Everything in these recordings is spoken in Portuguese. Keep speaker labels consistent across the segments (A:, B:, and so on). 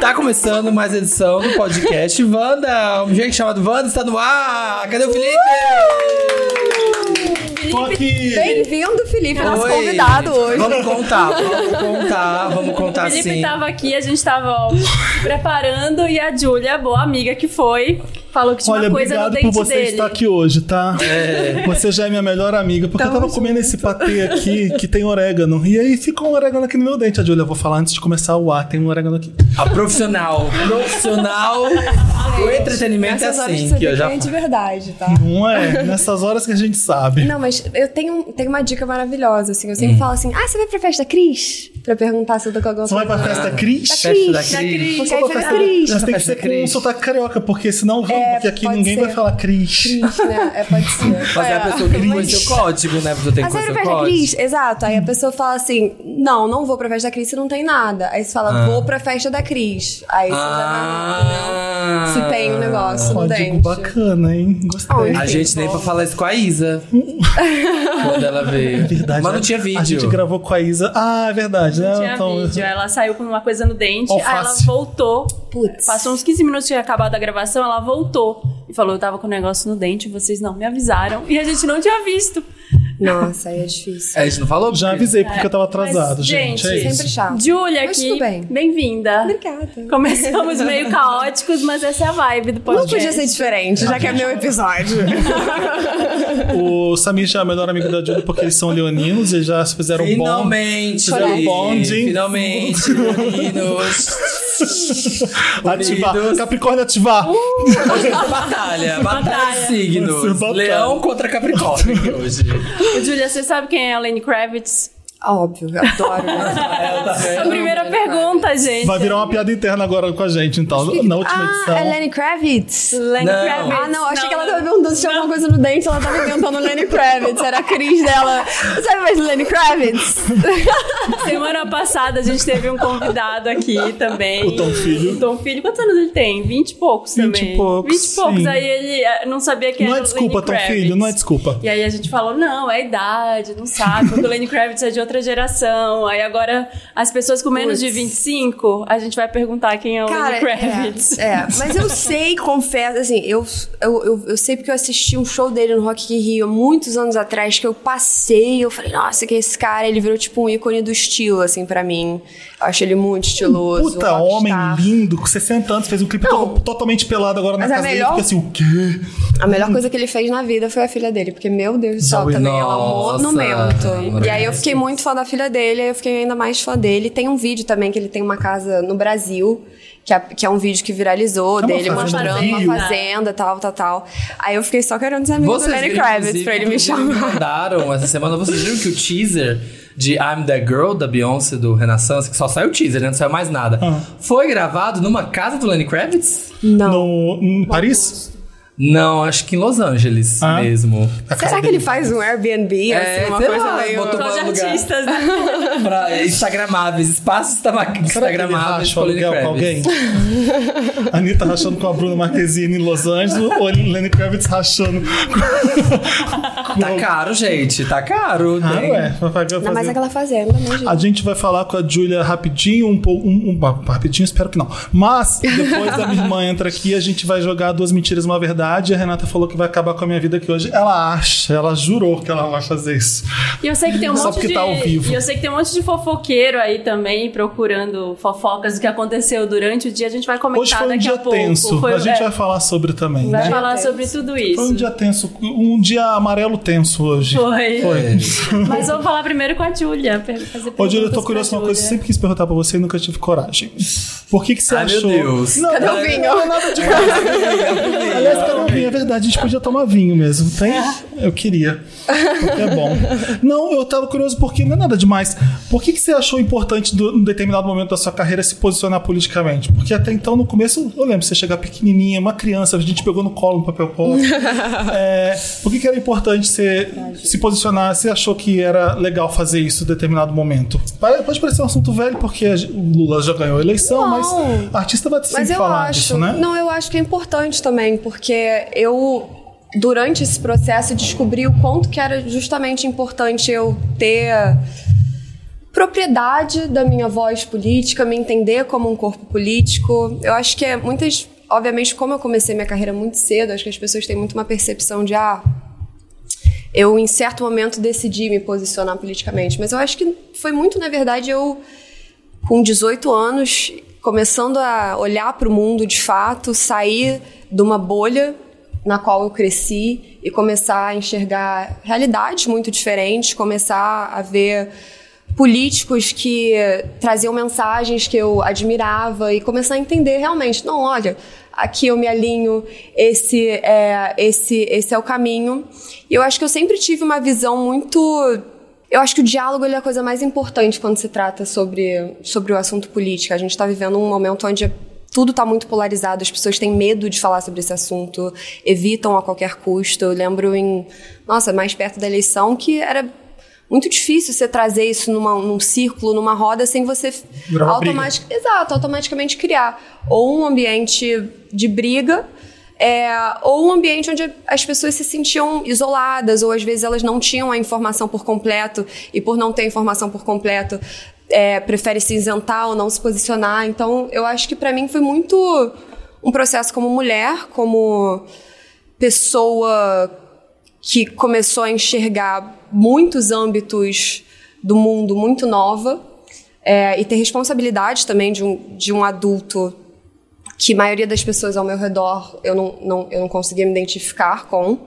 A: Tá começando mais edição do podcast Wanda. Um jeito chamado Wanda está no ar. Cadê o Felipe?
B: Tô aqui.
C: Bem-vindo, Felipe, nosso
A: Oi.
C: Tá convidado hoje.
A: Vamos contar, vamos contar, vamos contar assim,
B: O Felipe tá-
A: sim.
B: tava aqui, a gente tava ó, se preparando e a Júlia, boa amiga que foi, falou que tinha
D: Olha,
B: uma coisa no
D: obrigado
B: dente
D: por você
B: dele.
D: estar aqui hoje, tá? Você já é minha melhor amiga, porque eu tava comendo esse patê aqui que tem orégano. E aí ficou um orégano aqui no meu dente. A Julia, eu vou falar antes de começar o ar, tem um orégano aqui.
A: A profissional, profissional. o entretenimento é
C: Nessas horas
A: assim
C: você
A: que
C: vê
A: eu já
C: quem é de
A: falo.
C: verdade, tá?
D: Não é? Nessas horas que a gente sabe.
C: Não, mas eu tenho, tenho uma dica maravilhosa, assim. Eu sempre falo assim, ah, você vai pra festa Cris? Pra perguntar se eu tô com alguma
D: Você vai
C: coisa.
D: pra festa Cris?
A: Ah,
C: Da
A: Festa da Cris.
C: Cris. Porque aí
D: Você vai
C: fica
D: pra
C: Cris.
D: Mas tem que ser
A: Festa
D: com um
A: Cris.
D: sotaque carioca, porque senão vão,
C: É,
D: porque aqui
C: pode
D: ninguém
C: ser.
D: vai falar Cris.
C: Cris, né? É, pode ser.
A: Mas é a pessoa tem que conhecer o
C: Cris.
A: código, né? A pessoa tem que
C: Ah, você vai
A: conhecer
C: pra
A: o
C: festa
A: código.
C: Cris? Exato. Aí a pessoa fala assim, não, não vou pra festa da Cris se não tem nada. Aí você fala, vou pra festa da Cris. Aí você
A: Ah.
C: já vai, entendeu? Se tem um negócio no
D: Código
C: dente.
D: bacana, hein? Gostei.
C: Olha.
A: A gente tem pra falar isso com a Isa.
C: Uhum.
A: quando ela veio.
D: Verdade,
A: Mas não
D: né?
A: tinha vídeo.
D: A gente gravou com a Isa. Ah, é verdade, né?
B: Não tinha
D: Então,
B: vídeo, ela saiu com uma coisa no dente, aí ela
D: Alface.
B: voltou.
C: Putz.
B: Passou uns 15 minutos, tinha acabado a gravação, ela voltou e falou: Eu tava com um negócio no dente, vocês não me avisaram e a gente não tinha visto.
C: Nossa, aí é difícil.
A: A gente não falou?
D: Já
A: porque-
D: avisei, porque eu tava atrasado,
B: Mas,
D: gente.
B: gente,
D: É isso.
C: Sempre chato.
B: Júlia
C: Mas
B: aqui,
C: tudo bem.
B: bem-vinda.
C: Obrigada.
B: Começamos meio caóticos, mas essa é a vibe do
C: Não
B: podcast.
C: podia ser diferente, já que é meu episódio.
D: O Samir já é o melhor amigo da Júlia porque eles são leoninos e já
A: é
D: fizeram um bom.
A: Finalmente,
D: Fizeram um
A: Davi.
D: bonding.
A: Finalmente, meninos.
D: Ativar.
A: Unidos.
D: Capricórnio ativar.
C: Uh,
A: Batalha, batalha de
D: Vai
A: signos.
D: ser batalha.
A: Leão contra Capricórnio aqui hoje.
B: Júlia, você sabe quem é a Lane Kravitz?
C: Ah, Óbvio, eu adoro. né?
B: é A primeira pergunta, gente.
D: Vai virar uma piada interna agora com a gente, então. Na última edição.
C: ah, Lenny Kravitz.
D: um
B: Lane
A: Não.
B: Kravitz.
C: Ah, não, achei que ela tava perguntando se tinha alguma coisa no dente, ela tava inventando Lenny Kravitz, era a Cris dela. Sabe mais Lenny Kravitz?
B: Semana passada a gente teve um convidado aqui também.
D: O Tom Filho.
B: O Tom Filho. Quantos anos ele tem? Vinte e poucos
D: Vinte e
B: também.
D: poucos,
B: Vinte e poucos.
D: sim.
B: Aí ele eh, não sabia quem
D: Não é
B: era o
D: desculpa,
B: Lenny
D: Tom
B: Kravitz.
D: Filho, não é desculpa.
B: E aí a gente falou, não, é a idade, não sabe, porque o Lenny Kravitz é de outra geração. Aí agora as pessoas com menos de
C: Puts.
B: 25, a gente vai perguntar quem é o Lenny
C: Cara,
B: Kravitz.
C: é, é, mas eu sei, confesso, assim, eu, eu, eu, eu sei porque eu assisti um show dele no Rock in Rio muitos anos atrás, que eu passei, eu falei, nossa, que esse cara, ele virou tipo um ícone do estilo, assim, pra mim. Eu acho ele muito estiloso.
D: Puta,
C: rockstar.
D: homem lindo, com 60 anos, fez um clipe
C: Não.
D: to- totalmente pelado agora na
C: Mas é
D: casa dele.
C: melhor?
D: Fica assim, o quê?
C: A melhor coisa que ele fez na vida foi a filha dele, porque, meu Deus do céu,
D: Zoe,
C: também é um amor no
A: nossa. é
C: mento. E aí eu fiquei muito fã da filha dele, aí eu fiquei ainda mais fã dele. Tem um vídeo também que ele tem uma casa no Brasil, que é, que é um vídeo que
A: É
C: viralizou
D: uma
C: dele
D: fazenda
C: mostrando
D: no Rio?
C: uma fazenda, tal, tal, tal. Aí eu fiquei só querendo os amigos do
A: Vocês
C: Lenny
A: viram,
C: Kravitz
A: inclusive,
C: pra ele me
A: que
C: chamar.
A: mandaram essa semana. Vocês viram que o teaser de I'm That Girl, da Beyoncé, do Renaissance, que só saiu o teaser, né? Não saiu mais nada.
D: Ah.
A: Foi gravado numa casa do Lenny Kravitz?
C: Não.
D: No, em Paris?
A: Não, acho que em Los Angeles
D: Ah.
A: mesmo.
C: Será que ele faz um Airbnb,
A: É,
C: assim, uma
A: sei
C: coisa
A: lá,
C: meio...
A: botou-
B: Só de
A: Vamos lugar.
B: artistas, né?
A: Pra Instagramáveis, espaços instama-
D: Será que ele
A: Instagramáveis
D: racha o
A: com Lenny
D: aluguel com alguém?
A: Kravitz.
D: A Anitta rachando com a Bruna Marquezine em Los Angeles ou Lenny Kravitz rachando com...
A: Tá caro, gente, tá caro.
D: Ah,
A: tem-
D: ué, vai pagar
C: Ainda mais
D: fazer-
C: aquela fazenda, né, gente?
D: A gente vai falar com a Julia rapidinho, um pouco. Um, um- rapidinho, espero que não. Mas depois a minha irmã entra aqui, a gente vai jogar duas mentiras, uma verdade. A Renata falou que vai acabar com a minha vida aqui hoje. Ela acha, ela jurou que ela vai fazer isso.
B: E eu sei que tem um
D: Só
B: monte
D: porque
B: de.
D: tá ao vivo.
B: E eu sei que tem um monte de fofoqueiro aí também procurando fofocas do que aconteceu durante o dia. A gente vai comentar
D: Hoje foi um
B: daqui
D: dia
B: a pouco.
D: tenso.
B: Foi-
D: a gente
B: é,
D: vai falar sobre também,
B: vai
D: né?
B: falar
C: tenso.
B: sobre tudo isso.
D: Foi um dia tenso, um dia amarelo tenso hoje.
B: Foi.
D: Foi.
B: Mas vamos falar primeiro com a Júlia. per- fazer
D: Ô, Júlia, eu
B: perguntas
D: tô
B: pra
D: curioso uma
B: Júlia.
D: coisa que eu sempre quis perguntar pra você e nunca tive coragem. Por que que você
A: Ai, meu
D: achou...
A: Deus.
D: Não,
C: Cadê
D: não,
C: o vinho?
D: não, nada de Aliás, cadê o vinho? É verdade, a gente podia tomar vinho mesmo. Tem?
C: É.
D: Eu queria. Porque é bom. Não, eu tava curioso porque não é nada demais. Por que que você achou importante, do, num determinado momento da sua carreira, se posicionar politicamente? Porque até então, no começo, eu lembro, você chegar pequenininha, uma criança, a gente pegou no colo um papel pop. É, por que que era importante você se posicionar? Você achou que era legal fazer isso em determinado momento? Pare- Pode parecer um assunto velho, porque a gen- o Lula já ganhou a eleição,
C: Não.
D: mas artista vai sempre
C: Mas eu
D: falar
C: acho.
D: disso, né?
C: Não, eu acho que é importante também, porque eu, durante esse processo, descobri o quanto que era justamente importante eu ter propriedade da minha voz política, me entender como um corpo político. Eu acho que é muitas. Obviamente, como eu comecei minha carreira muito cedo, acho que as pessoas têm muito uma percepção de, ah, eu em certo momento decidi me posicionar politicamente. Mas eu acho que foi muito, na verdade, eu com 18 anos, começando a olhar para o mundo de fato, sair de uma bolha na qual eu cresci e começar a enxergar realidades muito diferentes, começar a ver políticos que traziam mensagens que eu admirava e começar a entender realmente, não, olha, aqui eu me alinho, esse é, esse, esse é o caminho. E eu acho que eu sempre tive uma visão muito. Eu acho que o diálogo ele é a coisa mais importante quando se trata sobre, sobre o assunto política. A gente está vivendo um momento onde tudo está muito polarizado, as pessoas têm medo de falar sobre esse assunto, evitam a qualquer custo. Eu lembro em, nossa, mais perto da eleição, que era muito difícil você trazer isso numa, num círculo, numa roda, sem você
D: Virar uma
C: automatic- Exato, automaticamente criar. Ou um ambiente de briga, é, ou um ambiente onde as pessoas se sentiam isoladas, ou às vezes elas não tinham a informação por completo, e por não ter a informação por completo, é, prefere se isentar ou não se posicionar. Então, eu acho que para mim foi muito um processo como mulher, como pessoa que começou a enxergar muitos âmbitos do mundo muito nova é, e ter responsabilidade também de um, de um adulto que a maioria das pessoas ao meu redor eu não, não, eu não conseguia me identificar com.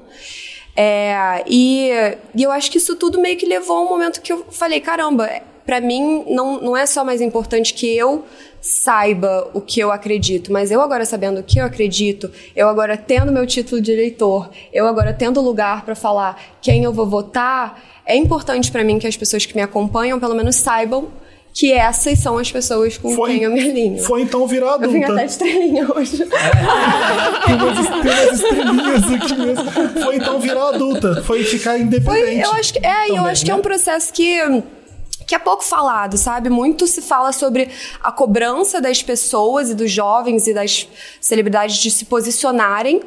C: É, e, e eu acho que isso tudo meio que levou a um momento que eu falei, caramba, é, pra mim não, não é só mais importante que eu saiba o que eu acredito, mas eu agora sabendo o que eu acredito, eu agora tendo meu título de eleitor, eu agora tendo lugar pra falar quem eu vou votar, é importante pra mim que as pessoas que me acompanham pelo menos saibam que essas são as pessoas com
D: Foi-
C: quem eu me alinho.
D: Foi então virar
C: Eu vim até
D: adulta. É
C: de estrelinha hoje.
D: Tem umas, tem umas
C: é
D: estrelinhas aqui mesmo. Foi então virar adulta. Foi ficar independente.
C: Foi, eu acho que, é, e eu
D: também,
C: acho que é
D: né?
C: um processo que que é pouco falado, sabe? Muito se fala sobre a cobrança das pessoas e dos jovens e das celebridades de se posicionarem.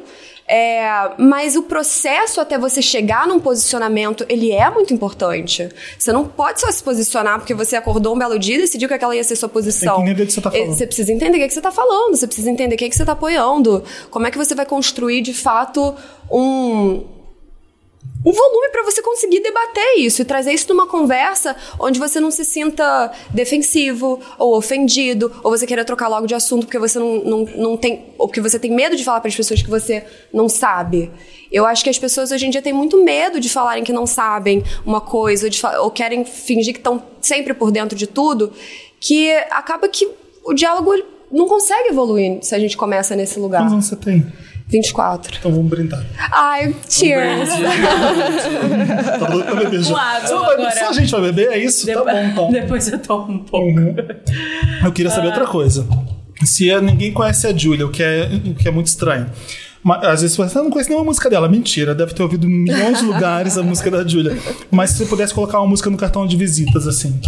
C: É, mas o processo até você chegar num posicionamento, ele é muito importante. Você não pode só se posicionar porque você acordou um belo dia e decidiu que aquela ia ser sua posição.
D: entender o que você tá
C: Eh,
D: falando.
C: Você precisa entender o que, é que você está falando, você precisa entender o que, é que você está apoiando, como é que você vai construir de fato um, um volume para você conseguir debater isso e trazer isso numa conversa onde você não se sinta defensivo ou ofendido, ou você queira trocar logo de assunto porque você não, não, não tem. ou porque você tem medo de falar para as pessoas que você não sabe. Eu acho que as pessoas hoje em dia têm muito medo de falarem que não sabem uma coisa, ou, de fa- ou querem fingir que estão sempre por dentro de tudo, que acaba que o diálogo não consegue evoluir se a gente começa nesse lugar.
D: Quantos anos você tem?
C: 24.
D: Então vamos brindar.
C: Ai, cheers!
D: Tá doido pra beber já.
B: Com água
D: Você não vai beber?
B: agora.
D: Só a gente vai beber? É isso? Tá bom, então.
B: Depois eu tomo um pouco.
D: Eu queria saber
A: Ah.
D: outra coisa. Se é- ninguém conhece a Julia, o que é, o que é muito estranho. Mas, às vezes você "Ah, não conhece nenhuma música dela. Mentira, deve ter ouvido em milhões de lugares a música da Julia. Mas se você pudesse colocar uma música no cartão de visitas, assim.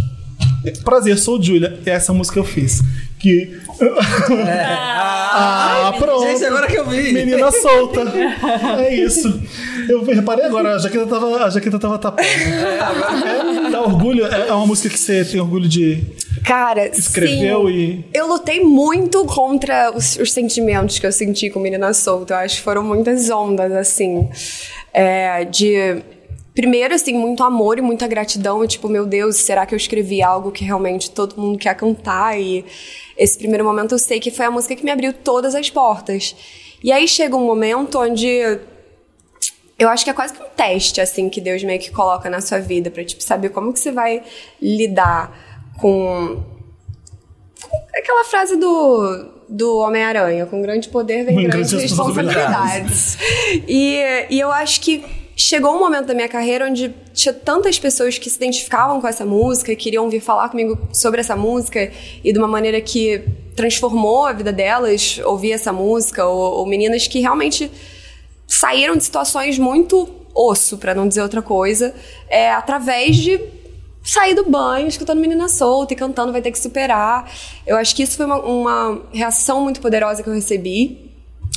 D: Prazer, sou Julia. E essa música eu fiz. Que. Ah, pronto.
A: É. Gente, agora que eu vi.
D: Menina solta. É isso. Eu reparei agora, a jaqueta tava, a jaqueta tava tapada. É, dá orgulho? É é uma música que você tem orgulho de
C: Cara,
D: escreveu
C: sim.
D: e.
C: Eu lutei muito contra os, os sentimentos que eu senti com Menina Solta. Eu acho que foram muitas ondas, assim. É, de. Primeiro, assim, muito amor e muita gratidão. E tipo, meu Deus, será que eu escrevi algo que realmente todo mundo quer cantar? E esse primeiro momento eu sei que foi a música que me abriu todas as portas. E aí chega um momento onde eu acho que é quase que um teste, assim, que Deus meio que coloca na sua vida, pra, tipo, saber como que você vai lidar com. com aquela frase do, do Homem-Aranha: com grande poder vem
D: Com
C: grandes
D: grandes
C: responsabilidades. E, e eu acho que chegou um momento da minha carreira onde tinha tantas pessoas que se identificavam com essa música, queriam vir falar comigo sobre essa música e de uma maneira que transformou a vida delas ouvir essa música, ou- ou meninas que realmente saíram de situações muito osso, pra não dizer outra coisa, é, através de sair do banho, escutando Menina Solta e cantando Vai Ter Que Superar. Eu acho que isso foi uma, uma reação muito poderosa que eu recebi.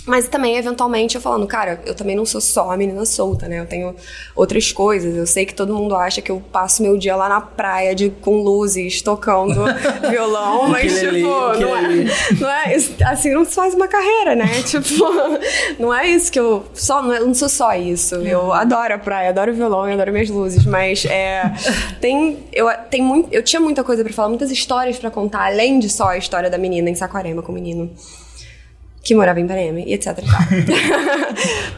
C: Mas também, eventualmente, eu falando, cara, eu também não sou só a menina solta, né? Eu tenho outras coisas. Eu sei que todo mundo acha que eu passo meu dia lá na praia de, com luzes, tocando violão, mas,
A: Ukulele,
C: tipo, não é,
A: ukulele.
C: não é. isso- Assim, não se faz uma carreira, né? tipo, não é isso que eu. Só, não, é- não sou só isso. Eu adoro a praia, adoro violão e adoro minhas luzes, mas é. tem. Eu, tem muito, eu tinha muita coisa pra falar, muitas histórias pra contar, além de só a história da menina em Saquarema com o menino que morava em Ipanema e etc. e tal.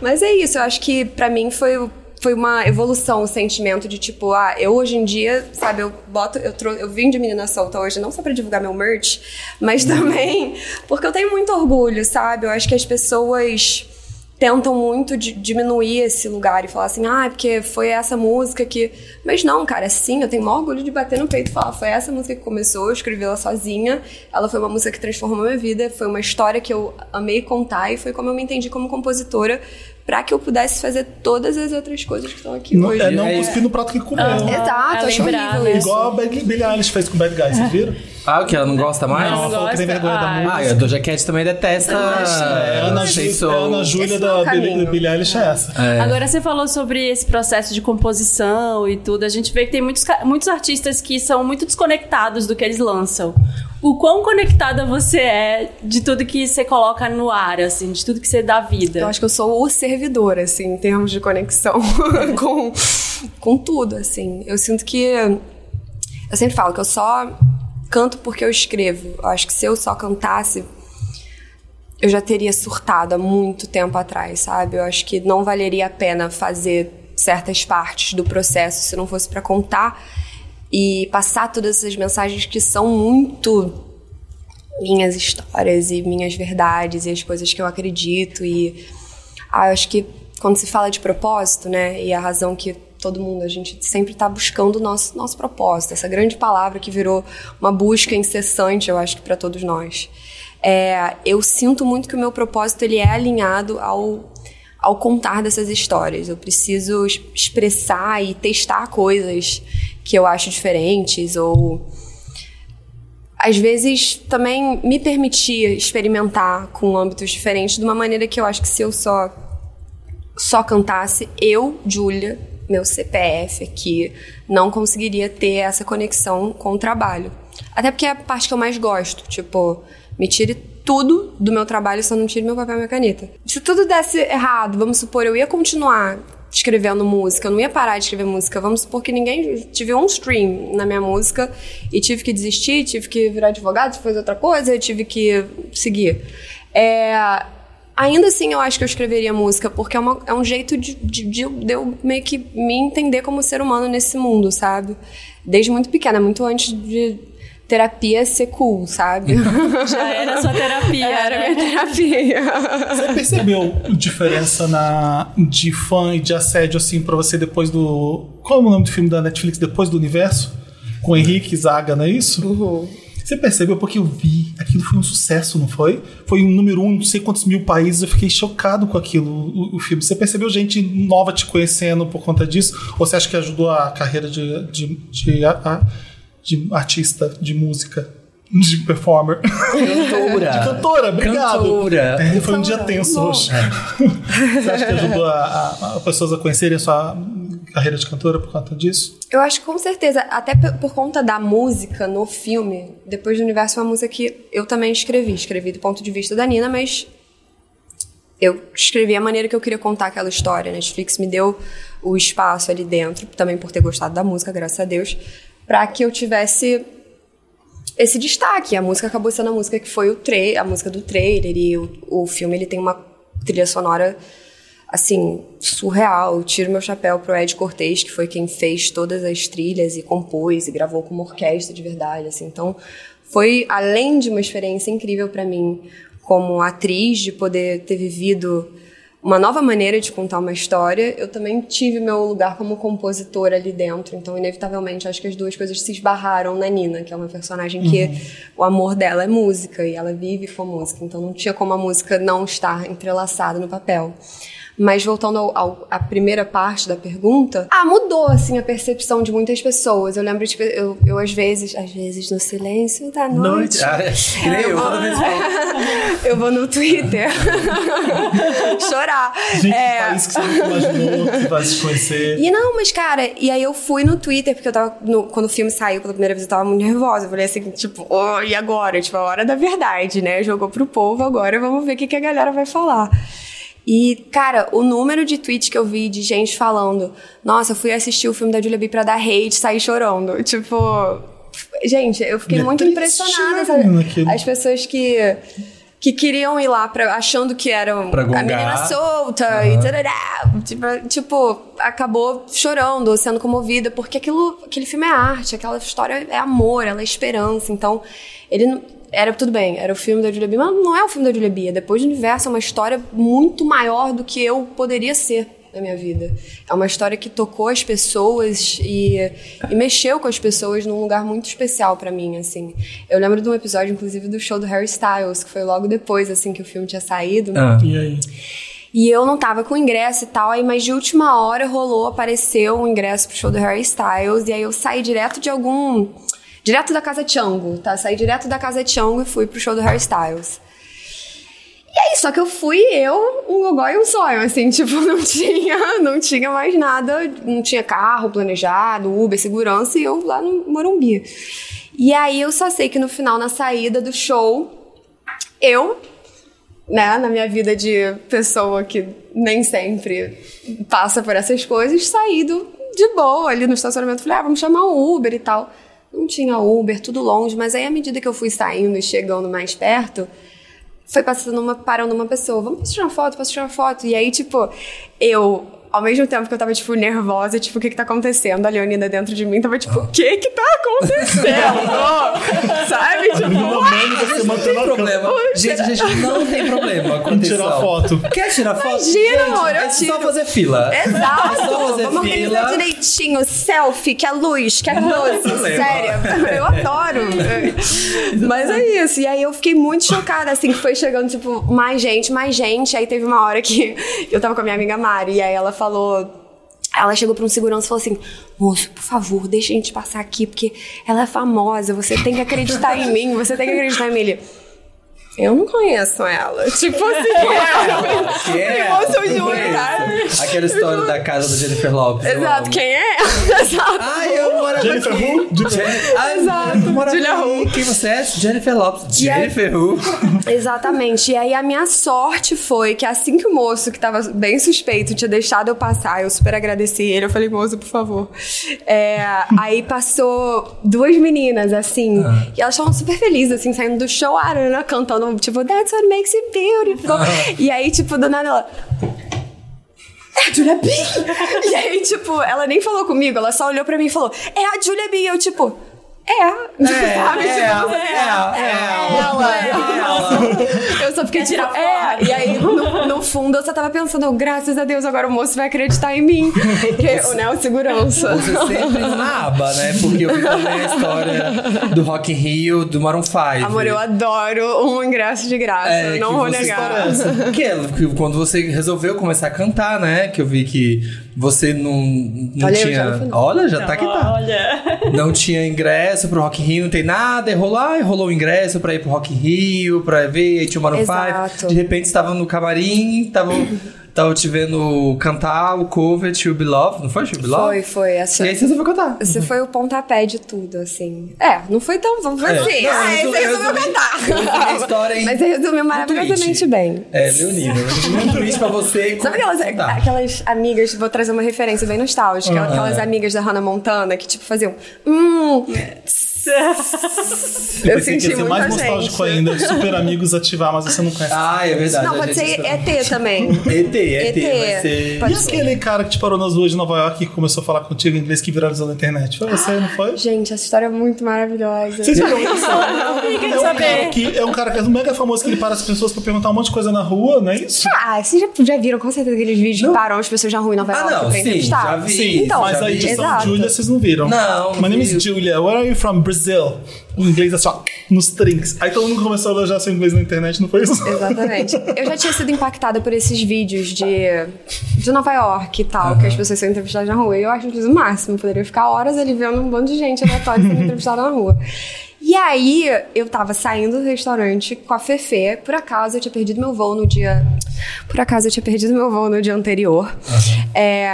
C: Mas é isso, eu acho que pra mim foi, foi uma evolução o sentimento de tipo, ah, eu hoje em dia, sabe, eu boto, eu, trou eu vim de menina solta hoje, não só pra divulgar meu merch, mas também porque eu tenho muito orgulho, sabe? Eu acho que as pessoas tentam muito di- diminuir esse lugar e falar assim, ah, é porque foi essa música que. Mas não, cara, sim, eu tenho o maior orgulho de bater no peito e falar, foi essa música que começou, eu escrevi ela sozinha, ela foi uma música que transformou minha vida, foi uma história que eu amei contar e foi como eu me entendi como compositora pra que eu pudesse fazer todas as outras coisas que estão aqui
D: Não,
C: hoje.
D: é não
A: é isso.
D: cuspir no prato que comeu. Tá
C: Exato,
B: É
C: acho
B: lembrar,
C: horrível
B: né?
C: isso.
D: Igual a Billie Billie Eilish fez com o Bad Guy,
C: É.
D: vocês viram?
A: Ah, o que? Ela não gosta mais?
D: Ela
B: não
D: falou que tem
B: gosta?
D: vergonha da
B: Ah,
D: música.
A: Ah, a Doja Cat também detesta.
D: É, Ana,
A: Sei
D: Ju,
A: Soul.
D: Ana Júlia
C: Esse não é
D: da
C: o caminho.
D: Billie, da Billie Eilish é essa.
A: É.
B: Agora você falou sobre esse processo de composição e tudo. A gente vê que tem muitos, ca- muitos artistas que são muito desconectados do que eles lançam. O quão conectada você é de tudo que você coloca no ar, assim, de tudo que você dá vida.
C: Eu Então, acho que eu sou o servidor, assim, em termos de conexão com, com tudo, assim. Eu sinto que. Eu sempre falo que eu só canto porque eu escrevo. Eu acho que se eu só cantasse, eu já teria surtado há muito tempo atrás, sabe? Eu acho que não valeria a pena fazer certas partes do processo se não fosse pra contar e passar todas essas mensagens que são muito minhas histórias e minhas verdades e as coisas que eu acredito e ah, eu acho que quando se fala de propósito, né, e a razão que todo mundo a gente sempre está buscando o nosso nosso propósito, essa grande palavra que virou uma busca incessante, eu acho que para todos nós. É, eu sinto muito que o meu propósito ele é alinhado ao ao contar dessas histórias. Eu preciso es- expressar e testar coisas que eu acho diferentes ou às vezes também me permitir experimentar com âmbitos diferentes de uma maneira que eu acho que se eu só só cantasse eu, Júlia, meu CPF aqui, não conseguiria ter essa conexão com o trabalho. Até porque é a parte que eu mais gosto, tipo, me tire tudo do meu trabalho, só não tire meu papel e minha caneta. Se tudo desse errado, vamos supor, eu ia continuar escrevendo música, eu não ia parar de escrever música, vamos supor que ninguém tive um stream na minha música e tive que desistir, tive que virar advogado, fazer outra coisa, eu tive que seguir. É, Ainda assim, eu acho que eu escreveria música, porque é, uma- é um jeito de, de- de eu- de eu meio que me entender como ser humano nesse mundo, sabe? Desde muito pequena, muito antes de terapia ser cool, sabe?
B: Já era É, sua terapia.
C: Era
B: né?
C: minha terapia.
D: Você percebeu diferença na, de fã e de assédio, assim, pra você depois do. Qual é o nome do filme da Netflix? Depois do Universo? Com Henrique Zaga, não é isso? Você percebeu? Porque eu vi, aquilo foi um sucesso, não foi? Foi um número um, não sei quantos mil países, eu fiquei chocado com aquilo, o, o filme. Você percebeu gente nova te conhecendo por conta disso? Ou você acha que ajudou a carreira de, de, de, a- a- de artista, de música, de performer?
A: Cantora.
D: De cantora, obrigado.
A: Ah, Cantora.
D: É, foi um dia tenso
C: Bom.
D: hoje. Você acha que ajudou a, a- a pessoas a conhecerem a sua carreira de cantora por conta disso?
C: Eu acho que com certeza, até pe- por conta da música no filme, Depois do Universo é uma música que eu também escrevi. Escrevi do ponto de vista da Nina, mas eu escrevi a maneira que eu queria contar aquela história. A Netflix me deu o espaço ali dentro, também por ter gostado da música, graças a Deus, pra que eu tivesse esse destaque. A música acabou sendo a música que foi o tra a música do trailer e o, o filme ele tem uma trilha sonora assim surreal. Eu tiro meu chapéu pro Ed Cortez, que foi quem fez todas as trilhas e compôs e gravou com uma orquestra de verdade, assim. Então, foi além de uma experiência incrível pra mim como atriz de poder ter vivido uma nova maneira de contar uma história, eu também tive meu lugar como compositora ali dentro. Então, inevitavelmente, acho que as duas coisas se esbarraram na Nina, que é uma personagem que o amor dela é música e ela vive com a música. Então, não tinha como a música não estar entrelaçada no papel. Mas voltando ao, ao- à primeira parte da pergunta, ah, mudou assim a percepção de muitas pessoas. Eu lembro, tipo, eu, eu às vezes, às vezes no silêncio da noite.
A: Noite. Ah, é. Que nem eu, toda vez que falo.
C: Eu vou no Twitter chorar.
D: Gente, tá um
C: É.
D: país que você nunca imaginou que vai se conhecer.
C: E não, mas cara, e aí eu fui no Twitter, porque eu tava. no- quando o filme saiu pela primeira vez, eu tava muito nervosa. Eu falei assim, tipo, "Oh, e agora? Tipo, a hora da verdade, né? Jogou pro povo agora, vamos ver o que, que a galera vai falar. E, cara, o número de tweets que eu vi de gente falando, nossa, eu fui assistir o filme da Julia B pra dar hate, sair chorando. Tipo, gente, eu fiquei
D: É
C: muito
D: triste, né,
C: impressionada, sabe?
D: menina, aquilo.
C: As pessoas que. Que queriam ir lá pra, achando que eram
A: Pra
C: a menina
A: gongar.
C: solta e
A: Aham.
C: tarará, tipo, tipo, acabou chorando, sendo comovida, porque aquilo, aquele filme é arte, aquela história é amor, ela é esperança. Então, ele não- era tudo bem, era o filme da Julia B, mas não é o filme da Julia B, é depois do universo, é uma história muito maior do que eu poderia ser na minha vida. É uma história que tocou as pessoas e, e mexeu com as pessoas num lugar muito especial pra mim, assim. Eu lembro de um episódio, inclusive, do show do Harry Styles, que foi logo depois, assim, que o filme tinha saído. né?
A: Ah.
D: E aí?
C: E eu não tava com ingresso e tal, aí mas de última hora rolou, apareceu um ingresso pro show do Harry Styles, e aí eu saí direto de algum. Direto da casa Chango, tá? Saí direto da casa Chango e fui pro show do Harry Styles. E aí, só que eu fui eu, um gogó e um sonho, assim, tipo, não tinha, não tinha mais nada, não tinha carro planejado, Uber, segurança, e eu lá no Morumbi. E aí eu só sei que no final, na saída do show, eu né, na minha vida de pessoa que nem sempre passa por essas coisas, saído de boa ali no estacionamento. Falei, ah, vamos chamar um Uber e tal. Não tinha Uber, tudo longe, mas aí à medida que eu fui saindo e chegando mais perto, foi passando uma, parando uma pessoa, vamos posso tirar uma foto, posso tirar uma foto. E aí, tipo, eu, ao mesmo tempo que eu tava, tipo, nervosa, tipo, o que que tá acontecendo? A Leonina dentro de mim tava, tipo, o que que tá acontecendo? Sabe? Tipo,
D: No meme você
A: Não
D: mantendo
A: tem
D: a câmera.
A: problema. Gente, gente, não tem problema.
D: Vamos tirar
A: Atenção.
D: foto.
A: Quer tirar foto?
C: Imagina,
A: Gente,
C: amor, eu
A: é só
C: tiro.
A: fazer fila. É
C: Exato!
A: Só fazer
C: Vamos organizar
A: fila.
C: direitinho, selfie, que a luz, que a doce,
A: Lembra.
C: sério. Eu adoro. Mas é isso. E aí eu fiquei muito chocada, assim, que foi chegando, tipo, mais gente, mais gente. Aí teve uma hora que eu tava com a minha amiga Mari, e aí ela falou. Ela chegou pra um segurança e falou assim: Moço, por favor, deixa a gente passar aqui, porque ela é famosa, você tem que acreditar em mim, você tem que acreditar em mim. Ele, Eu não conheço ela. Tipo assim,
A: Que é?
C: Eu um sou de
A: Não conheço.
C: Goiás.
A: Aquela história da casa da Jennifer Lopes. eu
C: Exato,
A: amo.
C: quem é ela? Exato.
A: Ai, Ah, eu morava
D: Jennifer
A: aqui.
D: Who?
A: Jennifer- Ai,
C: Exato,
A: eu morava
C: Julia
A: aqui. Quem você é? Jennifer Lopes.
C: E aí-
A: Jennifer Who?
C: Exatamente. E aí a minha sorte foi que assim que o moço, que tava bem suspeito, tinha deixado eu passar, eu super agradeci ele. Eu falei, moço, por favor. É, aí passou duas meninas, assim, e elas estavam super felizes, assim, saindo do show, a Arana cantando, tipo, That's what makes it beautiful. E aí, tipo, do nada ela. É a Julia B! e aí, tipo, ela nem falou comigo, ela só olhou pra mim e falou, é a Julia B! E eu, tipo, é. Sabe?
A: é,
C: Tipo,
A: é, é, é.
C: ela, é ela. Eu só fiquei tipo,
B: tirar
C: é. E aí, no, no fundo, eu só tava pensando, eu, graças a Deus, agora o moço vai acreditar em mim. Que eu, né, o segurança.
A: Você sempre na aba, né? Porque eu vi também a história do Rock in Rio, do Maroon 5.
C: Amor, eu adoro um ingresso de graça.
A: É,
C: não
A: que
C: vou
A: você
C: negar.
A: está- Que é que quando você resolveu começar a cantar, né? Que eu vi que você não, não
C: Olha, eu
A: tinha.
C: já no final.
A: Olha, já tá que tá.
B: Olha.
A: Não tinha ingresso pro Rock in Rio, não tem nada, e rolou, ah, rolou o ingresso pra ir pro Rock in Rio, pra ver, aí tinha o Maroon
C: Exato.
A: 5. De repente estava no camarim, tava, tava te vendo cantar o cover de Be Love, não foi Be Love?
C: Foi, foi. é assim.
A: E
C: Essa,
A: aí você resolveu cantar.
C: esse foi o pontapé de tudo, assim. É, não foi tão. Vamos
A: É.
C: assim.
A: Não,
C: ah,
A: eu
C: você
A: resumi-
C: resolveu
A: resumi a
C: cantar.
A: história em um
C: Mas você resumiu maravilhosamente
A: tweet.
C: bem.
A: É, Leonina, um tweet pra você. tá? Ah, e
C: Sabe aquelas,
A: cantar.
C: aquelas amigas, vou trazer uma referência bem nostálgica,
A: é.
C: aquelas amigas da Hannah Montana que tipo faziam. Hum.
D: Pensei
C: eu
D: que
C: senti
D: ia ser
C: muito
D: mais
C: a
D: nostálgico
C: gente.
D: ainda, de super amigos ativar, mas você não conhece.
A: Ah, é verdade.
C: Não,
A: a
C: pode
A: gente-
C: ser ET também.
A: ET, ET, vai
C: ET.
A: ser.
C: Pode
D: e aquele cara que te parou nas ruas de Nova York e começou a falar contigo em inglês que viralizou na internet? Foi você, não foi?
C: Gente, essa história é muito maravilhosa.
D: Vocês viram isso?
B: Fica de
D: É um, cara
B: saber.
D: que, é um cara que é mega famoso que ele para as pessoas pra perguntar um monte de coisa na rua, não é isso?
C: Ah, vocês já, já viram com certeza aqueles vídeos que param as pessoas na rua em Nova
A: Ah,
C: York
A: não,
C: pra
A: sim,
C: entrevistar?
A: já vi,
C: Então,
A: já
D: mas a
A: vi. tipo,
D: edição
C: exato.
D: Julia vocês não viram.
A: Não,
D: My name
A: vi.
D: is Julia. Where are you from? Brazil. O inglês assim, ó, nos trinks. Aí todo mundo começou a elogiar seu inglês na internet, não foi isso?
C: Exatamente. Eu já tinha sido impactada por esses vídeos de, de Nova York e tal, que as pessoas são entrevistadas na rua. E eu acho, inclusive, o máximo. Eu poderia ficar horas ali vendo um bando de gente aleatória sendo entrevistada na rua. E aí, eu tava saindo do restaurante com a Fefe. Por acaso, eu tinha perdido meu voo no dia... Por acaso, eu tinha perdido meu voo no dia anterior. É...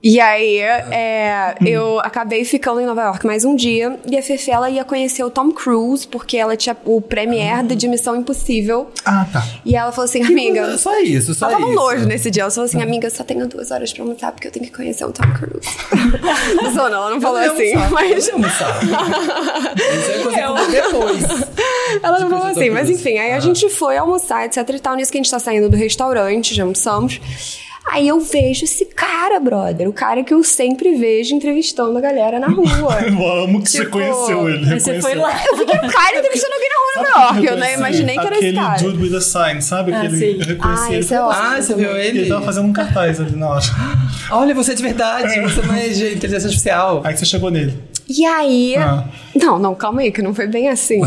C: E aí, é, eu acabei ficando em Nova York mais um dia. E a Fefe, ela ia conhecer o Tom Cruise, porque ela tinha o premiere de Missão Impossível.
D: Ah, tá.
C: E ela falou assim, amiga...
A: Só isso, só
C: Ela tava
A: isso. né?
C: longe nesse dia. Ela falou assim, amiga, eu só tenho duas horas pra almoçar, porque eu tenho que conhecer o Tom Cruise. Zona, ela não falou assim,
A: Mas...
C: mas...
A: Isso é coisa que eu vou depois.
C: Ela não
A: Tipo,
C: falou
A: esse
C: assim,
A: Tom
C: mas
A: Cruise.
C: enfim, aí a gente foi almoçar, etc e tal. Nisso que a gente tá saindo do restaurante, já almoçamos. Aí eu vejo esse cara, brother. O cara que eu sempre vejo entrevistando a galera na rua.
D: Eu amo que você
C: Tipo,
D: conheceu ele.
B: Aí você
D: reconheceu.
B: foi lá. assim,
C: Eu fiquei o cara entrevistando alguém na rua em
D: Sabe quem
C: Nova York. Eu não
D: reconheci?
C: imaginei que era esse
D: Aquele
C: cara.
D: Dude with a Sign, sabe?
B: Ah,
D: Aquele,
B: sim.
D: eu reconheci
C: Ah,
D: ele.
C: esse é ótimo.
A: Ah, você viu
D: Ele
A: ele?
D: tava fazendo um cartaz ali na hora.
A: Olha, você é de verdade, você não é de inteligência artificial.
D: Aí você chegou nele.
C: E aí.
D: Ah.
C: Não, não, calma aí, que não foi bem assim.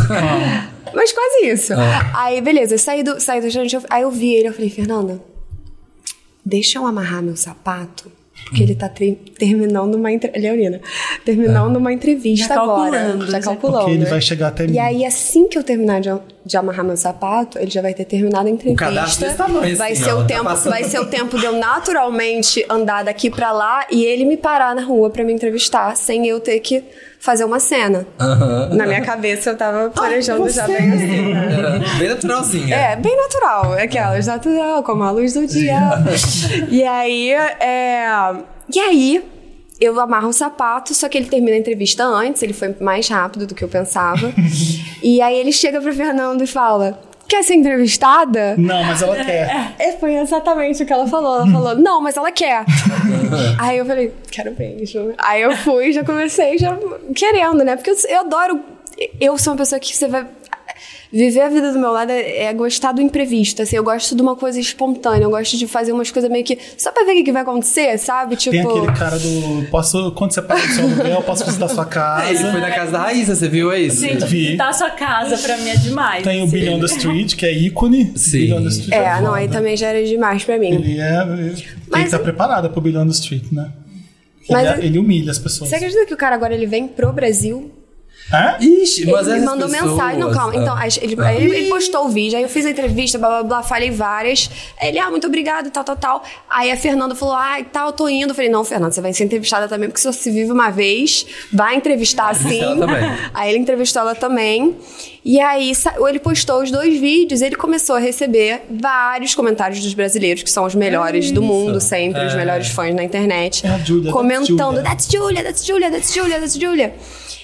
C: Mas quase isso.
D: Ah.
C: Aí, beleza, eu saí do, saí do restaurante, eu- aí eu vi ele, eu falei, Fernanda, deixa eu amarrar meu sapato. Porque ele tá tre- terminando uma entrevista. Leonina, terminando uma entrevista
B: Já
C: agora.
B: calculando, né?
C: já
B: já-
C: calculando.
D: Ah. Porque ele vai chegar até mim.
C: E aí, assim que eu terminar de, de amarrar meu sapato, ele já vai ter terminado a entrevista.
A: cadastro desse tamanho,
C: vai,
A: assim,
C: ser
A: ó,
C: o
A: tá
C: tempo,
A: passando.
C: vai ser o tempo de eu naturalmente andar daqui pra lá e ele me parar na rua pra me entrevistar, sem eu ter que fazer uma cena.
A: Aham. Ah,
C: Na minha cabeça eu tava planejando já bem assim.
A: Era Bem naturalzinha.
C: É, bem natural. Aquelas, natural, como a luz do dia. e aí, é... E aí, eu amarro o sapato, só que ele termina a entrevista antes, ele foi mais rápido do que eu pensava. e aí ele chega pro Fernando e fala... Quer ser entrevistada?
D: Não, mas ela quer.
C: É, foi exatamente o que ela falou. Ela falou, não, mas ela quer. Aí eu falei, quero beijo. Aí eu fui, já comecei já querendo, né? Porque eu, eu adoro. Eu sou uma pessoa que você vai. Viver a vida do meu lado é, é gostar do imprevisto, assim. Eu gosto de uma coisa espontânea, eu gosto de fazer umas coisas meio que. Só pra ver o que, que vai acontecer, sabe? Tipo.
D: Tem aquele cara do. Posso, quando você paga o seu aluguel, posso visitar sua
A: Ah, Ele foi
D: casa.
A: na casa da Raíssa, você viu é isso?
B: Gente,
D: Vi.
B: visitar a sua casa pra mim é demais.
D: Tem o Billy on the Street, que é ícone.
A: Sim.
D: Billy on the Street.
C: É, não,
D: foda.
C: aí também já era demais pra mim.
D: Ele é. Tem que estar preparada pro Billy on the Street, né? Ele, é-
C: Mas-
D: ele humilha as pessoas.
C: Você acredita que o cara agora ele vem pro Brasil?
D: Hã?
A: Ixi, mas
C: ele
A: essas
C: me mandou
A: pessoas-
C: mensagem, não, calma. Então,
A: Ah.
C: aí ele, aí ele postou o vídeo, aí eu fiz a entrevista, blá blá blá, falei várias. Aí Ele, ah, muito obrigado, tal, tal, tal. Aí a Fernanda falou, ah, e tal, eu tô indo. Eu falei, não, Fernanda, você vai ser entrevistada também, porque só se vive uma vez, vai entrevistar sim.
A: ela também.
C: Aí ele entrevistou ela também. E aí sa- ele postou os dois vídeos, ele começou a receber vários comentários dos brasileiros, que são os melhores do mundo, sempre, os melhores fãs na internet.
D: É a Julia, that's
C: comentando,
D: Julia.
C: that's Julia, that's Julia, that's Julia, that's Julia.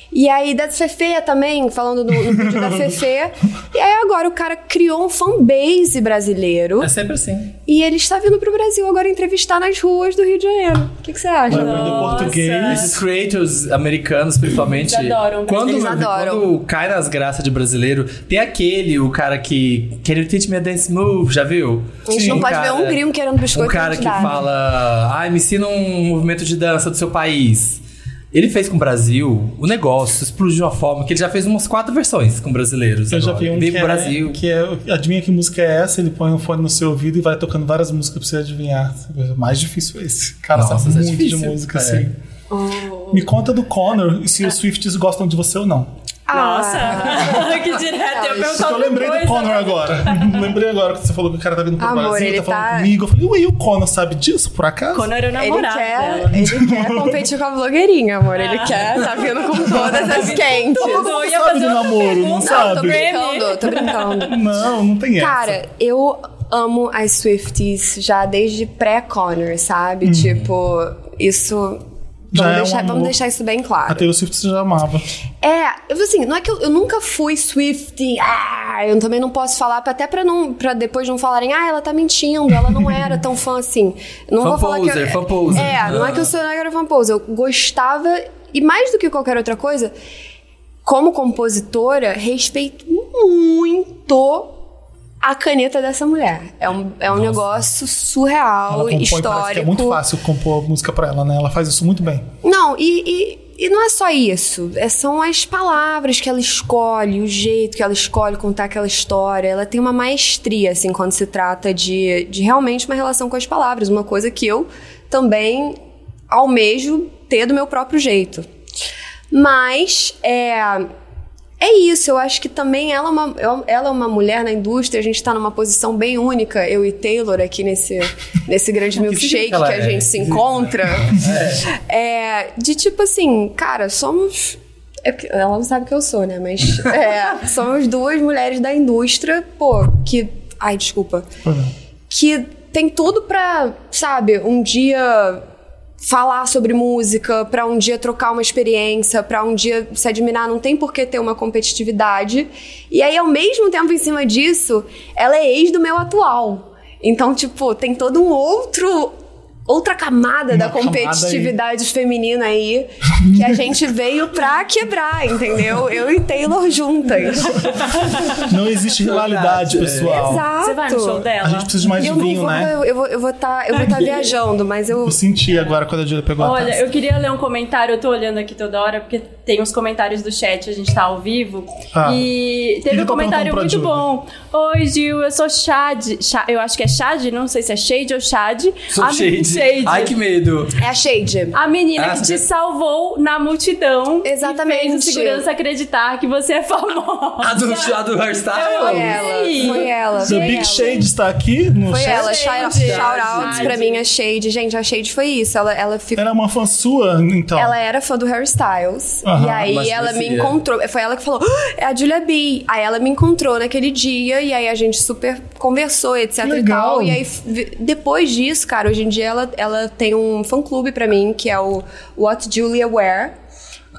C: E aí, da Fefeia também, falando do, no vídeo da Fefe. E aí, agora o cara criou um fanbase brasileiro.
A: É sempre assim.
C: E ele está vindo pro Brasil agora entrevistar nas ruas do Rio de Janeiro. O que, que você acha?
D: Vai aprender
B: Nossa.
D: é português.
A: Esses creators americanos, principalmente.
B: Eles adoram.
A: Quando,
C: É. Eles adoram.
A: quando cai nas graças de brasileiro, tem aquele, o cara que. Can you teach me a dance move? Já viu?
C: A gente não pode ver um gringo querendo biscoito
A: Um cara
C: que
A: que
C: a gente dá.
A: fala. Ai, me ensina um movimento de dança do seu país. Ele fez com o Brasil o negócio, explodiu de uma forma que ele já fez umas quatro versões com brasileiros.
D: Eu já
A: agora.
D: vi um
A: Veio
D: que,
A: com o Brasil.
D: É, que é. Adivinha que música é essa? Ele põe um fone no seu ouvido e vai tocando várias músicas pra você adivinhar. Mais difícil é esse. O Cara,
A: Nossa,
D: sabe
A: isso é
D: muito de
A: difícil.
D: música,
A: É.
D: assim.
C: Oh.
D: Me conta do Connor e se os Swifts gostam de você ou não.
B: Nossa,
C: Ah,
B: que direto. Eu pergunto
D: Isso que eu
B: outra
D: lembrei
B: coisa.
D: do Connor agora. lembrei agora que você falou que o cara tá vindo pro
C: Amor,
D: Brasil,
C: ele
D: tá falando
C: tá-
D: comigo. Eu falei, ué, e o Connor sabe disso, por acaso?
B: Connor era o
C: Ele
B: namorado
C: quer,
B: dela.
C: ele quer competir é com a blogueirinha, amor. Ele quer, tá vindo com todas as quentes.
B: Eu ia
D: sabe
B: fazer
D: de
B: outra
D: namoro,
B: pergunta.
D: não
C: Não, tô
D: sabe?
C: brincando, tô brincando.
D: Não, não tem essa.
C: Cara, eu amo as Swifties já desde pré-Connor, sabe? Tipo, isso.
D: Uhum. Já
C: Vamos,
D: é um
C: deixar, vamos
D: amor.
C: deixar isso bem
D: A
C: claro.
D: Taylor Swift você já amava.
C: É, eu assim, não é que eu, eu nunca fui Swiftie. Ah, eu também não posso falar, até pra, não, pra depois não falarem, ah, ela tá mentindo, ela não era tão fã assim. Não
A: Fan
C: vou falar que.
A: poser,
C: Eu,
A: fan poser.
C: É, não é que eu sou não era fan poser. Eu gostava, e mais do que qualquer outra coisa, como compositora, respeito muito a caneta dessa mulher. É um, é um negócio surreal,
D: Ela compõe, parece que
C: histórico.
D: é muito fácil compor música pra ela, né? Ela faz isso muito bem.
C: Não, e, e e não é só isso. É, são as palavras que ela escolhe, o jeito que ela escolhe contar aquela história. Ela tem uma maestria, assim, quando se trata de, de realmente uma relação com as palavras. Uma coisa que eu também almejo ter do meu próprio jeito. Mas é, é isso, eu acho que também ela é, uma, ela é uma mulher na indústria, a gente está numa posição bem única, eu e Taylor aqui nesse, nesse grande milkshake que,
A: ela
C: a
A: é?
C: gente se encontra. É, de tipo assim, cara, somos. é porque Ela não sabe que eu sou, né? Mas é, somos duas mulheres da indústria, pô, que. Ai, desculpa
B: Uhum.
C: que tem tudo pra, sabe, um dia falar sobre música, pra um dia trocar uma experiência, pra um dia se admirar, não tem por que ter uma competitividade. E aí ao mesmo tempo em cima disso, ela é ex do meu atual. Então, tipo, tem todo um outro outra camada da
D: camada aí.
C: competitividade feminina aí que a gente veio pra quebrar, entendeu? Eu e Taylor juntas.
D: Não existe
B: É
D: rivalidade, pessoal.
C: Exato.
B: um- Você vai no show dela?
D: A gente precisa de mais de
C: eu não
D: vinho,
C: vou,
D: né?
C: eu, eu vou, eu vou tá, eu vou estar viajando, mas eu
D: Eu senti agora quando a Julia pegou a
B: Olha,
D: taça.
B: eu queria ler um comentário, eu tô olhando aqui toda hora, porque tem os comentários do chat, a gente tá ao vivo.
D: Ah.
B: E teve
D: Queria
B: um
D: tô
B: comentário muito
D: perguntando pra
B: bom. Oi, Gil, eu sou Shad. Sha- eu acho que é Shad, não sei se é Shade ou Shad.
A: Sou
C: Ah,
B: a
A: shade.
B: Shade.
A: Ai, que medo.
C: é a Shade.
B: A menina
A: Ah,
B: que
A: sabia.
B: te salvou na multidão.
C: Exatamente.
B: E fez o segurança acreditar que você é famosa.
A: A do, a do hairstyle?
C: Foi ela, foi ela.
D: The Big Shade está aqui no
C: Foi
D: chat.
C: ela, shout
B: Shade.
C: shout outs pra
B: Shade.
C: mim, a Shade. Gente, a Shade foi isso. Ela, ela ficou.
D: Era uma fã sua, então.
C: Ela é era fã do Harry Styles.
D: Aham,
C: e
A: mas é.
C: aí ela me
A: parecia.
C: encontrou. Foi ela que falou: "Ah, é a Julia B. Aí ela me encontrou naquele dia. E aí a gente super conversou, etc e
D: Legal.
C: tal. E aí f- depois disso, cara, hoje em dia ela, ela tem um fã-clube pra mim, que é o What Julia Wear.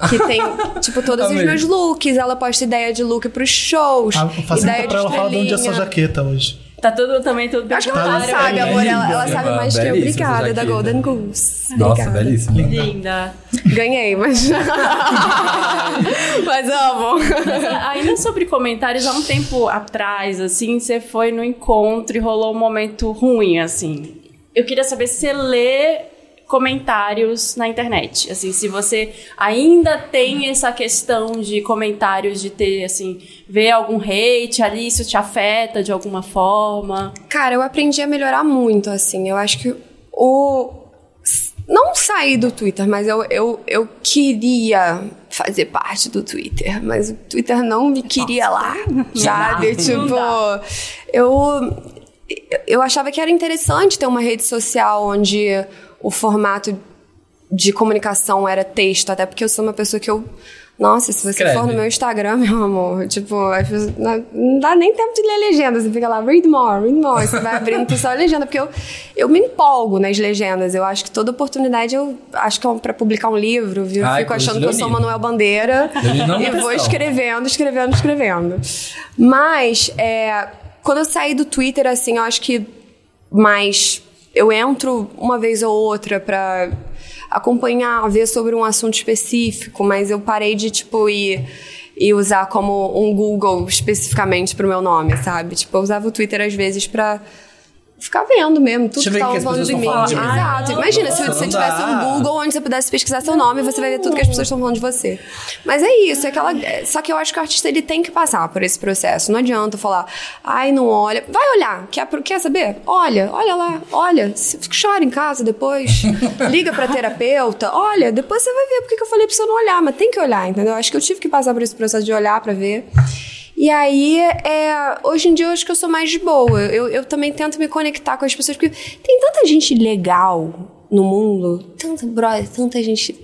C: Que tem, tipo, todos os
A: Amei.
C: meus looks. Ela posta ideia de look pros shows.
D: Ah,
C: ideia
D: Facilita pra ela falar de onde é sua
C: estrelinha.
D: jaqueta hoje.
B: Tá tudo também tudo
C: Acho que ela já
B: bem claro.
D: tá
C: sabe, amor. Ela, ela
A: Belíssima,
C: sabe mais que eu.
A: belíssima essa
C: Obrigada, da
A: jaqueta.
C: Golden Goose.
A: Nossa,
C: Obrigada.
A: belíssimo.
B: Linda.
C: Ganhei, mas. mas amo.
B: ah, Ainda sobre comentários, há um tempo atrás, assim, você foi no encontro e rolou um momento ruim, assim. Eu queria saber se você lê comentários na internet, assim, se você ainda tem essa questão de comentários, de ter, assim, ver algum hate ali, isso te afeta de alguma forma.
C: Cara, eu aprendi a melhorar muito, assim. Eu acho que o. Não saí do Twitter, mas eu, eu, eu queria fazer parte do Twitter. Mas o Twitter não me queria lá, sabe? tipo, eu. Eu achava que era interessante ter uma rede social onde o formato de comunicação era texto, até porque eu sou uma pessoa que eu. Nossa, se você for no
A: Escreve.
C: meu Instagram, meu amor, tipo, as pessoas- não não dá nem tempo de ler legenda. Você fica lá, read more, read more. Você vai abrindo tu só legenda, porque eu, eu me empolgo nas legendas. Eu acho que toda oportunidade, eu acho que é um- pra publicar um livro, viu?
A: Ai,
C: fico
A: coisa de
C: achando que eu sou
A: Leonino.
C: Manuel é Bandeira.
A: Leonino não é
C: e
A: uma
C: vou
A: pessoa.
C: escrevendo, escrevendo, escrevendo. Mas, é, quando eu saí do Twitter, assim, eu acho que mas eu entro uma vez ou outra pra acompanhar, ver sobre um assunto específico, mas eu parei de tipo ir e usar como um Google especificamente pro meu nome, sabe? Tipo, eu usava o Twitter às vezes pra ficar vendo mesmo tudo
A: Deixa eu ver o
C: que tava
A: que as
C: falando
A: pessoas
C: de
A: tão
C: mim.
A: falando de mim.
C: Exato.
A: Ah,
C: Imagina se
A: nossa,
C: você
A: não
C: tivesse
A: dá.
C: um Google onde você pudesse pesquisar seu nome e você vai ver tudo que as pessoas estão falando de você. Mas é isso, é aquela. é, Só que eu acho que o artista ele tem que passar por esse processo. Não adianta falar, ai, não olha. Vai olhar. Quer, pro- quer saber? Olha, olha lá, olha. Se- Chora em casa depois. Liga pra terapeuta. Olha, depois você vai ver porque que eu falei pra você não olhar, mas tem que olhar, entendeu? Acho que eu tive que passar por esse processo de olhar pra ver. E aí, é, hoje em dia eu acho que eu sou mais de boa. Eu, eu também tento me conectar com as pessoas, porque tem tanta gente legal no mundo, tanta brother, tanta gente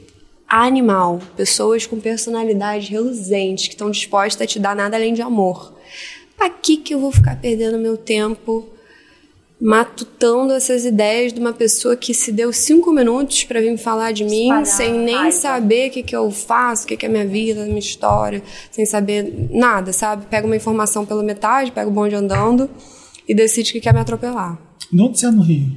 C: animal, pessoas com personalidade reluzente, que estão dispostas a te dar nada além de amor. Pra que que eu vou ficar perdendo meu tempo matutando essas ideias de uma pessoa que se deu cinco minutos pra vir falar de mim,
B: Espalhar
C: sem nem
B: raiva.
C: saber o que, que eu faço, o que, que é minha vida, minha história, sem saber nada, sabe? Pega uma informação pela metade, pega o bonde andando e decide que quer me atropelar.
D: De onde você é no Rio?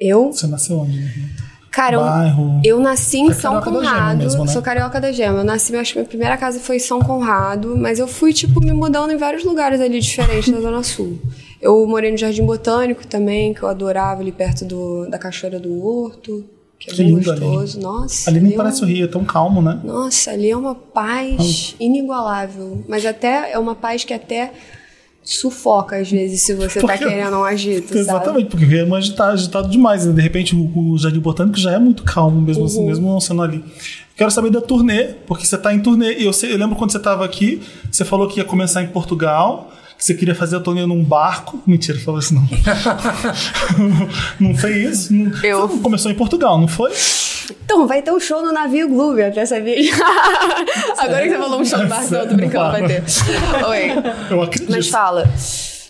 C: Eu,
D: Você nasceu onde no Rio?
C: cara, eu-
D: Bairro.
C: eu nasci em
D: É
C: São
D: carioca da gema
C: Conrado.
D: mesmo, né?
C: Sou carioca da gema. Eu nasci, eu acho que minha primeira casa foi em São Conrado, mas eu fui, tipo, me mudando em vários lugares ali diferentes da Zona Sul. Eu morei no Jardim Botânico também, que eu adorava, ali perto do, da Cachoeira do Horto. que é
D: Que
C: bem
D: lindo ali.
C: gostoso. Nossa.
D: Ali nem
C: eu-
D: parece o Rio, é tão calmo, né?
C: Nossa, ali é uma paz inigualável. Mas até é uma paz que até sufoca às vezes se você tá
D: Porque-
C: querendo um agito, sabe?
D: Exatamente, porque o Rio é mais agitado, agitado demais. né? De repente, o, o Jardim Botânico já é muito calmo, mesmo
C: Uhum.
D: assim, mesmo não sendo ali. Quero saber da turnê, porque você tá em turnê. E eu, sei- eu lembro quando você tava aqui, você falou que ia começar em Portugal, que você queria fazer a turnê num barco. Mentira, falou isso não. não foi isso? Não,
C: Eu-
D: Você não começou em Portugal, não foi?
C: Então, vai ter um show no navio Glover até sabia. Agora que você falou um show no barco, não, tô brincando, vai ter. Oi.
D: Eu acredito.
C: Mas fala.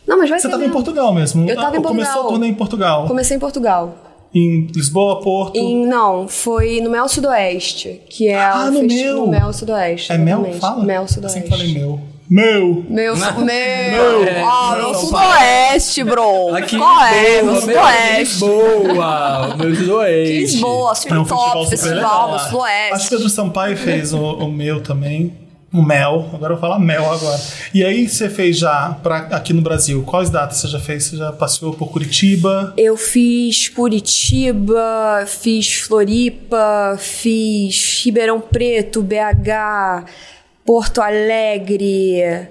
C: Não, mas vai
D: Você
C: ter
D: tava em
C: mesmo.
D: Portugal mesmo. Ah,
C: Eu tava em
D: Começou a
C: Portugal.
D: turnê em Portugal.
C: Comecei em Portugal.
D: Em Lisboa, Porto.
C: Em- não, foi no Mel Sudoeste, que é
D: Ah,
C: o
D: no
C: festi-
D: Mel.
C: no Mel Sudoeste.
D: É Mel?
C: exatamente.
D: Fala?
C: Mel
D: Eu
C: Sudoeste.
D: Sempre falei meu. Meu!
C: Meu, meu,
A: É,
C: ah,
A: não,
C: meu
A: São
C: sudoeste, bro.
A: Aqui
C: Qual é? Meu
A: Lisboa,
C: sudoeste.
A: Boa! Meu é sudoeste.
C: Lisboa, um super
D: um
C: top, festival, meu
D: Acho que
C: sudoeste.
D: Pedro Sampaio fez o, o meu também. O Mel. Agora eu vou falar Mel agora. E aí, você fez já pra, aqui no Brasil? Quais datas você já fez? Você já passeou por Curitiba?
C: Eu fiz Curitiba, fiz Floripa, fiz Ribeirão Preto, BH, Porto Alegre.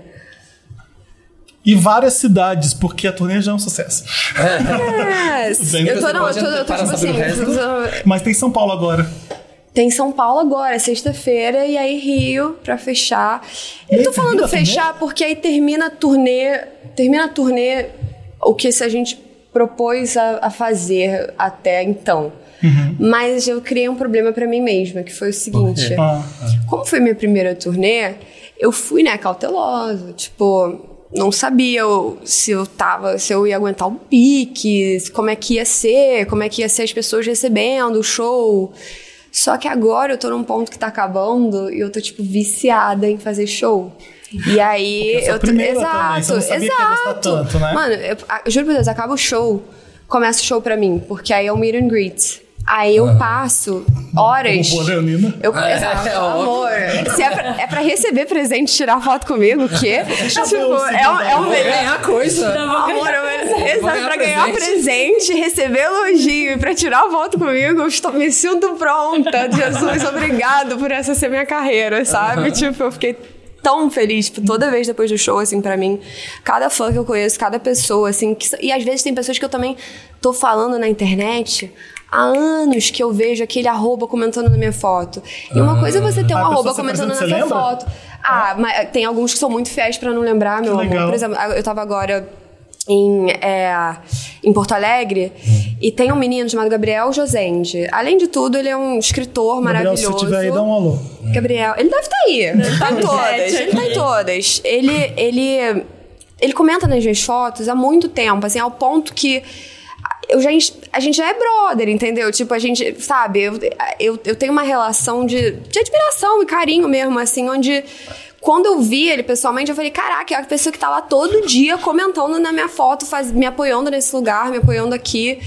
D: E várias cidades, porque a turnê já é um sucesso.
C: Yes.
D: Bem,
C: Eu tô,
A: você
C: não, eu
A: pode
C: tô, eu tô
A: para
C: tipo
A: saber
C: assim,
A: o resto.
C: eu tô-
D: Mas tem São Paulo agora.
C: Tem São Paulo agora, é sexta-feira, e aí Rio pra fechar. Eu
D: aí,
C: tô
D: termina
C: falando
D: a turnê?
C: fechar
A: né?
C: porque aí termina a turnê, termina a turnê o que se a gente propôs a, a fazer até então.
A: Uhum.
C: Mas eu criei um problema pra mim mesma, que foi o seguinte.
D: Ah,
C: Como foi minha primeira turnê, eu fui, né, cautelosa. Tipo, não sabia o- se eu tava, se eu ia aguentar o pique, como é que ia ser, como é que ia ser as pessoas recebendo o show. Só que agora eu tô num ponto que tá acabando e eu tô, tipo, viciada em fazer show. E aí
D: Porque é a sua
C: eu tô.
D: primeira
C: exato,
D: também, você não sabia que ia gostar
C: exato.
D: tanto, né?
C: Mano, eu, a- juro por Deus, acaba o show, começa o show pra mim, porque aí é o meet and greet. Aí eu passo horas.
D: Como boa leonina.
C: Eu,
A: É,
C: exato,
A: é
C: amor. Se é, pra, é pra receber presente, tirar foto comigo, o quê? tipo,
D: ver o
C: é, um- é um
A: Vou
C: melhor.
A: ganhar coisa.
C: Amor, eu exato,
A: Vou ganhar
C: pra ganhar presente, receber elogio e pra tirar foto comigo, eu estou, me sinto pronta. Jesus, obrigado por essa ser minha carreira, sabe? Tipo, eu fiquei tão feliz, tipo, toda vez depois do show, assim, pra mim, cada fã que eu conheço, cada pessoa, assim, que- e às vezes tem pessoas que eu também tô falando na internet há anos que eu vejo aquele arroba comentando na minha foto. E uma coisa é você ter um
D: Ah, a
C: arroba
D: pessoa
A: tá
D: se
C: comentando na
D: apresenta,
C: sua
D: você lembra?
C: foto. Ah, mas tem alguns que são muito fiéis pra não lembrar, meu
D: Que
C: amor.
D: legal.
C: Por exemplo, eu tava agora em, é, em Porto Alegre
D: Hum.
C: e tem um menino chamado Gabriel Josende. Além de tudo, ele é um escritor
D: Gabriel, se
C: maravilhoso.
D: eu tiver aí, dá um alô.
C: Gabriel, ele É. deve estar aí. Ele tá em todas. Ele tá em todas. Ele, ele, ele comenta nas minhas fotos há muito tempo, assim, ao ponto que eu já, ens- a gente já é brother, entendeu? Tipo, a gente, sabe, eu, eu, eu tenho uma relação de, de admiração e carinho mesmo, assim, onde. Quando eu vi ele pessoalmente, eu falei: caraca, é a pessoa que tá lá todo dia comentando na minha foto, faz, me apoiando nesse lugar, me apoiando aqui.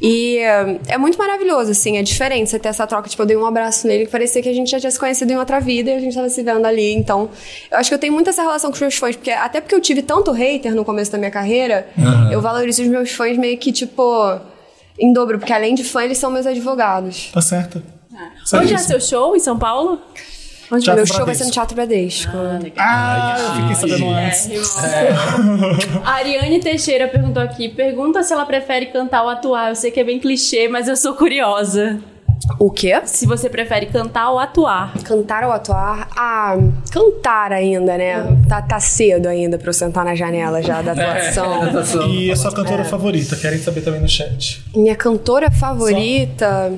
C: E eh, é muito maravilhoso, assim, é diferente você ter essa troca. Tipo, eu dei um abraço nele que parecia que a gente já tinha se conhecido em outra vida e a gente tava se vendo ali. Então, eu acho que eu tenho muito essa relação com os meus fãs, porque até porque eu tive tanto hater no começo da minha carreira, eu valorizo os meus fãs meio que, tipo, em dobro, porque além de fã, eles são meus advogados.
D: Tá certo? Só
B: Onde é
D: isso.
B: seu show? Em São Paulo?
C: Onde
D: Teatro
C: Tipo, meu show vai
D: Bradesco.
C: ser no Teatro Bradesco.
D: Ah, eu fiquei sabendo
B: é?
D: antes.
B: A É. Ariane Teixeira perguntou aqui: pergunta se ela prefere cantar ou atuar. Eu sei que é bem clichê, mas eu sou curiosa.
C: O quê?
B: Se você prefere cantar ou atuar.
C: Cantar ou atuar? Ah, cantar ainda, né? Tá, tá cedo ainda pra eu sentar na janela já
A: É,
C: da atuação.
D: E a sua
C: É.
D: cantora favorita? Querem saber também no chat.
C: Minha cantora favorita.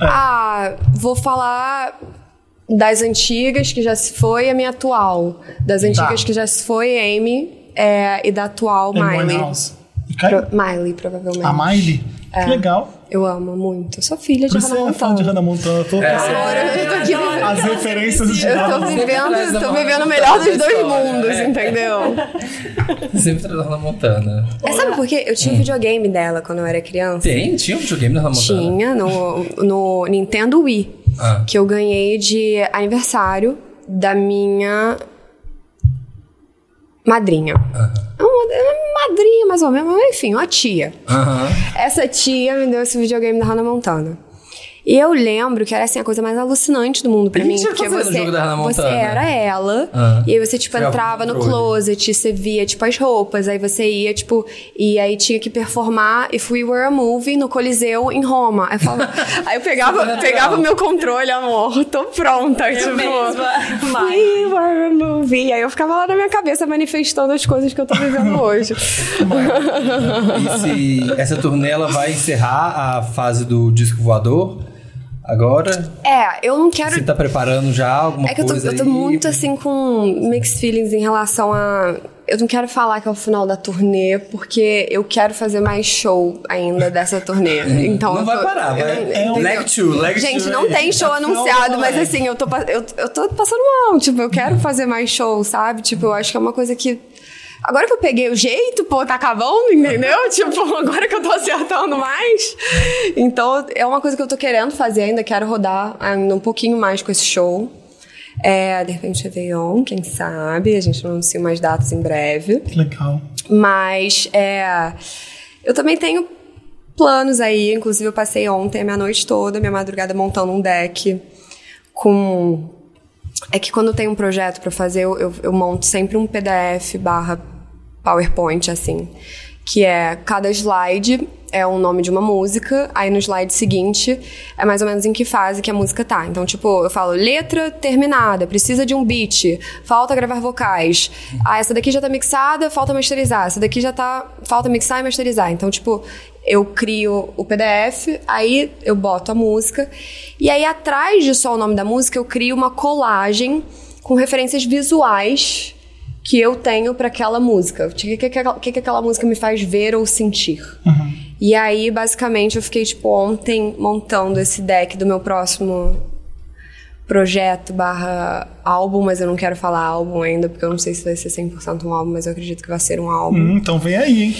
C: Ah, vou falar das antigas que já se foi, a minha atual. Das antigas que já se foi, Amy. é, e da atual,
D: Amy
C: Miley.
D: Winehouse. E Kai-
C: Pro- Miley, provavelmente.
D: A Miley? Que legal.
C: Eu amo muito. Eu sou filha É. de Hannah
D: Priscila é fã de
C: Montana.
D: Hannah Montana. Eu tô
A: É.
C: Agora eu tô aqui.
D: As referências de
C: Eu tô
D: Hannah
A: atrás
C: vivendo,
A: da
C: tô
A: Hannah
C: vivendo o
A: Montana
C: melhor dos
A: da
C: dois
A: história,
C: mundos,
A: é.
C: entendeu?
A: Sempre traz a Hannah Montana.
C: É, sabe por quê? Eu tinha um videogame dela quando eu era criança.
A: Tem? Tinha um videogame da Hannah Montana?
C: Tinha no, no Nintendo Wii,
A: Ah.
C: que eu ganhei de aniversário da minha madrinha.
A: Ah.
C: É uma- é uma madrinha, mais ou menos, mas enfim, uma tia.
A: Aham.
C: Essa tia me deu esse videogame da Hannah Montana. E eu lembro que era assim a coisa mais alucinante do mundo pra
A: O que
C: mim.
A: que você
C: Porque
A: fazia no
C: você,
A: jogo da Hannah
C: você
A: Montana?
C: era ela,
A: Ah.
C: e aí você, tipo,
A: Ficava
C: entrava
A: no
C: no
A: controle.
C: closet, você via, tipo, as roupas, aí você ia, tipo, e aí tinha que performar If We Were a Movie no Coliseu em Roma. Aí eu, falava- aí eu pegava,
A: Supernatural.
C: pegava o meu controle, amor, tô pronta,
B: Eu
C: tipo.
B: mesma. Mas-
C: We were a movie. Aí eu ficava lá na minha cabeça manifestando as coisas que eu tô vivendo hoje.
A: E se essa turnê ela vai encerrar a fase do disco voador agora?
C: É, eu não quero
A: Você tá preparando já alguma
C: É que eu tô,
A: coisa
C: eu tô
A: aí?
C: muito assim com mixed feelings em relação a. Eu não quero falar que é o final da turnê, porque eu quero fazer mais show ainda dessa turnê. Então
A: É, Não
C: eu
A: vai
C: tô-
A: parar,
C: eu
A: vai.
C: não-
A: É um-
C: entendeu?
A: Leg two, leg
C: Gente,
A: two
C: não
A: aí.
C: tem show
A: Afinal,
C: anunciado, mas
A: vai.
C: assim, eu tô, pa- eu, eu tô passando mal. Tipo, eu quero fazer mais show, sabe? Tipo, eu acho que é uma coisa que. Agora que eu peguei o jeito, pô, tá acabando, entendeu? tipo, agora que eu tô acertando mais. Então, é uma coisa que eu tô querendo fazer ainda, quero rodar ainda um pouquinho mais com esse show. É, de repente Réveillon, quem sabe? A gente não anuncia umas datas em breve.
D: Que legal.
C: Mas é, eu também tenho planos aí. Inclusive, eu passei ontem a minha noite toda, minha madrugada montando um deck com. É que quando eu tenho um projeto pra fazer, eu, eu- eu monto sempre um PDF barra PowerPoint, assim. Que é cada slide é o nome de uma música, aí no slide seguinte é mais ou menos em que fase que a música tá. Então, tipo, eu falo letra terminada, precisa de um beat, falta gravar vocais. Ah, essa daqui já tá mixada, falta masterizar. Essa daqui já tá. Falta mixar e masterizar. Então, tipo, eu crio o PDF, aí eu boto a música. E aí, atrás de só o nome da música, eu crio uma colagem com referências visuais que eu tenho pra aquela música. O que, que, que, aquela- o que que aquela música me faz ver ou sentir. E aí, basicamente, eu fiquei, tipo, ontem montando esse deck do meu próximo projeto barra álbum, mas eu não quero falar álbum ainda, porque eu não sei se vai ser 100% um álbum, mas eu acredito que vai ser um álbum.
D: Hum, então vem aí, hein?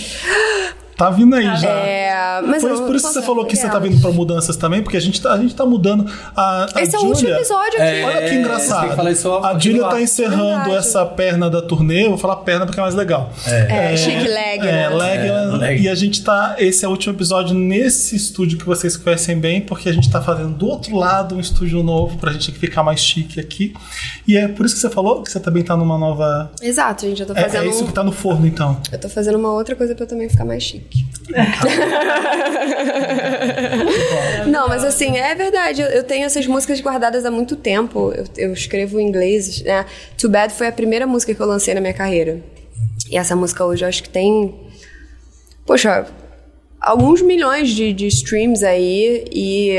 D: Tá vindo aí já.
C: É, mas
D: Por,
C: eu
D: isso-
C: não
D: por isso que
C: posso
D: você falou que você
C: revelar.
D: tá vindo pra mudanças também, porque a gente tá, a gente tá mudando. A, a
C: Esse é o último
D: Julia-
C: episódio aqui.
D: Olha
A: É,
D: que engraçado.
A: tem que falar isso ao-
D: a
A: aqui
D: Julia
A: no
D: tá
A: ar.
D: encerrando
C: Verdade.
D: essa perna da turnê. Eu vou falar perna porque é mais legal.
C: É, shake leg, né?
D: É, leg,
A: É, leg.
D: E a gente tá. Esse é o último episódio nesse estúdio que vocês conhecem bem, porque a gente tá fazendo do outro lado um estúdio novo pra gente ficar mais chique aqui. E é por isso que você falou que você também tá numa nova.
C: Exato, gente, eu tô
D: É,
C: fazendo
D: é isso
C: um-
D: que tá no forno, então.
C: Eu tô fazendo uma outra coisa pra eu também ficar mais chique. Não, mas assim, é verdade. Eu, eu tenho essas músicas guardadas há muito tempo. Eu, eu escrevo em inglês, né? Too Bad foi a primeira música que eu lancei na minha carreira. E essa música hoje eu acho que tem. Poxa, alguns milhões de, de streams aí. E,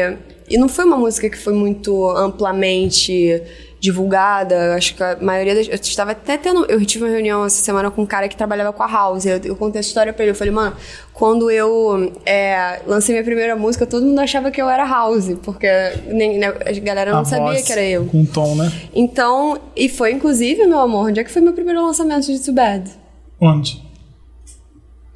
C: e não foi uma música que foi muito amplamente divulgada. Acho que a maioria das. Eu estava até tendo. Eu tive uma reunião essa semana com um cara que trabalhava com a House. Eu, eu contei essa história pra ele. Eu falei, mano, quando eu é, lancei minha primeira música, todo mundo achava que eu era House, porque nem, né, a galera não
D: a
C: sabia
D: voz
C: que era eu.
D: Com tom, né?
C: Então, e foi inclusive, meu amor, onde é que foi meu primeiro lançamento de Too Bad?
D: Onde?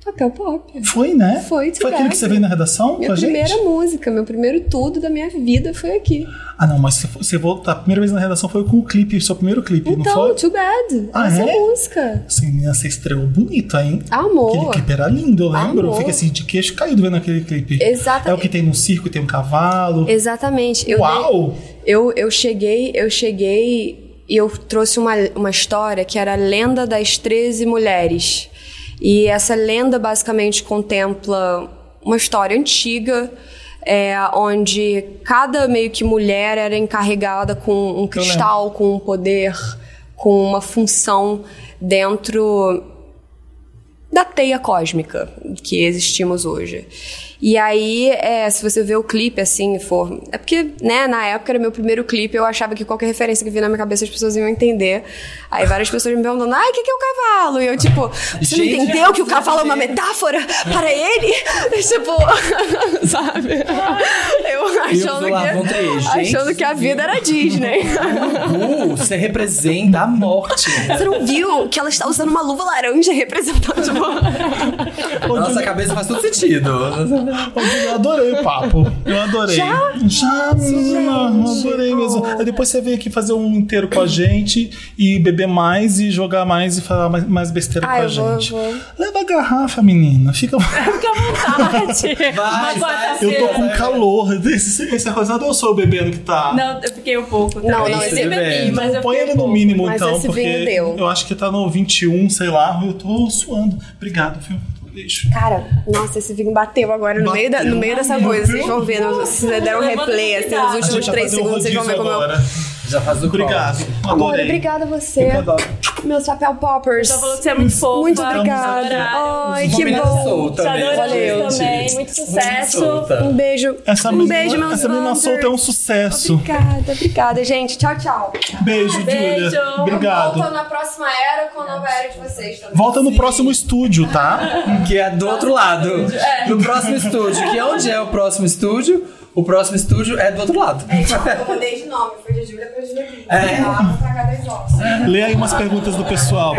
C: Papel Pop.
D: Foi, né?
C: Foi,
D: Foi aquele
C: Tibete.
D: que você veio na redação
C: Minha
D: com a gente?
C: primeira música, meu primeiro tudo da minha vida foi aqui.
D: Ah, não, mas você foi- você voltou. A primeira vez na redação foi com o clipe, seu primeiro clipe, não
C: Então,
D: foi?
C: too bad.
D: Ah,
C: essa
D: é?
C: música.
D: Assim, menina, você estreou bonita, hein?
C: Ah,
D: Aquele
C: Amor.
D: clipe era lindo, eu lembro. Eu
C: Amor.
D: fiquei assim, de queixo caído vendo aquele clipe.
C: Exatamente.
D: É o que tem no circo, tem um cavalo.
C: Exatamente. Eu,
D: Uau!
C: eu, eu cheguei, eu cheguei e eu trouxe uma, uma história que era a lenda das 13 mulheres. E essa lenda basicamente contempla uma história antiga. é, onde cada meio que mulher era encarregada com um cristal, com um poder, com uma função dentro da teia cósmica que existimos hoje. E aí, é, se você ver o clipe assim, for. É porque, né, na época era meu primeiro clipe, eu achava que qualquer referência que vinha na minha cabeça as pessoas iam entender. Aí várias pessoas me perguntando, ai, o que, que é o cavalo? E eu, tipo, você não
A: Gente,
C: entendeu que o
A: você
C: cavalo é uma
A: entendeu.
C: metáfora para ele? tipo, sabe? Eu achando
A: lá, vão ter
C: que,
A: gente
C: achando que a vida era Disney.
A: Uh, você representa a morte.
C: Você não viu que ela está usando uma luva laranja representando tipo,
A: Nossa cabeça faz todo sentido.
D: Eu adorei o papo. Eu adorei. Já? Já, menina. Eu Adorei mesmo. Aí depois você vem aqui fazer um inteiro com a gente e beber mais e jogar mais e falar mais, mais besteira
C: Ah,
D: com a
C: eu vou,
D: gente.
C: eu vou.
D: Leva a garrafa, menina. Fica.
B: Fica à vontade.
A: vai,
B: Uma quarta-feira.
D: Eu tô com calor. Esse, esse arrozado eu sou o bebendo que tá.
B: Não, eu fiquei um pouco.
C: Não,
B: também.
C: não,
B: eu
C: esse
A: bebê.
B: bebi, mas eu
D: Então Põe
B: fiquei
D: ele
B: um
D: no
B: pouco.
D: mínimo,
C: Mas
D: então,
C: esse
D: porque
C: vinho deu.
D: eu acho que tá no 21, sei lá. Eu tô suando. Obrigado, viu? Beijo.
C: Cara, nossa, esse vinho bateu agora no, meio, da- no meio dessa
D: Bateu.
C: coisa. Vocês vão ver, no- se vocês deram um replay, assim, nos
D: A
C: últimos
D: gente vai
C: três
D: fazer um
C: segundos, vocês vão ver
D: rodízio
C: como eu.
D: agora.
A: Já faz o copo.
D: Obrigado.
C: Amor,
D: Adorei.
C: obrigada a você. Meus papel poppers.
B: Só falou que você é muito fofa.
C: Muito
B: adoraram.
C: obrigada. Ai,
A: Os
C: que
A: homens
C: bom.
A: soltam,
B: Te
A: né,
B: adorei
A: gente?
B: também. Muito sucesso.
A: Solta.
C: Um beijo.
D: Essa
C: um
D: menina,
C: beijo, meus
D: essa menina
C: Wonders.
D: solta é um sucesso.
C: Obrigada, obrigada, gente. Tchau, tchau.
D: Beijo,
B: Beijo.
D: Júlia. Obrigado.
C: na próxima era com a nova era de vocês também.
D: Volta no próximo estúdio, tá?
A: Que é do outro lado.
C: é.
A: Do próximo estúdio. Que onde é o próximo estúdio? O próximo estúdio é do outro lado.
C: Eu mudei de nome, foi de Júlia pra Júlia Bim.
A: É.
C: Tá? Pra cada exócio.
D: Lê aí umas perguntas do pessoal.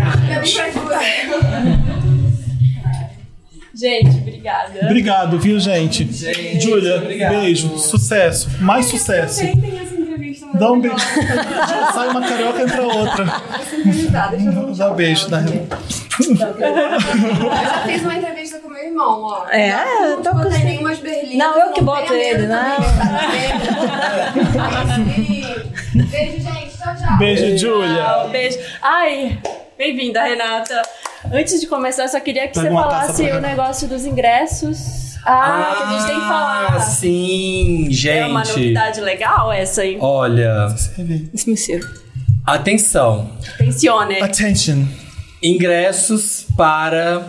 B: Gente, obrigada.
D: Obrigado, viu, gente?
A: Gente,
D: Júlia,
A: obrigado.
D: beijo. Sucesso. Mais sucesso. Dá um beijo. Sai uma carioca, entra outra. Dá um beijo, né?
C: já fiz uma entrevista com meu irmão, ó.
E: É, eu tô com-
C: botei nenhumas berlindas.
E: Não, eu que
C: tenha
E: boto
C: medo
E: ele, né?
C: também,
E: não.
C: tá vendo? Beijo, gente. Tchau, tchau.
D: Beijo, Júlia.
B: Um beijo. Ai, bem-vinda, Renata. Antes de começar, eu só queria que
D: Pega
B: você
D: uma taça
B: falasse
D: pra
B: o
D: Renata.
B: negócio dos ingressos. Ah, que a gente tem que falar.
A: Sim, gente.
B: É uma novidade legal essa, hein?
A: Olha,
E: Desmissiro.
A: atenção.
B: Tencione.
D: Attention.
A: ingressos para.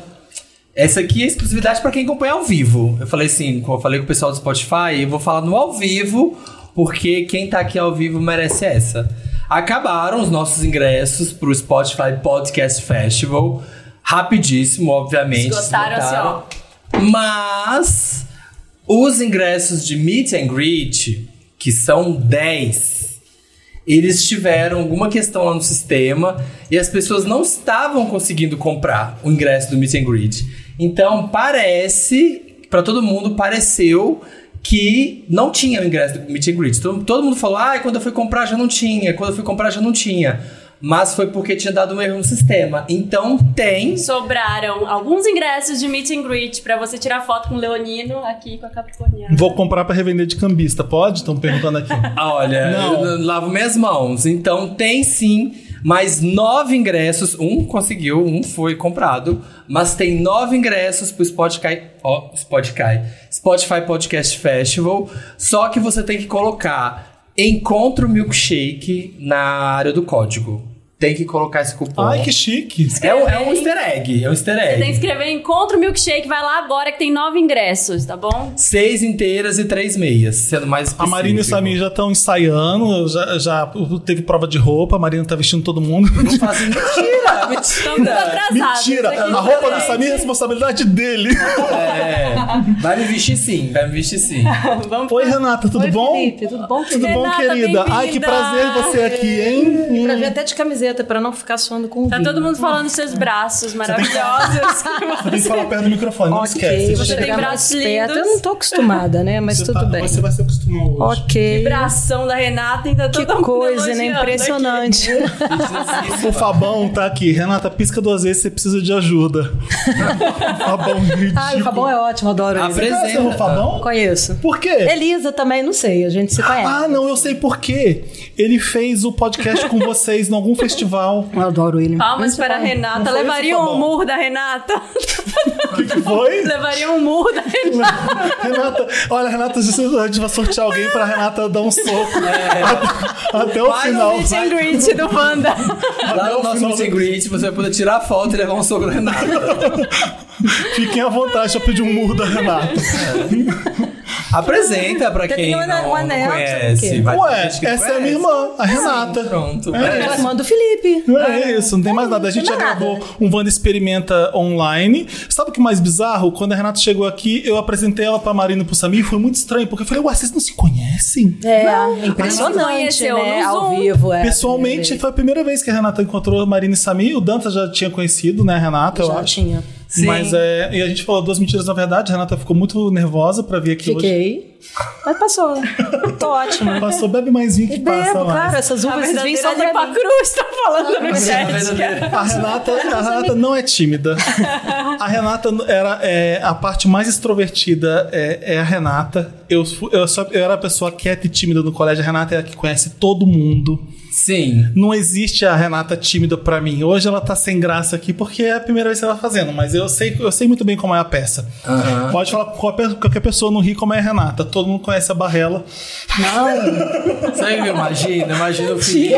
A: Essa aqui é exclusividade para quem acompanha ao vivo. Eu falei assim, como eu falei com o pessoal do Spotify, eu vou falar no ao vivo, porque quem tá aqui ao vivo merece essa. Acabaram os nossos ingressos pro Spotify Podcast Festival. Rapidíssimo, obviamente.
B: Esgotaram, assim, ó.
A: Mas os ingressos de Meet and Greet, que são 10, eles tiveram alguma questão lá no sistema e as pessoas não estavam conseguindo comprar o ingresso do Meet and Greet. Então, parece, pra todo mundo, pareceu que não tinha o ingresso do Meet and Greet. Todo, todo mundo falou, ah, quando eu fui comprar já não tinha, quando eu fui comprar já não tinha. Mas foi porque tinha dado um erro no sistema. Então, tem...
B: Sobraram alguns ingressos de meet and greet pra você tirar foto com o Leonino aqui com a Capricorniana.
D: Vou comprar pra revender de cambista, pode? Estão perguntando aqui.
A: Olha,
D: Não.
A: eu lavo minhas mãos. Então tem sim mais nove ingressos. Um conseguiu, um foi comprado. Mas tem nove ingressos pro Spotify. Ó, Spotify. Spotify Podcast Festival. Só que você tem que colocar Encontro Milkshake na área do código. Tem que colocar esse cupom.
D: Ai, que chique.
A: é, um, é um easter egg. É um easter
B: Você tem que
A: egg.
B: escrever Encontro Milkshake, vai lá agora que tem nove ingressos, tá bom?
A: Seis inteiras e três meias, sendo mais
D: A Marina e o
A: específico.
D: Samir já estão ensaiando, já, já teve prova de roupa, a Marina tá vestindo todo mundo.
A: Não fazem- Mentira!
B: Estamos
A: Mentira!
B: atrasados.
D: Mentira!
B: Isso aqui
D: A
B: não
D: roupa do
B: tem.
D: Samir é responsabilidade dele.
A: É, vai me vestir sim, vai me vestir sim.
B: Vamos
D: Oi, Renata, tudo bom?
E: Felipe, tudo bom?
D: Tudo bom,
B: Renata,
D: querida? Ai, que
B: bem-vinda.
D: prazer você aqui, hein?
E: Pra ver até de camiseta, pra não ficar suando com o
B: Tá
E: vinho.
B: todo mundo falando dos seus
E: tá
B: braços maravilhosos.
D: Você tem que falar perto do microfone, não esquece.
E: Ok, vou
B: Você tem
E: chegar mais
B: braços
E: perto. Eu
B: lindos.
E: não tô acostumada, né? Mas
D: Você
E: tudo
D: tá-
E: bem.
D: Você vai se acostumar hoje.
E: Ok.
B: Vibração da Renata ainda
E: Que
B: todo mundo
E: coisa, né?
B: elogiando
E: Impressionante.
D: O Fabão tá aqui. Renata, pisca duas vezes, você precisa de ajuda. Fabão ridículo.
E: Ai, o Fabão é ótimo, adoro ele.
A: Apre-
D: Você conhece o Fabão?
E: Conheço.
D: Por quê?
E: Elisa também, não sei, a gente se conhece.
D: Ah, não, eu sei por quê. Ele fez o podcast com vocês em algum festival.
E: Eu adoro ele.
B: aqui. Palmas para a
D: Não
B: Renata.
D: foi
B: Levaria
D: isso,
B: um
D: Fabão?
B: murro da Renata.
D: O que, que foi?
B: Levaria um murro da Renata.
D: Renata, olha, Renata, a gente vai sortear alguém pra Renata dar um soco. Até o
A: Vai,
D: final.
B: Meet and greet do Wanda.
A: Lá no nosso meet and greet, você vai poder tirar a foto e levar um sogro Renato.
D: Fiquem à vontade, eu pedi um murro da Renata.
A: Apresenta pra
E: Tem
A: quem
E: um
A: não,
E: anel, um anel,
A: não
E: sabe o
A: conhece.
E: quê?
A: Vai ter
D: Ué,
A: gente que
D: essa é a
A: conhece.
D: minha irmã, a Renata.
A: Pronto.
E: É a
A: É.
E: irmã do Felipe.
D: Não É isso, não tem mais nada. A gente já
E: tem mais
D: gravou um Wanda Experimenta online. Sabe o que é mais bizarro? Quando a Renata chegou aqui, eu apresentei ela pra Marina e pro Samir. Foi muito estranho, porque eu falei, ué, vocês não se conhecem?
E: É,
B: Não
E: impressionante,
B: conheceu,
E: né?
B: no
E: Ao
B: Zoom.
E: vivo, é.
D: Pessoalmente, foi a primeira vez que a Renata encontrou a Marina e Samir. O Danta já tinha conhecido, né, a Renata? eu
E: Já
D: acho.
E: tinha.
A: Sim.
D: Mas é, e a gente falou duas mentiras na verdade. A Renata ficou muito nervosa pra vir aqui hoje.
E: Fiquei. Mas passou. Tô ótima.
D: Passou, bebe mais vinho que passa
E: Bebo,
D: mais.
E: claro, essas
B: A
E: uvas esses vinhos só
B: verdadeira
E: pra
B: Lipa
E: mim.
B: Cruz tá falando no
A: A
B: chat.
A: verdadeira-
D: A Renata, a Renata não é tímida. A Renata era é, a parte mais extrovertida é, é a Renata. Eu, fu- eu, só- eu era a pessoa quieta e tímida no colégio. A Renata é a que conhece todo mundo.
A: Sim.
D: Não existe a Renata tímida pra mim. Hoje ela tá sem graça aqui porque é a primeira vez que ela tá fazendo, mas eu sei, eu sei muito bem como é a peça.
A: Aham.
D: Pode falar com qualquer, qualquer pessoa no Rio como é a Renata. Todo mundo conhece a Barrela.
A: Sabe o que eu imagino? Eu Imagino o Felipe.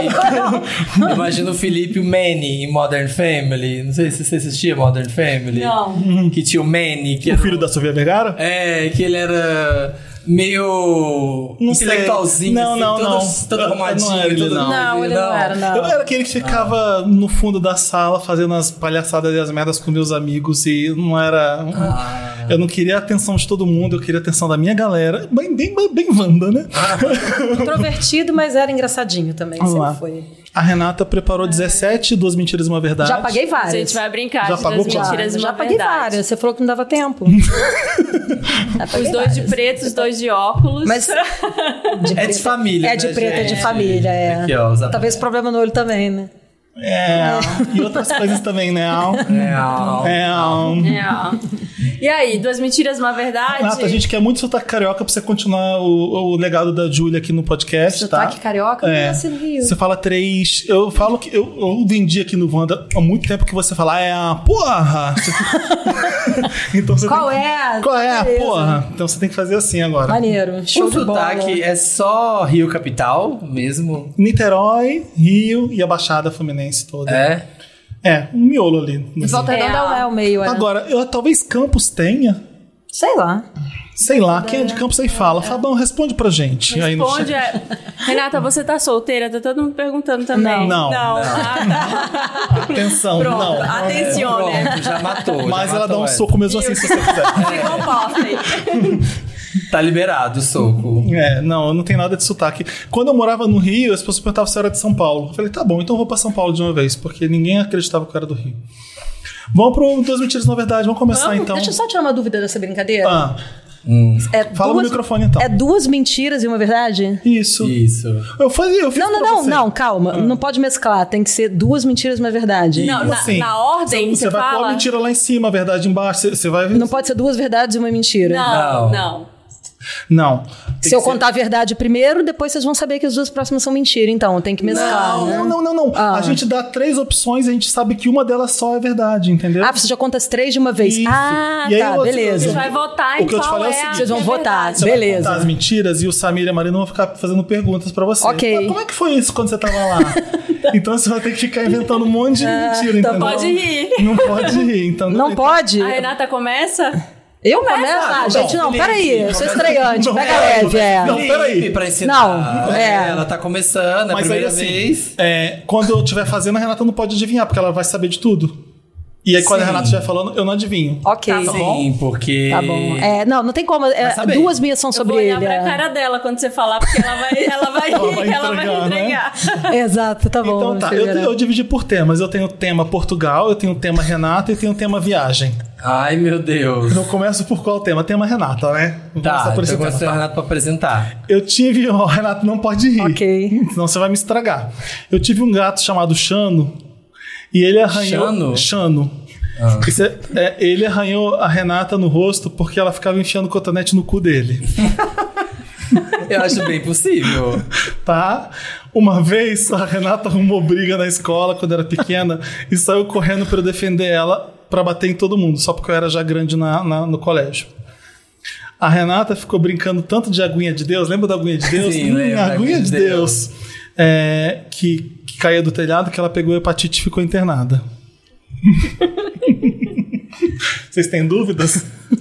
A: eu Imagino o Felipe o Manny em Modern Family. Não sei se você assistia Modern Family. Não. Que tinha o Manny, que
D: O
A: era. um
D: filho da Sofia Vergara?
A: É, que ele era meio
D: Não sei.
A: intelectualzinho,
D: Não,
A: assim,
D: não,
A: todo,
D: não.
A: todo
D: Eu- eu não
A: arrumadinho.
D: era ele,
A: todo-
D: não.
E: Não, ele não era, não.
D: Eu era aquele que ficava no fundo da sala fazendo as palhaçadas e as merdas com meus amigos e não era. um,
A: Ah.
D: Eu não queria a atenção de todo mundo, eu queria a atenção da minha galera. Bem, bem, bem Wanda, né?
A: Ah.
E: Introvertido, mas era engraçadinho também.
D: Vamos
E: Sempre
D: lá.
E: foi.
D: A Renata preparou 17, duas mentiras e uma verdade.
E: Já paguei
B: A
E: várias.
B: gente vai brincar
D: Já
B: de
D: pagou
B: duas
D: quanto?
B: mentiras e
E: já
B: uma
E: paguei
B: verdade.
E: várias. Você falou que não dava tempo.
B: Os dois de preto, os dois de óculos.
E: Mas
A: É de família.
E: é de
A: né,
E: preto, é de
A: gente?
E: família. É.
A: Aqui, ó, os
E: Talvez problema no olho também, né?
D: É. E outras coisas também, né?
A: É, ó.
D: É.
B: É, ó. E aí, duas mentiras, uma verdade?
D: Renata, a gente quer muito sotaque carioca pra você continuar o, o legado da Júlia aqui no podcast,
E: Sotaque
D: tá?
E: carioca,
D: É.
E: nasce no Rio.
D: Você fala três. Eu falo que. Eu, eu vendi aqui no Wanda há muito tempo que você fala, é a porra! então você
E: Qual
D: tem que-
E: é?
D: Qual é a
E: Beleza.
D: porra? Então você tem que fazer assim agora.
E: Maneiro. Show
A: O
E: de bola.
A: sotaque é só Rio Capital mesmo.
D: Niterói, Rio e a Baixada Fluminense toda.
A: É.
D: É, um miolo ali. no
E: Volta
B: É,
E: Redonda
B: ó.
E: é o meio, é.
D: Agora, eu, talvez Campos tenha.
E: Sei lá.
D: Sei lá, quem é de Campos aí fala. Fabão, responde pra gente. aí no
B: Responde,
D: chat.
B: é... Renata, você tá solteira? Tá todo mundo perguntando também.
D: Não. Não.
B: Ah, tá.
D: Atenção,
B: Pronto, Ah,
D: não.
B: atencione.
A: Pronto, já matou. já
D: Mas ela
A: matou é.
D: dá um
A: essa.
D: soco mesmo assim, se você quiser.
B: Ficou pobre.
A: Tá liberado o soco.
D: É, não, não tem nada de sotaque. Quando eu morava no Rio, as pessoas perguntavam se eu era de São Paulo. Eu falei, tá bom, então eu vou pra São Paulo de uma vez, porque ninguém acreditava que eu era do Rio. Vamos pro Duas Mentiras na Verdade, vamos começar
E: Vamos-
D: então.
E: Deixa eu só tirar uma dúvida dessa brincadeira.
D: Ah,
E: É
D: fala
E: duas-
D: no microfone então.
E: É duas mentiras e uma verdade?
D: Isso.
A: Isso.
D: Eu fazia, eu fiz
E: Não, não,
D: pra
E: não,
D: você. Ah.
E: não, calma. Não pode mesclar. Tem que ser duas mentiras e uma verdade.
B: Não,
D: Como
B: na,
D: assim?
B: na ordem,
D: Você,
B: você,
D: vai pôr a
B: fala?
D: mentira lá em cima, a verdade embaixo. Você, você vai.
E: Não pode ser duas verdades e uma mentira.
B: Não,
A: Não.
B: não.
D: Não.
E: Se eu contar a verdade primeiro, depois vocês vão saber que as duas próximas são mentira. Então, tem que mesclar.
D: Não,
E: né?
D: não, não, não. não.
E: Ah.
D: A gente dá três opções e a gente sabe que uma delas só é verdade, entendeu?
E: Ah, você já conta as três de uma vez.
D: Isso.
E: Ah,
D: E aí
E: tá,
D: eu-
E: beleza.
B: Você vai votar
D: O
B: em
D: que eu te
B: qual
D: falei é o
B: a
D: seguinte.
E: Vocês vão
B: verdade.
E: votar.
D: Você vai
E: beleza.
D: contar as mentiras e o Samir e a Marina vão ficar fazendo perguntas pra você.
E: Ok.
D: Mas como é que foi isso quando você tava lá? então você vai ter que ficar inventando um monte de mentira,
E: então
D: entendeu?
B: Pode rir.
D: Não pode rir, então.
E: Não pode?
B: A Renata começa?
E: Eu começo? Ah,
A: Não,
E: gente, não,
A: Felipe,
E: peraí. Eu
D: começa-
E: sou estreante.
D: Não,
E: Pega
D: não,
E: leve, é.
D: Não, peraí.
A: Felipe, Pra ensinar.
E: Não, é.
A: Ela tá começando, é a
D: Mas aí,
A: primeira
D: assim,
A: vez.
D: é, quando eu estiver fazendo, a Renata não pode adivinhar, porque ela vai saber de tudo. E aí, quando a
A: Sim.
D: Renata estiver falando, eu não adivinho.
E: Ok.
D: Tá
A: Sim,
D: bom?
A: porque.
E: Tá bom. É, não, não tem como. é,
A: Mas tá bem.
E: duas minhas são
B: Eu vou
E: sobre
B: olhar
E: ele.
B: pra
E: é.
B: cara dela quando você falar, porque ela vai, ela vai
D: Ela
B: rir,
D: vai
B: que ela vai
D: entregar, né?
B: entregar.
E: Exato, tá bom.
D: Então tá, eu,
E: Silveira.
D: eu dividi por temas. Eu tenho o tema Portugal, eu tenho o tema Renata e tenho o tema viagem.
A: Ai, meu Deus.
D: Eu começo por qual tema? Tema Renata, né? Vou
A: Tá,
D: começar
A: então
D: por esse
A: eu
D: tema,
A: gosto do
D: tá?
A: Renato pra apresentar.
D: Eu tive. Ó, Renato, não pode rir.
E: Ok.
D: Senão você vai me estragar. Eu tive um gato chamado Chano. E ele
A: Chano?
D: arranhou. Chano. Isso é- é, ele arranhou a Renata no rosto porque ela ficava enfiando cotonete no cu dele.
A: Eu acho bem possível.
D: Tá? Uma vez a Renata arrumou briga na escola quando era pequena e saiu correndo pra eu defender ela pra bater em todo mundo, só porque eu era já grande na- na- no colégio. A Renata ficou brincando tanto de aguinha de Deus, lembra da aguinha de Deus?
A: Sim, lembro,
D: aguinha de Deus. É, que, que caía do telhado, que ela pegou hepatite e ficou internada. Vocês têm dúvidas?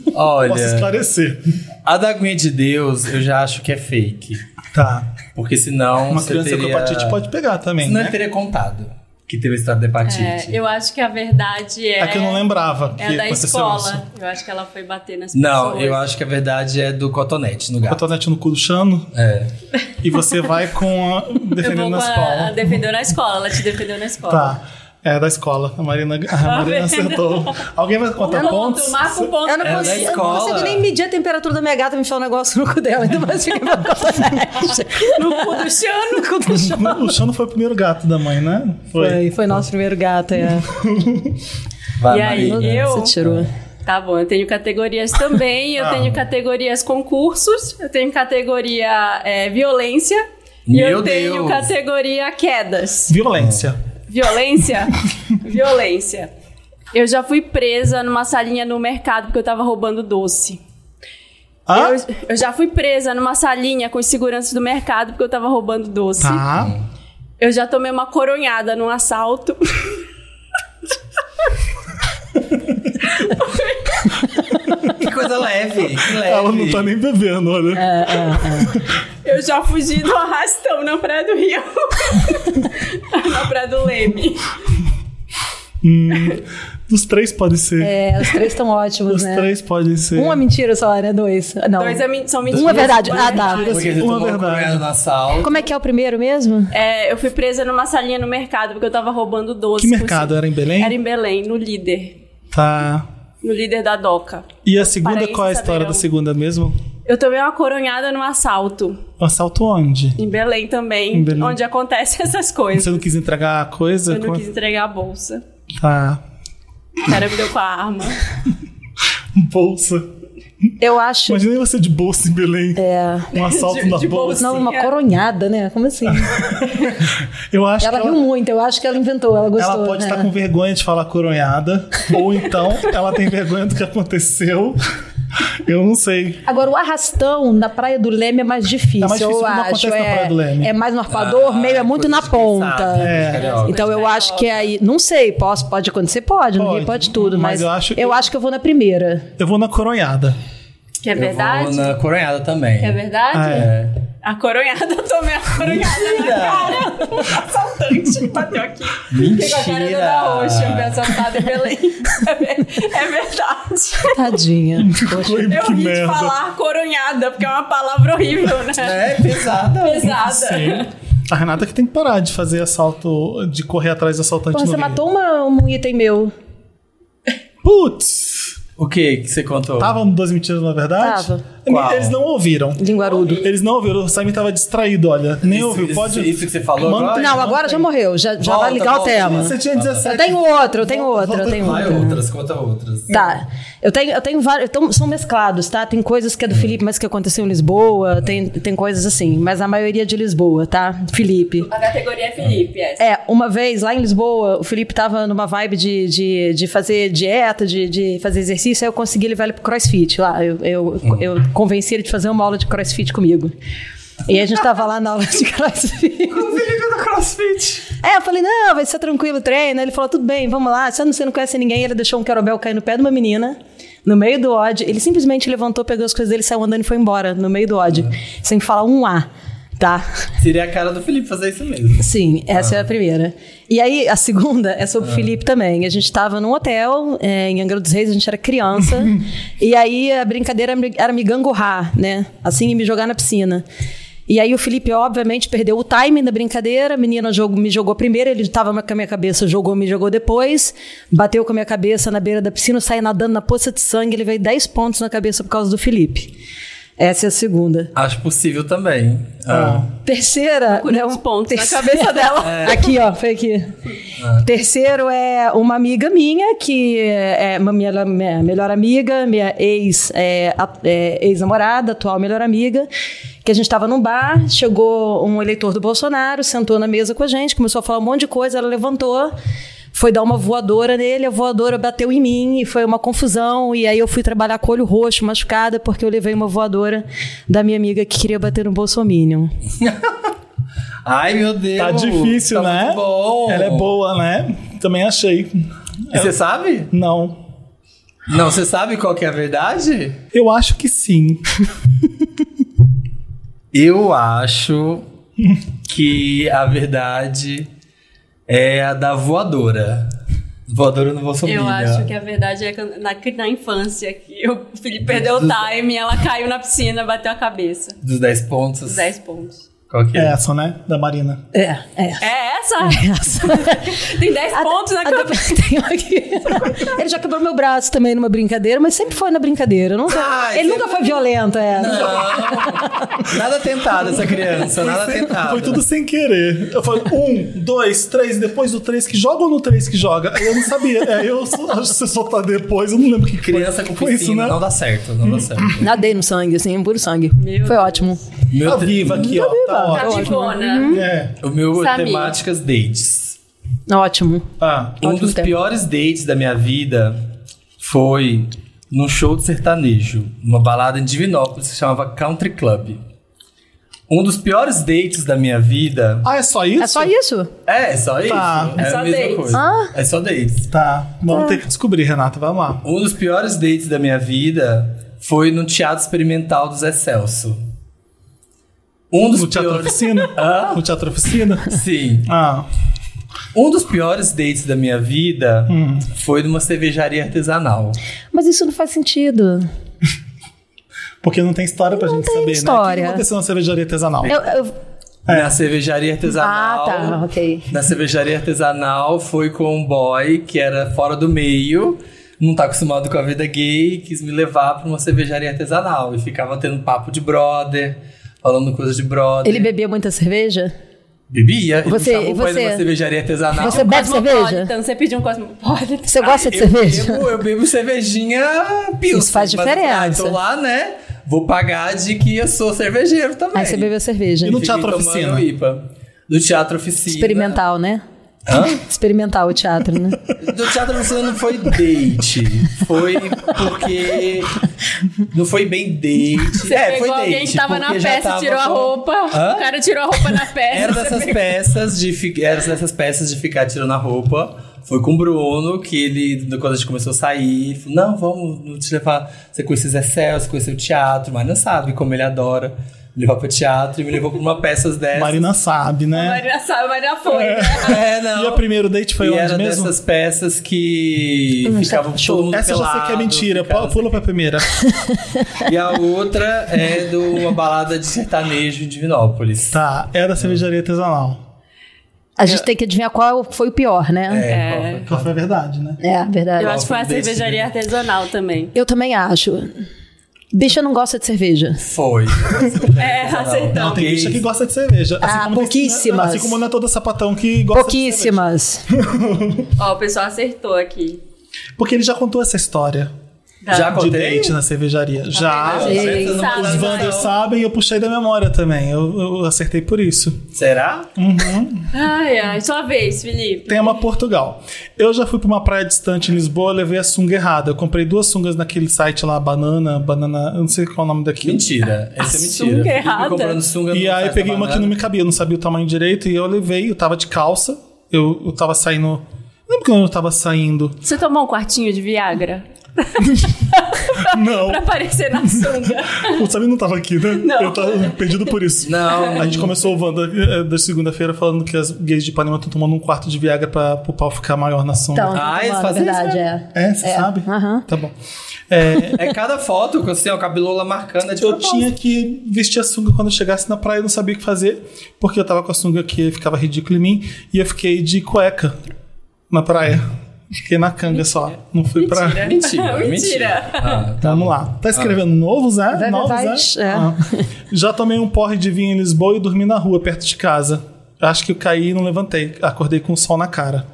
D: Posso
A: Olha,
D: esclarecer.
A: a da aguinha de Deus eu já acho que é fake.
D: Tá.
A: Porque senão.
D: Uma
A: você
D: criança
A: teria...
D: com hepatite pode pegar também.
A: Senão
D: né?
A: ele teria contado que teve estado de hepatite.
B: É, eu acho que a verdade é.
D: É que eu não lembrava que
B: É a da
D: aconteceu isso.
B: escola. Eu acho que ela foi bater nas
A: Não,
B: pessoas.
A: eu acho que a verdade é do cotonete no gato.
D: Cotonete no cu do Chano
A: É.
D: e você vai com a...
B: Eu
D: defendendo
B: vou
D: na
B: com a, a
D: escola.
B: defendeu na escola, ela te defendeu na escola.
D: Tá. É, da escola. A Marina, a Marina
B: Tá vendo?
D: acertou. Alguém vai contar pontos?
B: Ponto, marca um ponto.
E: Eu não,
A: É, da
E: consigo, eu não
A: escola.
E: consigo nem medir a temperatura da minha gata, me enfiar um negócio no cu dela, ainda mais fica pra
B: No cu do Xano.
E: no cu do chão.
D: O Chano foi o primeiro gato da mãe, né?
E: Foi, foi nosso primeiro gato, é.
A: É, Vai,
B: E aí,
A: Marina.
B: eu-
E: Você tirou.
B: Tá bom, eu tenho categorias também. Eu
D: Ah.
B: tenho categorias concursos. Eu tenho categoria é, violência. E
A: Meu
B: eu tenho
A: Deus.
B: categoria quedas.
D: Violência.
B: Violência? Violência. Eu já fui presa numa salinha no mercado porque eu tava roubando doce.
D: Ah,
B: Eu, eu já fui presa numa salinha com os seguranças do mercado porque eu tava roubando doce.
D: tá.
B: Eu já tomei uma coronhada num assalto.
A: Que coisa leve, que leve.
D: Ela não tá nem bebendo, olha.
E: É.
B: Eu já fugi do arrastão na Praia do Rio. na Praia do Leme.
D: Os Hum. três podem ser.
E: É, os três estão ótimos,
D: Os
E: né?
D: três podem ser.
E: Um é mentira só, né? Dois. Não.
B: Dois é men- são mentiras.
E: Um é verdade. Ah, dá.
A: Porque você
D: assim, Uma
A: tomou uma
D: verdade.
A: coronhada no assalto.
E: Como é que é o primeiro mesmo?
B: É, eu fui presa numa salinha no mercado porque eu tava roubando doce.
D: Que mercado? Era em Belém?
B: Era em Belém, no líder.
D: Tá.
B: No líder da DOCA.
D: E a segunda,
B: Paraense
D: qual é a história
B: saberão.
D: da segunda mesmo?
B: Eu tomei uma coronhada num assalto.
D: Assalto onde?
B: Em Belém também.
D: Em Belém.
B: Onde acontecem essas coisas.
D: Você não quis entregar a coisa?
B: Eu não
D: Como- é
B: quis entregar a bolsa.
D: Tá.
B: O cara me deu com a arma.
D: Bolsa.
E: Eu acho.
D: Imagina você de bolsa em Belém.
E: É.
D: Um assalto
B: De-
D: na
B: de
D: bolsa.
B: bolsa.
E: Não, uma
B: é.
E: coronhada, né? Como assim?
D: Eu acho
E: Ela
D: Ah, que
E: riu
D: ela,
E: muito, eu acho que ela inventou, ela gostou.
D: ela pode
E: né?
D: estar com vergonha de falar coronhada. ou então ela tem vergonha do que aconteceu. Eu não sei.
E: Agora, o arrastão na Praia do Leme é mais difícil,
D: É mais difícil
E: eu
D: porque não acontece
E: acho.
D: na
E: é,
D: Praia do Leme.
E: é mais no arpador, meio é muito
A: Ah,
E: na ponta.
D: É.
E: Então eu acho que aí. Não sei, posso, pode acontecer?
D: Pode,
E: Pode, ninguém pode tudo,
D: mas
E: mas,
D: eu acho que-
E: eu vou na primeira.
D: Eu vou na coronhada.
B: Que é
A: Eu vou
B: verdade?
A: na coronhada também.
B: Que é verdade?
D: Ah, é.
A: É.
B: A coronhada, eu tomei a coronhada na
A: Mentira!
B: cara. O assaltante bateu aqui. Fiquei com a cara
A: Mentira!
B: da roxa. Eu fui assaltada em Belém. É, ver- é verdade.
E: Tadinha. Poxa.
D: que
B: Eu ri de
D: merda.
B: falar coronhada, porque é uma palavra horrível, né?
A: É pesada.
B: Pesada.
D: A Renata que tem que parar de fazer assalto, de correr atrás do assaltante
E: Porra,
D: no
E: você
D: Rio.
E: matou uma- um item meu.
D: Putz!
A: O que que você contou?
D: Estavam duas mentiras na verdade?
E: um. Tava.
A: Qual?
D: Eles não ouviram.
E: Linguarudo.
D: Eles não ouviram, o Simon tava distraído, olha. Nem
A: Isso-
D: ouviu,
A: isso-
D: pode.
A: isso que você falou
D: Manda-
A: agora?
E: Não, agora já morreu, já, já
A: Volta,
E: vai ligar
A: volta.
E: o tema.
D: Você tinha 17.
E: Eu tenho um. outro, eu tenho outro, eu tenho
A: Vai
E: outro.
A: outras, conta outras.
E: Tá. Eu tenho, eu tenho vários. Então, são mesclados, tá? Tem coisas que é do Felipe, mas que aconteceu em Lisboa. Tem, tem coisas assim. Mas a maioria de Lisboa, tá? Felipe.
B: A categoria é Felipe, essa.
E: É, uma vez lá em Lisboa, o Felipe tava numa vibe de, de, de fazer dieta, de, de fazer exercício, aí eu consegui levar ele pro crossfit lá. Eu, eu, eu convenci ele de fazer uma aula de crossfit comigo. E a gente tava lá na aula de crossfit.
A: Filho do crossfit.
E: É, eu falei, não, vai ser tranquilo o treino. Ele falou, tudo bem, vamos lá. Você não, você não conhece ninguém. Ele deixou um querobel cair no pé de uma menina, no meio do ódio. Ele simplesmente levantou, pegou as coisas dele, saiu andando e foi embora, no meio do ódio. Sem falar um A, tá?
A: Seria a cara do Felipe fazer isso mesmo.
E: Sim, essa é a primeira. E aí, a segunda é sobre o Felipe também. A gente estava num hotel é, em Angra dos Reis, a gente era criança. e aí, a brincadeira era me- era me gangorrar, né? Assim, e me jogar na piscina. E aí, o Felipe, obviamente, perdeu o timing da brincadeira. A menina jogou, me jogou primeiro, ele estava com a minha cabeça, jogou, me jogou depois. Bateu com a minha cabeça na beira da piscina, eu saí nadando na poça de sangue. Ele veio 10 pontos na cabeça por causa do Felipe. Essa é a segunda.
A: Acho possível também. Ah.
E: Terceira.
B: Procurando
E: né,
B: os pontos na
E: terceira- É.
B: cabeça dela.
E: Aqui, ó, foi aqui. Terceiro é uma amiga minha, que é uma minha, minha melhor amiga, minha ex, é, a- é, ex-namorada, atual melhor amiga, que a gente estava num bar, chegou um eleitor do Bolsonaro, sentou na mesa com a gente, começou a falar um monte de coisa, ela levantou. Foi dar uma voadora nele, a voadora bateu em mim e foi uma confusão. E aí eu fui trabalhar com o olho roxo, machucada, porque eu levei uma voadora da minha amiga que queria bater no Bolsominion.
A: Ai, meu Deus.
D: Tá difícil,
A: Tá
D: né?
A: muito bom.
D: Ela é boa, né? Também achei.
A: E Você sabe?
D: Não.
A: Não, você sabe qual que é a verdade?
D: Eu acho que sim.
A: Eu acho que a verdade é a da voadora. Voadora no Bolsonaro. né?
B: Eu acho que a verdade é que na, na infância que o Felipe perdeu o time, ela caiu na piscina, bateu a cabeça.
A: Dos 10 pontos.
B: 10 pontos.
A: Qual que
D: É
A: é?
D: essa, né? Da Marina.
E: É, é.
B: É essa?
E: Essa.
B: Tem 10 pontos na
E: Até-
B: cabeça.
E: até- tem aqui. Ele já quebrou meu braço também numa brincadeira, mas sempre foi na brincadeira. Nunca-
A: Ai,
E: ele
A: sempre-
E: nunca foi violento, é.
A: Não. Nada tentado essa criança, nada tentado.
D: Foi tudo sem querer. Eu falei, um, dois, três, depois do três que joga ou no três que joga? Eu não sabia. É, eu só- acho que você soltar depois, eu não lembro que
A: Criança
D: foi,
A: com
D: foi
A: piscina,
D: isso, né?
A: não dá certo, não dá certo.
E: Nadei no sangue, assim, puro sangue. foi ótimo.
A: Meu
D: Tá
A: te-
D: viva aqui, ó. Tá
B: Tá
D: ótimo.
B: vivona.
D: É.
A: O meu
B: Samir.
A: temáticas dates.
E: Ótimo.
D: Ah,
A: Um
E: Ótimo
A: dos
E: tempo.
A: piores dates da minha vida foi num show de sertanejo, numa balada em Divinópolis que se chamava Country Club. Um dos piores dates da minha vida.
D: ah, é só isso?
E: É só isso?
A: É, só isso.
D: Tá.
A: É,
B: É só
A: a mesma
B: dates.
A: coisa.
E: Ah.
A: É só dates.
D: Tá, vamos ter que descobrir, Renata, vai lá.
A: Um dos piores dates da minha vida foi no Teatro Experimental do Zé Celso. Um dos
D: No Teatro
A: piores.
D: Oficina?
A: Hã?
D: No Teatro Oficina?
A: Sim.
D: Ah,
A: Um dos piores dates da minha vida
D: Hum.
A: foi numa cervejaria artesanal.
E: Mas isso não faz sentido.
D: porque não tem história pra gente
E: tem
D: saber, né? O
E: história.
D: que aconteceu na cervejaria artesanal?
E: Eu- eu-
D: É.
A: Na cervejaria artesanal.
E: Ah, tá, ok.
A: Na cervejaria artesanal foi com um boy que era fora do meio, não tá acostumado com a vida gay, quis me levar pra uma cervejaria artesanal. E ficava tendo papo de brother, falando coisas de brother.
E: Ele bebia muita cerveja?
A: Bebia, ele
E: Você-
A: me chamou pra ir
E: você-
A: numa cervejaria artesanal.
E: Você bebe cerveja?
B: Cosmopolitan, você pediu um cosmopolitan.
E: Você gosta de
A: Ah, eu
E: cerveja?
A: Bebo, eu bebo cervejinha pilsen.
E: Isso faz
A: mas eu falei, Ah,
E: diferença.
A: então lá, né? Vou pagar de que eu sou cervejeiro também.
E: Aí você bebeu cerveja.
D: E no
A: Fiquei
D: Teatro
A: tomando
D: Oficina?
A: IPA. Do Teatro Oficina.
E: Experimental, né?
A: Hã?
E: Experimental o teatro, né?
A: Do Teatro Oficina não foi date. Foi porque... Não foi bem date.
B: Você
A: é,
B: pegou
A: foi date.
B: alguém que tava na
A: porque já
B: peça,
A: tava
B: tirou a
A: com-
B: roupa.
A: Hã?
B: O cara tirou a roupa na
E: É
B: peça.
A: Era
B: você
A: dessas
B: pegou.
A: peças de fi- era dessas peças de ficar tirando a roupa. Foi com o Bruno que ele, quando a gente começou a sair, ele falou: Não, vamos não te levar. Você conhece Zé Celso, conheceu o teatro, mas não sabe como ele adora. Me levar pro teatro e me levou pra uma peça dessas.
D: Marina sabe, né?
B: Maria sabe, Maria foi. né?
A: É, não.
D: E o primeiro date foi
A: E
D: onde
A: era
D: mesmo?
A: dessas peças que
E: Hum,
A: ficavam
E: show.
A: todo mundo
D: Essa eu já sei que é
A: pelado, assim.
D: mentira.
A: ficava- assim.
D: Pula pula pra primeira.
A: E a outra é de uma balada de sertanejo em Divinópolis.
D: Tá, era a cervejaria artesanal.
E: A gente tem que adivinhar qual foi o pior, né?
A: É,
D: Que foi a verdade, né?
E: É, verdade.
B: Eu acho que foi a
A: desse
B: cervejaria artesanal também.
E: Eu também acho. Bicha não gosta de cerveja.
A: foi.
B: É,
D: Não,
B: acertamos.
A: Então,
D: tem bicha que gosta de cerveja. Assim
E: Ah,
D: como tem-
E: pouquíssimas.
D: assim como não é toda sapatão que gosta de
E: Pouquíssimas.
B: Ó, o pessoal acertou aqui.
D: cerveja. Porque ele já contou essa história
A: Já
D: de
A: contei?
D: date na cervejaria. Já.
B: Tá vendo? Vocês
A: Os
B: sabem,
D: Os
B: né?
D: Wander sabem, eu puxei da memória também. Eu, eu acertei por isso.
A: Será?
B: Ai, ai. é Sua vez, Felipe.
D: Tema Portugal. Eu já fui pra uma praia distante em Lisboa, levei a sunga errada. Eu comprei duas sungas naquele site lá, banana, banana, eu não sei qual é o nome daquilo.
A: Mentira. Essa é
B: sunga
A: mentira. Fiquei
B: errada.
A: comprando sunga
D: E
A: no
D: aí
A: site
D: eu peguei
A: da
D: uma que não
A: banana.
D: me cabia, eu não sabia o tamanho direito, e eu levei, eu tava de calça, eu, eu tava saindo. Lembra quando eu tava saindo?
B: Você tomou um quartinho de Viagra?
D: Não,
B: Pra aparecer na sunga.
D: o Samir não tava aqui, né?
B: Não.
D: Eu tava perdido por isso.
A: Não.
D: A gente começou o Wanda eh, da segunda-feira falando que as gays de Panema estão tomando um quarto de Viagra pra, pro pau ficar maior na sunga.
E: Então,
A: Ah, eles
E: na
A: fazem isso,
E: verdade, é.
D: É, você sabe?
E: aham.
D: Tá bom. É,
A: É cada foto que assim, ó, o cabelo lá marcando é de
D: Eu
A: propósito.
D: tinha que vestir a sunga quando eu chegasse na praia, eu não sabia o que fazer, porque eu tava com a sunga que ficava ridículo em mim, e eu fiquei de cueca na praia. Fiquei na canga só, não fui pra.
A: é Mentira, mentira.
B: Mentira.
A: Ah,
D: Vamos lá. Tá escrevendo novos, é?
E: Vai,
D: novos,
E: vai,
D: é?
E: é.
D: Ah. Já tomei um porre de vinho em Lisboa e dormi na rua, perto de casa. Acho que eu caí e não levantei. Acordei com o sol na cara.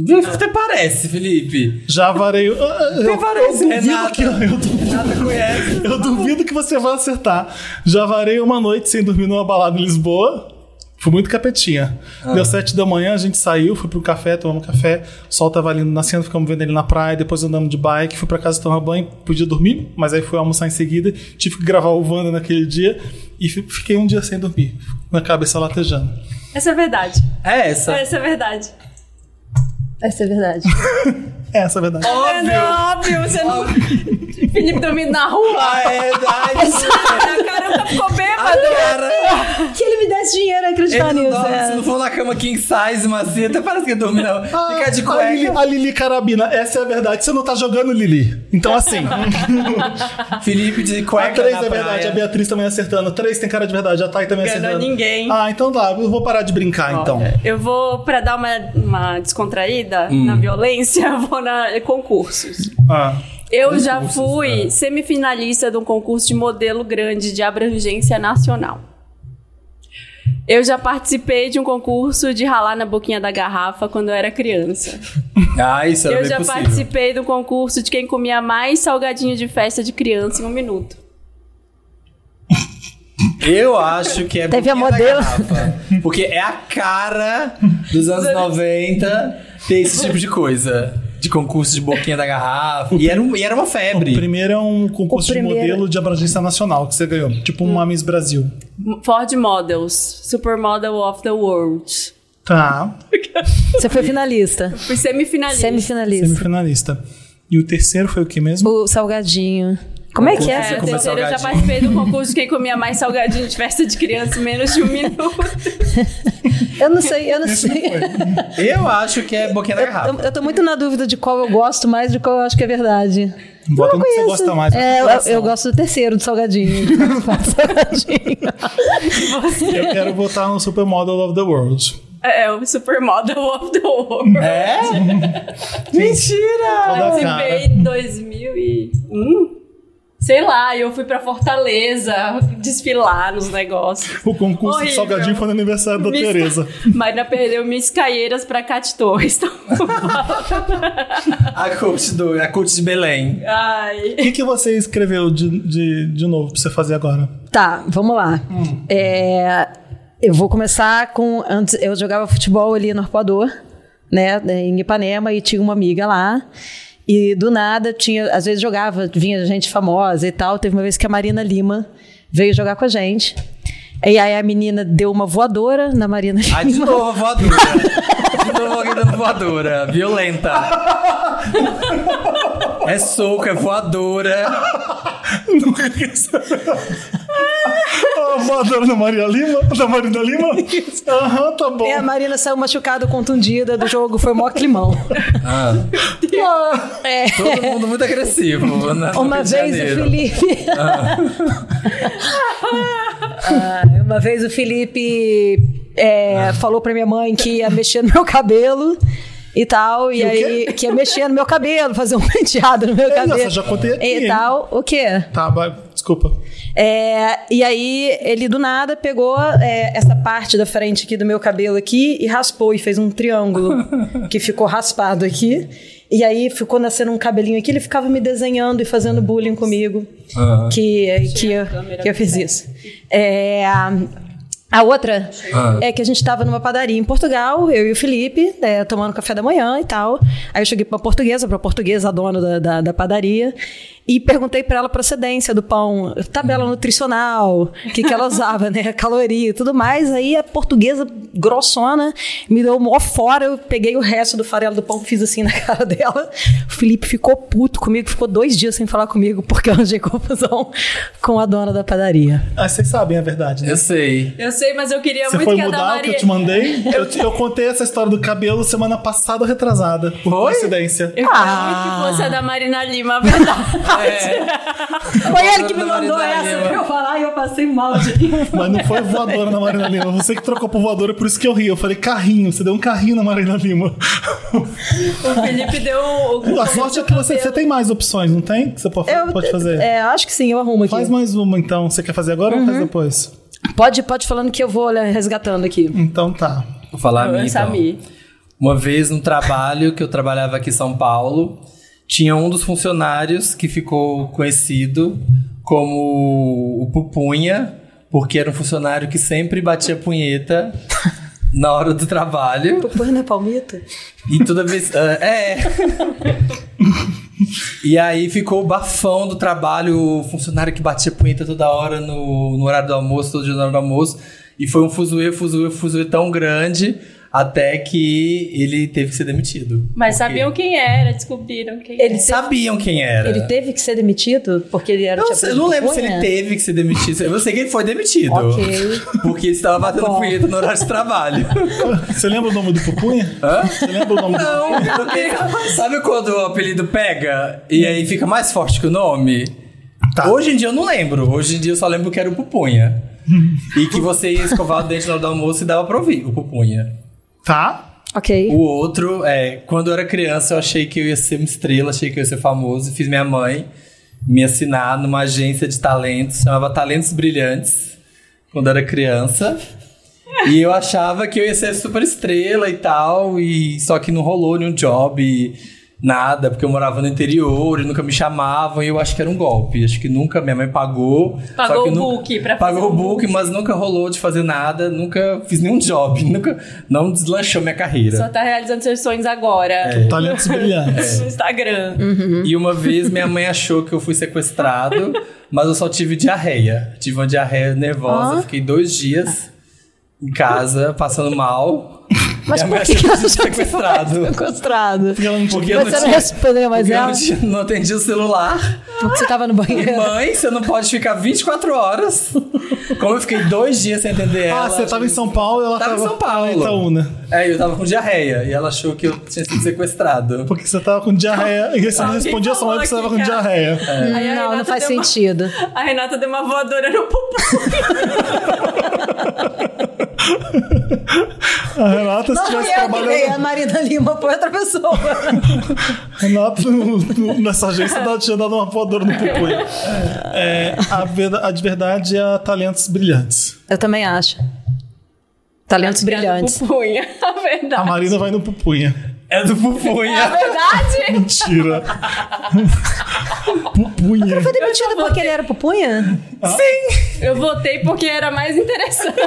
A: Ah, Até parece, Felipe.
D: Já varei. Eu, eu,
A: parece,
D: eu duvido
A: Renata.
D: que, eu duvido
A: É Nada conhece.
D: Eu duvido que você vá acertar. Já varei uma noite sem dormir numa balada em Lisboa. Fui muito capetinha.
A: Ah.
D: Deu sete da manhã, a gente saiu, fui pro café, tomamos café. O sol tava ali nascendo, ficamos vendo ele na praia. Depois andamos de bike, fui pra casa tomar banho. Podia dormir, mas aí fui almoçar em seguida. Tive que gravar o Wanda naquele dia. E fi- fiquei um dia sem dormir. Na cabeça latejando.
B: Essa é verdade.
A: É essa.
B: Essa é verdade.
E: Essa é verdade.
D: Essa é a verdade.
A: Óbvio!
B: É óbvio, você não. Felipe dormindo na rua.
A: Ah, é verdade!
B: A cara nunca ficou
A: A
B: bêbado.
A: cara!
E: Que ele me desse dinheiro a acreditar
A: Ele não
E: nisso.
A: dorme,
E: é.
A: se não for na cama king size, maceta, parece que dorme não.
D: Ah,
A: Fica de
D: A Lili,
A: cueca.
D: a Lili Carabina, essa é a verdade. Você não tá jogando, Lili. Então, assim.
A: Felipe de
D: A
A: cueca
D: 3
A: na
D: é verdade,
A: praia.
D: a Beatriz também acertando. A 3 tem cara de verdade, a Thay também
B: Enganou
D: acertando.
B: ninguém. é.
D: Ah, então tá, eu vou parar de brincar então.
B: Eu vou, pra dar uma, uma descontraída
A: Hum.
B: na violência, eu vou na concursos.
D: Ah,
B: Eu já fui semifinalista de um concurso de modelo grande de abrangência nacional. Eu já participei de um concurso de ralar na boquinha da garrafa quando eu era criança.
A: Ah, isso era
B: eu
A: bem
B: já
A: possível.
B: participei do concurso de quem comia mais salgadinho de festa de criança em um minuto.
A: Eu acho que é
E: Teve a
A: boquinha da
E: modelo.
A: garrafa. Porque é a cara dos anos 90 ter esse tipo de coisa. De concurso de boquinha da garrafa. E era, um- e era uma
D: o
A: febre.
D: primeiro é um concurso
E: O primeiro- Hum.
D: de modelo de abrangência nacional que você ganhou. Tipo uma Miss Brasil.
B: Ford Models, Supermodel of the World.
D: Tá,
E: Você foi finalista.
B: Fui semifinalista.
E: é Semifinalista.
D: semifinalista. E o terceiro foi o que mesmo?
E: O salgadinho. Como é que
B: É,
E: é?
A: Você
B: eu
A: comeu
B: terceiro, eu já
A: salgadinho.
B: participei do concurso de quem comia mais salgadinho de festa de criança em menos de um minuto.
E: é? Eu não sei, eu não sei.
A: Eu acho que é boquinha da
E: Eu,
A: garrafa.
E: eu tô muito na dúvida de qual eu gosto mais de qual eu acho que é verdade.
D: Bota no que
E: Eu não
D: você
E: conheço.
D: gosta mais.
E: É, eu, eu gosto do terceiro, do salgadinho. salgadinho.
D: Eu quero votar no Supermodel of the World.
B: É, o Supermodel of the World.
A: É? Mentira!
D: Qual da
B: Participei
D: cara?
B: em 2001. Sei lá, eu fui pra Fortaleza desfilar nos negócios.
D: O concurso de
B: Horrível.
D: salgadinho foi no aniversário da
B: Miss-
D: Tereza.
B: Marina perdeu Miss Caieiras pra Cat Torres. Então,
A: A coach, do, a coach de Belém.
B: Ai.
D: O que, que você escreveu de, de, de novo pra você fazer agora?
E: Tá, vamos lá.
A: Hum.
E: É, eu vou começar com. Antes, eu jogava futebol ali no Arpoador, né, em Ipanema, e tinha uma amiga lá. E do nada tinha. Às vezes jogava, vinha gente famosa e tal. Teve uma vez que a Marina Lima veio jogar com a gente. E aí a menina deu uma voadora na Marina Lima.
A: Ah, de novo a voadora. De novo alguém dando voadora. Violenta. É soco, é voadora.
D: A voadora da Maria Lima? Da Marina Lima? Aham, tá bom.
E: E a Marina saiu machucada, contundida do jogo, foi mó climão.
A: Ah,
D: Ah,
E: É.
A: todo mundo muito agressivo. na- no
E: Uma
A: Rio de
E: vez o
A: Janeiro.
E: Felipe. Ah, uma vez o Felipe
D: Ah.
E: é, falou pra minha mãe que ia mexer no meu cabelo e tal. E,
D: o quê?
E: aí, que ia mexer no meu cabelo, fazer um penteado no meu
D: É,
E: cabelo.
D: nossa, já contei aqui,
E: E
D: hein?
E: tal. O quê?
D: tá, vai, desculpa.
E: É, e aí ele do nada pegou é, essa parte da frente aqui do meu cabelo aqui e raspou e fez um triângulo que ficou raspado aqui. E aí ficou nascendo um cabelinho aqui, ele ficava me desenhando e fazendo bullying comigo.
A: Aham.
E: Que, que, eu, que eu fiz isso. É, a outra
A: Ah.
E: é que a gente tava numa padaria em Portugal, eu e o Felipe, né, tomando café da manhã e tal. Aí eu cheguei pra portuguesa, pra portuguesa, a dona da, da, da padaria, e perguntei pra ela a procedência do pão, tabela nutricional, o que, que ela usava, né, caloria e tudo mais. Aí a portuguesa grossona me deu mó fora, eu peguei o resto do farelo do pão, fiz assim na cara dela. O Felipe ficou puto comigo, ficou dois dias sem falar comigo, porque eu arranjei confusão com a dona da padaria.
D: Ah, vocês sabem a verdade, né?
A: Eu sei.
B: Eu sei, mas eu queria
D: Você
B: muito
D: foi
B: que a da
D: mudar o que
B: Maria.
D: eu te mandei? Eu, te- eu contei essa história do cabelo semana passada ou retrasada. Foi? Coincidência.
B: Eu queria muito que fosse a da Marina Lima, a verdade.
E: Foi ele que me
A: Dona
E: mandou
A: Marina
E: essa
A: Lima.
E: pra eu falar e eu passei mal, gente.
D: Mas não foi voadora na Marina Lima. Você que trocou por voadora, por isso que eu ri. Eu falei carrinho. Você deu um carrinho na Marina Lima.
B: o Felipe deu. um-
D: A sorte é que você, você tem mais opções, não tem? Que você pode,
E: Eu-
D: pode fazer?
E: É, Uhum. acho que sim, eu arrumo aqui.
D: Faz mais uma, então. Você quer fazer agora ou faz depois?
E: Pode, pode falando que eu vou olha, resgatando aqui.
D: Então tá.
A: Vou falar a minha, então.
B: Sami.
A: Uma vez no trabalho que eu trabalhava aqui em São Paulo, tinha um dos funcionários que ficou conhecido como o Pupunha, porque era um funcionário que sempre batia punheta na hora do trabalho.
E: Põe na palmita?
A: E toda vez. ah, é. e aí ficou o bafão do trabalho, o funcionário que batia punheta toda hora no, no horário do almoço, todo dia no horário do almoço. E foi um fuzuê, fuzuê, fuzuê tão grande. Até que ele teve que ser demitido.
B: Mas
A: Porque
B: sabiam quem era, descobriram quem
E: Ele
B: era.
A: Eles sabiam quem era.
E: Ele teve que ser demitido porque ele era
A: Eu não,
E: te
A: sei- eu não lembro se ele
E: apresentou, né?
A: teve que ser demitido. Eu sei que ele foi demitido.
E: Ok.
A: Porque ele estava batendo
E: Bom.
A: punheta no horário de trabalho.
D: Você lembra o nome do Pupunha?
A: Hã?
D: Você lembra o nome do
A: Não, porque- sabe quando o apelido pega e aí fica mais forte que o nome?
D: Tá.
A: Hoje em dia eu não lembro. Hoje em dia eu só lembro que era o Pupunha. e que você ia escovar o dente na hora do almoço e dava pra ouvir o Pupunha.
D: Tá?
E: Ok.
A: O outro é, quando eu era criança, eu achei que eu ia ser uma estrela, achei que eu ia ser famoso. Fiz minha mãe me assinar numa agência de talentos, chamava Talentos Brilhantes, quando eu era criança. E eu achava que eu ia ser super estrela e tal, e só que não rolou nenhum job, e nada, porque eu morava no interior e nunca me chamavam, e eu acho que era um golpe. Acho que nunca minha mãe pagou. só
B: Pagou
A: que eu
B: o
A: nunca-
B: book pra fazer
A: Pagou o
B: um
A: book, mas nunca rolou de fazer nada, nunca fiz nenhum job, nunca não deslanchou minha carreira.
B: Só tá realizando seus sonhos agora.
D: Talentos brilhantes.
B: No Instagram.
E: Uhum.
A: E uma vez minha mãe achou que eu fui sequestrado, mas eu só tive diarreia. Tive uma diarreia nervosa, fiquei dois dias em casa, passando mal.
E: Mas
A: minha mãe
E: por que
A: achou que eu fui
E: que ela não tinha
A: sequestrado?
E: sequestrado?
D: Porque ela não tinha-
A: Porque eu
E: Mas
A: não
E: você não
A: tinha...
E: respondeu mais
A: porque eu
E: ela? É.
A: não, tinha, não atendi o celular.
E: Porque você tava no banheiro.
A: Mãe, você não pode ficar 24 horas. Como eu fiquei dois dias sem atender ela.
D: Ah, você tava em São Paulo Ah, então, né?
A: Tava
D: e ela tava,
A: em São Paulo.
D: em Itaúna.
A: É, eu tava com diarreia e ela achou que eu tinha sido sequestrado.
D: Porque você tava com diarreia. E você não
B: Alguém
D: respondia só
B: falou
D: porque você tava
B: aqui,
D: com
B: cara.
D: diarreia.
A: É.
B: Aí a
E: Não, não
B: Renata
E: faz
B: deu uma-
E: sentido.
B: A Renata deu uma voadora no pupum.
D: A Renata, se tivesse tá trabalhando.
E: a Marina Lima foi outra pessoa.
D: Renato, no- no- nessa agência, dá- tinha dado uma voadora no pupunha. É, a, verda- a de verdade é a Talentos Brilhantes.
E: Eu também acho. Talentos brilhantes.
B: Pupunha, a
D: A
B: verdade.
D: Marina vai no pupunha.
A: É do pupunha.
B: Verdade?
D: Mentira. pupunha.
E: Foi demitido porque ele era pupunha?
B: Eu votei porque era mais interessante.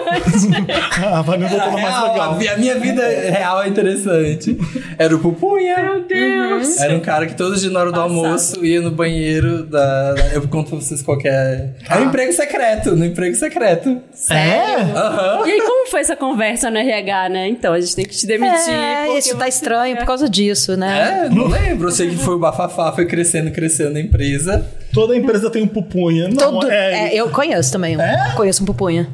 D: Ah, A Marina voltou na mais
A: Real,
D: legal.
A: a vi- A minha vida real é interessante. Era o Pupunha.
B: Meu Deus.
A: Era um cara que todos os dias na hora do almoço ia no banheiro da. da- eu conto pra vocês qualquer.
D: Tá.
A: Era um emprego secreto, no emprego secreto.
D: É?
A: Aham.
B: E aí, como foi essa conversa no RH, né? Então, a gente tem que te demitir.
E: É,
B: porque
E: isso tá
B: você-
E: estranho por causa disso, né?
A: É, não lembro. Eu sei que foi o bafafá, foi crescendo, crescendo a empresa.
D: Toda empresa tem um pupunha. Não,
E: Todo,
D: é,
E: é, eu conheço também. um.
D: É?
E: Conheço um pupunha.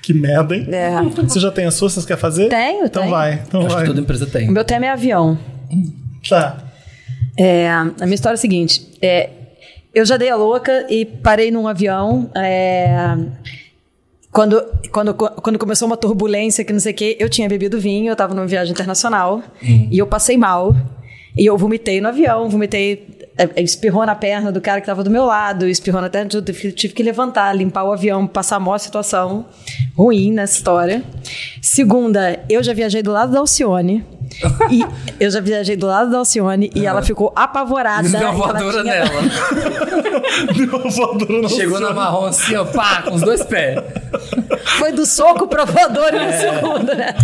D: Que merda, hein?
E: É.
D: Você já tem a sua? Vocês querem fazer?
E: Tenho,
D: Então
E: tenho.
D: vai, então
A: Acho
D: vai.
A: que toda empresa
E: O
A: tem.
E: meu tema é avião.
D: Tá.
E: É, a minha história é a seguinte: é, eu já dei a louca e parei num avião. é, quando, quando, quando começou uma turbulência que não sei o quê, eu tinha bebido vinho, eu tava numa viagem internacional e eu passei mal. E eu vomitei no avião, vomitei, é, é, espirrou na perna do cara que tava do meu lado, espirrou na perna, de outro, eu tive- tive que levantar, limpar o avião, passar a maior situação ruim nessa história. Segunda, eu já viajei do lado da Alcione. e eu já viajei do lado da Alcione e ela ficou apavorada.
A: Deu uma
E: e ela
A: voadora
E: tinha-
A: nela.
D: Deu uma voadora no
A: Chegou na marrom assim, ó, pá, com os dois pés.
E: Foi do soco pro voador em um segundo, né?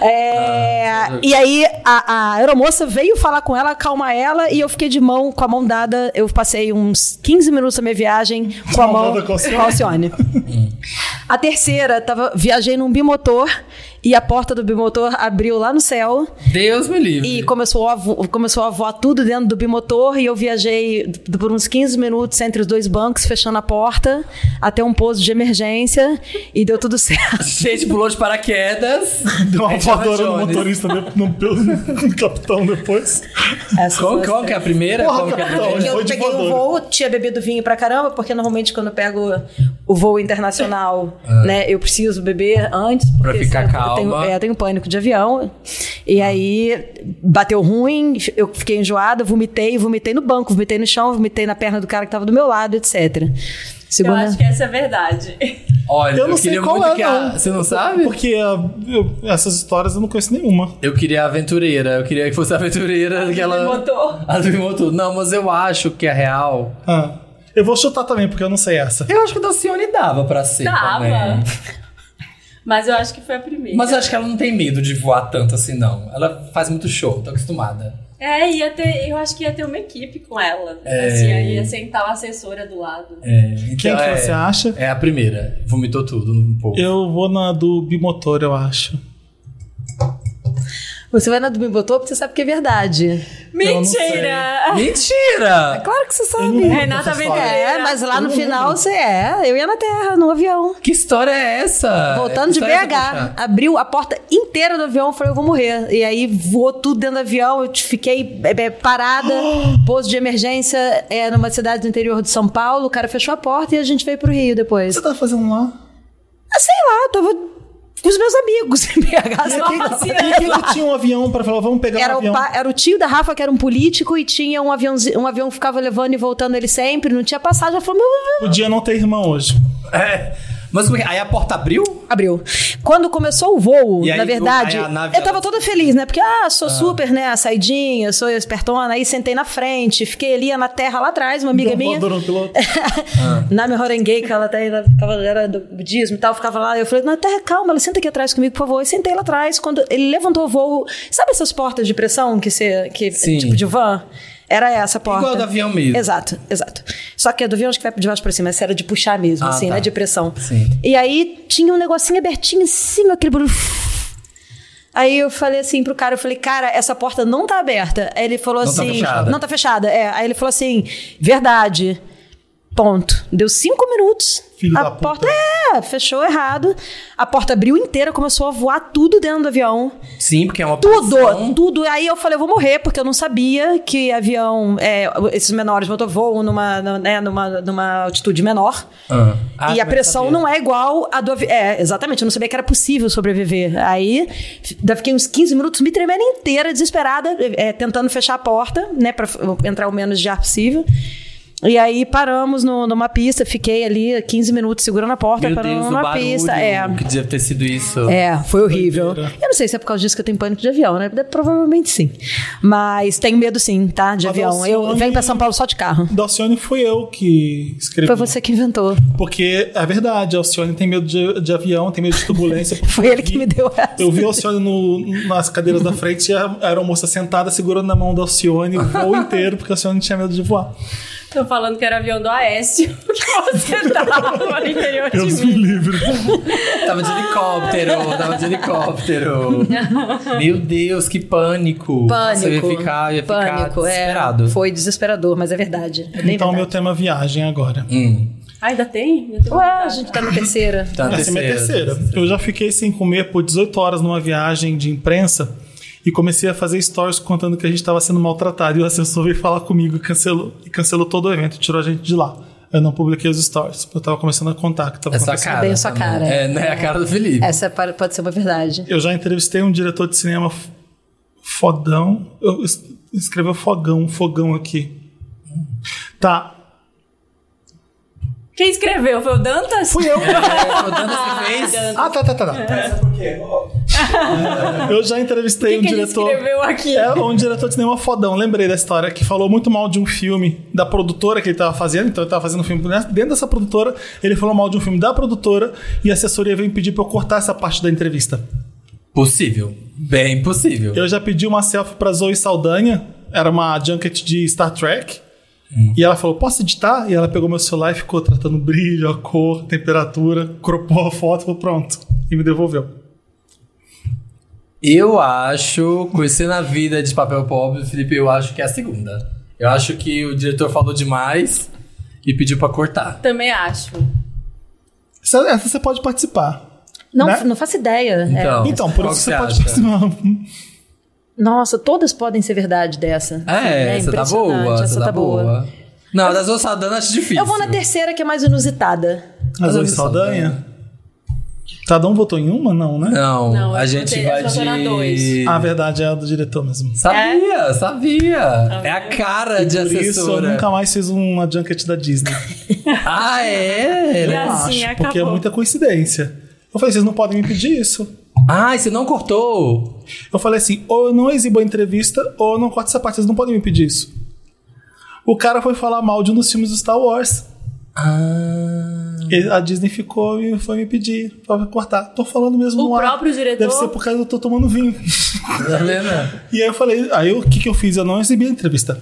E: É, e aí a, a aeromoça veio falar com ela, acalmar ela, e eu fiquei de mão, com a mão dada. Eu passei uns 15 minutos da minha viagem com a
D: Mão
E: mão
D: dada com a Alcione.
E: com a Alcione. A terceira, tava, viajei num bimotor e a porta do bimotor abriu lá no céu.
A: Deus me livre.
E: E começou a, vo- começou a voar tudo dentro do bimotor e eu viajei d- por uns 15 minutos entre os dois bancos, fechando a porta, até um pouso de emergência e deu tudo certo.
A: Gente, pulou de paraquedas.
D: Deu uma
A: Indiana
D: voadora no
A: Jones.
D: motorista, de- no, pelo- no capitão depois.
E: Essa
A: Qual, qual que é a primeira?
D: Porra,
A: Qual que é a
D: capitão,
A: primeira?
D: ele
E: Ah, eu
D: foi de
E: peguei o
D: voadora.
E: voo, tinha bebido vinho pra caramba, porque normalmente quando eu pego o voo internacional, né, eu preciso beber antes.
A: Pra
E: porque
A: ficar
E: eu
A: calma.
E: Tenho, é, eu tenho pânico de avião. E aí, bateu ruim, eu fiquei enjoada, vomitei, vomitei no banco, vomitei no chão, vomitei na perna do cara que tava do meu lado, etc.
B: Eu
E: Segunda...
B: acho que essa é a verdade.
A: Olha, eu,
D: Eu não sei
A: queria
D: qual
A: muito
D: é,
A: que a...
D: não.
A: Você não sabe?
D: Porque ah, eu- essas histórias eu não conheço nenhuma.
A: Eu queria a aventureira, eu queria que fosse a aventureira que ela.
B: Ah, Botou.
A: A do Bimotor. Não, mas eu acho que a real.
D: Ah, eu vou chutar também, porque eu não sei essa.
A: Eu acho que a da Cione dava pra ser.
B: Dava.
A: também.
B: Mas eu acho que foi a primeira.
A: Mas eu acho que ela não tem medo de voar tanto assim, não. Ela faz muito show, tá acostumada.
B: É, ia ter, eu acho que ia ter uma equipe com ela.
A: É.
B: Assim, aí ia sentar a assessora do lado.
A: É,
D: Quem
A: então
D: que
A: é-
D: você acha?
A: É a primeira. Vomitou tudo um pouco.
D: Eu vou na do bimotor, eu acho.
E: Você vai na do Bimbotô porque você sabe que é verdade.
B: Mentira!
A: Mentira!
E: Claro que você
D: não
E: sabe.
D: lembro
B: Renata
D: dessa
B: Ventura.
D: história.
E: É, mas lá no final você é. Eu ia na terra, no avião.
A: Que história é essa?
E: Voltando de
A: Que história é essa,
E: BH,
A: Pochá?
E: abriu a porta inteira do avião, falei, eu vou morrer. E aí voou tudo dentro do avião, eu te- fiquei é, é, parada, pouso de emergência é, numa cidade do interior de São Paulo, o cara fechou a porta e a gente veio pro Rio
D: O que
E: depois.
D: você tá fazendo lá?
E: Ah, sei lá, eu tava com os meus amigos em BH. sei lá.
D: Quem que,
E: né?
D: que tinha um avião pra falar, vamos pegar
E: Era
D: um
E: o,
D: avião?
E: pa- era o tio da Rafa, que era um político, e tinha um, aviãozi- um avião que ficava levando e voltando ele sempre, não tinha passagem. Eu falei, meu, meu,
D: Podia não ter irmão hoje.
A: É. Mas como é que- aí a porta abriu?
E: Abriu. Quando começou o voo,
A: E aí
E: na
A: o-
E: verdade,
A: aí a nave,
E: eu tava
A: ela-
E: toda feliz, né? Porque, ah, sou super, né? Saidinha, sou espertona. Aí sentei na frente, fiquei ali na terra lá atrás, uma amiga
D: Não
E: minha.
D: voador no um piloto.
E: na minha Horenguei, que ela, tá aí, ela ficava, era do budismo e tal, ficava lá. Eu falei, não, terra, calma, ela senta aqui atrás comigo, por favor. Eu sentei lá atrás. Quando ele levantou o voo, sabe essas portas de pressão que você. Que,
A: Sim.
E: Tipo de van? Era essa a porta.
A: Igual do avião mesmo.
E: Exato, exato. Só que a do avião acho que vai de baixo pra cima, essa era de puxar mesmo,
A: Ah,
E: assim,
A: tá.
E: né? De pressão.
A: Sim.
E: E aí tinha um negocinho abertinho assim, aquele barulho. Aí eu falei assim pro cara, eu falei, cara, essa porta não tá aberta. Aí ele falou
A: Não tá
E: assim,
A: fechada.
E: não tá fechada. É. Aí ele falou assim, verdade. Ponto. Deu cinco minutos.
D: Filho
E: a
D: da puta.
E: porta é, fechou errado. A porta abriu inteira, começou a voar tudo dentro do avião.
A: Sim, porque é uma
E: Tudo,
A: pressão.
E: tudo. Aí eu falei, eu vou morrer, porque eu não sabia que avião, é, esses menores motovoam numa, né, numa, numa altitude menor.
A: Ah. Ah,
E: e a
A: como é que
E: pressão
A: sabia?
E: não é igual a do avião. É, exatamente, eu não sabia que era possível sobreviver. Aí f- daí fiquei uns 15 minutos me tremendo inteira, desesperada, é, tentando fechar a porta, né, pra f- entrar o menos de ar possível. E aí paramos no- numa pista, fiquei ali 15 minutos segurando a porta,
A: Meu
E: Tá parando
A: Deus, o
E: numa
A: barulho
E: pista. É.
A: que devia ter sido isso.
E: É, foi horrível. Eu não sei se é por causa disso que eu tenho pânico de avião, né? Provavelmente sim. Mas tenho medo sim, tá? De
D: Mas
E: avião.
D: você
E: Eu
D: anda
E: venho pra
D: em-
E: São Paulo só de carro.
D: Da Alcione fui eu que escrevi.
E: Foi você que inventou.
D: Porque é verdade, a Alcione tem medo de, de avião, tem medo de turbulência. porque
E: Foi ele que
D: eu
E: me
D: vi-
E: deu essa.
D: Eu vi a Alcione no- nas cadeiras da frente e a aeromoça sentada segurando na mão da Alcione o voo inteiro, porque a Alcione tinha medo de voar.
B: Tô falando que era avião do Aécio que você tava no interior de
D: Deus me
B: mim.
D: livre.
A: Tava de helicóptero, tava de helicóptero. Meu Deus, que pânico. Nossa, eu ia ficar, eu ia ficar
E: Pânico,
A: desesperado.
E: é. Foi desesperador, mas é verdade. É bem
D: Então, meu
E: verdade.
D: tema é viagem agora.
A: Hum,
B: Ah, ainda tem? Ainda tem
E: Ué,
B: uma
E: a gente tá na terceira.
A: tá na
D: Essa é minha terceira. Eu já fiquei sem comer por 18 horas numa viagem de imprensa e comecei a fazer stories contando que a gente estava sendo maltratado. E o assessor veio falar comigo e cancelou, e cancelou todo o evento, tirou a gente de lá. Eu não publiquei os stories, eu tava começando a contar que tava
A: É sua
D: acontecendo.
A: cara.
E: bem a sua
A: também.
E: cara.
A: É, né? A cara do Felipe.
E: Essa pa- pode ser uma verdade.
D: Eu já entrevistei um diretor de cinema f- fodão. Eu es- escreveu fogão, um fogão aqui. Tá.
B: Quem escreveu? Foi o Dantas?
D: Fui eu.
A: O Dantas que fez.
D: Ah, tá, tá, tá. tá. Eu já
B: Quem
D: entrevistei
B: É. que
D: um
B: ele
D: diretor.
B: escreveu aqui?
D: É um diretor de cinema fodão, lembrei da história, que falou muito mal de um filme da produtora que ele tava fazendo, então ele tava fazendo um filme né, dentro dessa produtora, ele falou mal de um filme da produtora e a assessoria veio pedir pra eu cortar essa parte da entrevista.
A: Possível. Bem possível.
D: Eu já pedi uma selfie pra Zoe Saldanha, era uma junket de Star Trek, e ela falou, posso editar? E ela pegou meu celular e ficou tratando o brilho, a cor, temperatura, cropou a foto, falou, pronto, e me devolveu.
A: Eu acho, conhecendo a vida de papel pobre, Felipe, eu acho que é a segunda. Eu acho que o diretor falou demais e pediu pra cortar.
B: Também acho.
D: Essa, essa você pode participar.
E: Não,
D: Né?
E: não faço ideia.
A: Então.
E: É.
D: Então, por
A: Qual que
D: isso você
A: você
D: pode
A: acha?
D: participar.
E: Nossa, todas podem ser verdade dessa. né?
A: É, essa tá
E: impressionante,
A: boa, essa, tá, boa. Não, das ossadana acho difícil.
E: Eu vou na terceira, que é mais inusitada.
D: A Zoe
A: Zoe Saldanha.
B: né?
D: Saldanha? Cada um votou em uma? Não, né?
A: Não,
B: Não,
A: a
B: eu
A: gente
B: votei- eu
A: vai
B: só vou na
A: de...
B: dois.
D: A verdade é a do diretor mesmo.
A: Sabia, sabia. É a cara de
D: Por isso, eu
A: assessora.
D: nunca mais fiz uma junket da Disney.
A: Ah, é?
B: E
D: Eu
B: assim
D: acho, porque é
B: acabou.
D: muita coincidência. Eu falei, vocês não podem me pedir isso.
A: Ai, Ah, você não cortou?
D: Eu falei assim, ou eu não exibo a entrevista, ou eu não corto essa parte, vocês não podem me pedir isso. O cara foi falar mal de um dos filmes do Star Wars.
B: Hum.
A: Ah,
D: Porque a Disney ficou e foi me pedir pra cortar. Tô falando mesmo
B: O
D: no ar.
B: próprio diretor?
D: Deve ser por causa que eu tô tomando vinho.
A: Tá vendo?
D: E aí eu falei, aí eu- o que, que eu fiz? Eu não exibi a entrevista.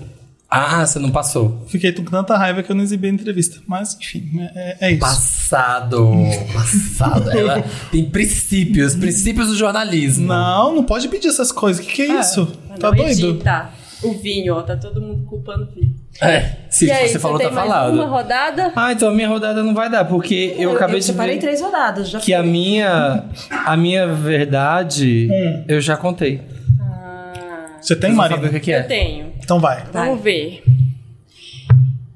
A: Ah, você não passou.
D: Fiquei com tanta raiva que eu não exibi a entrevista. Mas, enfim, é, é isso.
A: Passado. Passado. Ela tem princípios, princípios do jornalismo.
D: Não, não pode pedir essas coisas. O que, que é, isso?
B: Não
D: Tá doido?
B: edita o vinho, ó. Tá todo mundo culpando o vinho.
A: É, se
B: e aí,
A: você falou,
B: tem
A: tá
B: mais
A: falado.
B: uma rodada?
A: Ah, então a minha rodada não vai dar, porque eu, acabei de
E: separei
A: ver
E: três rodadas. Já
A: que a minha, a minha verdade, eu já contei.
D: Você tem
A: Vocês vão saber
D: marido?
A: o que que
B: Eu
A: é?
B: tenho.
D: Então vai.
B: Vamos ver.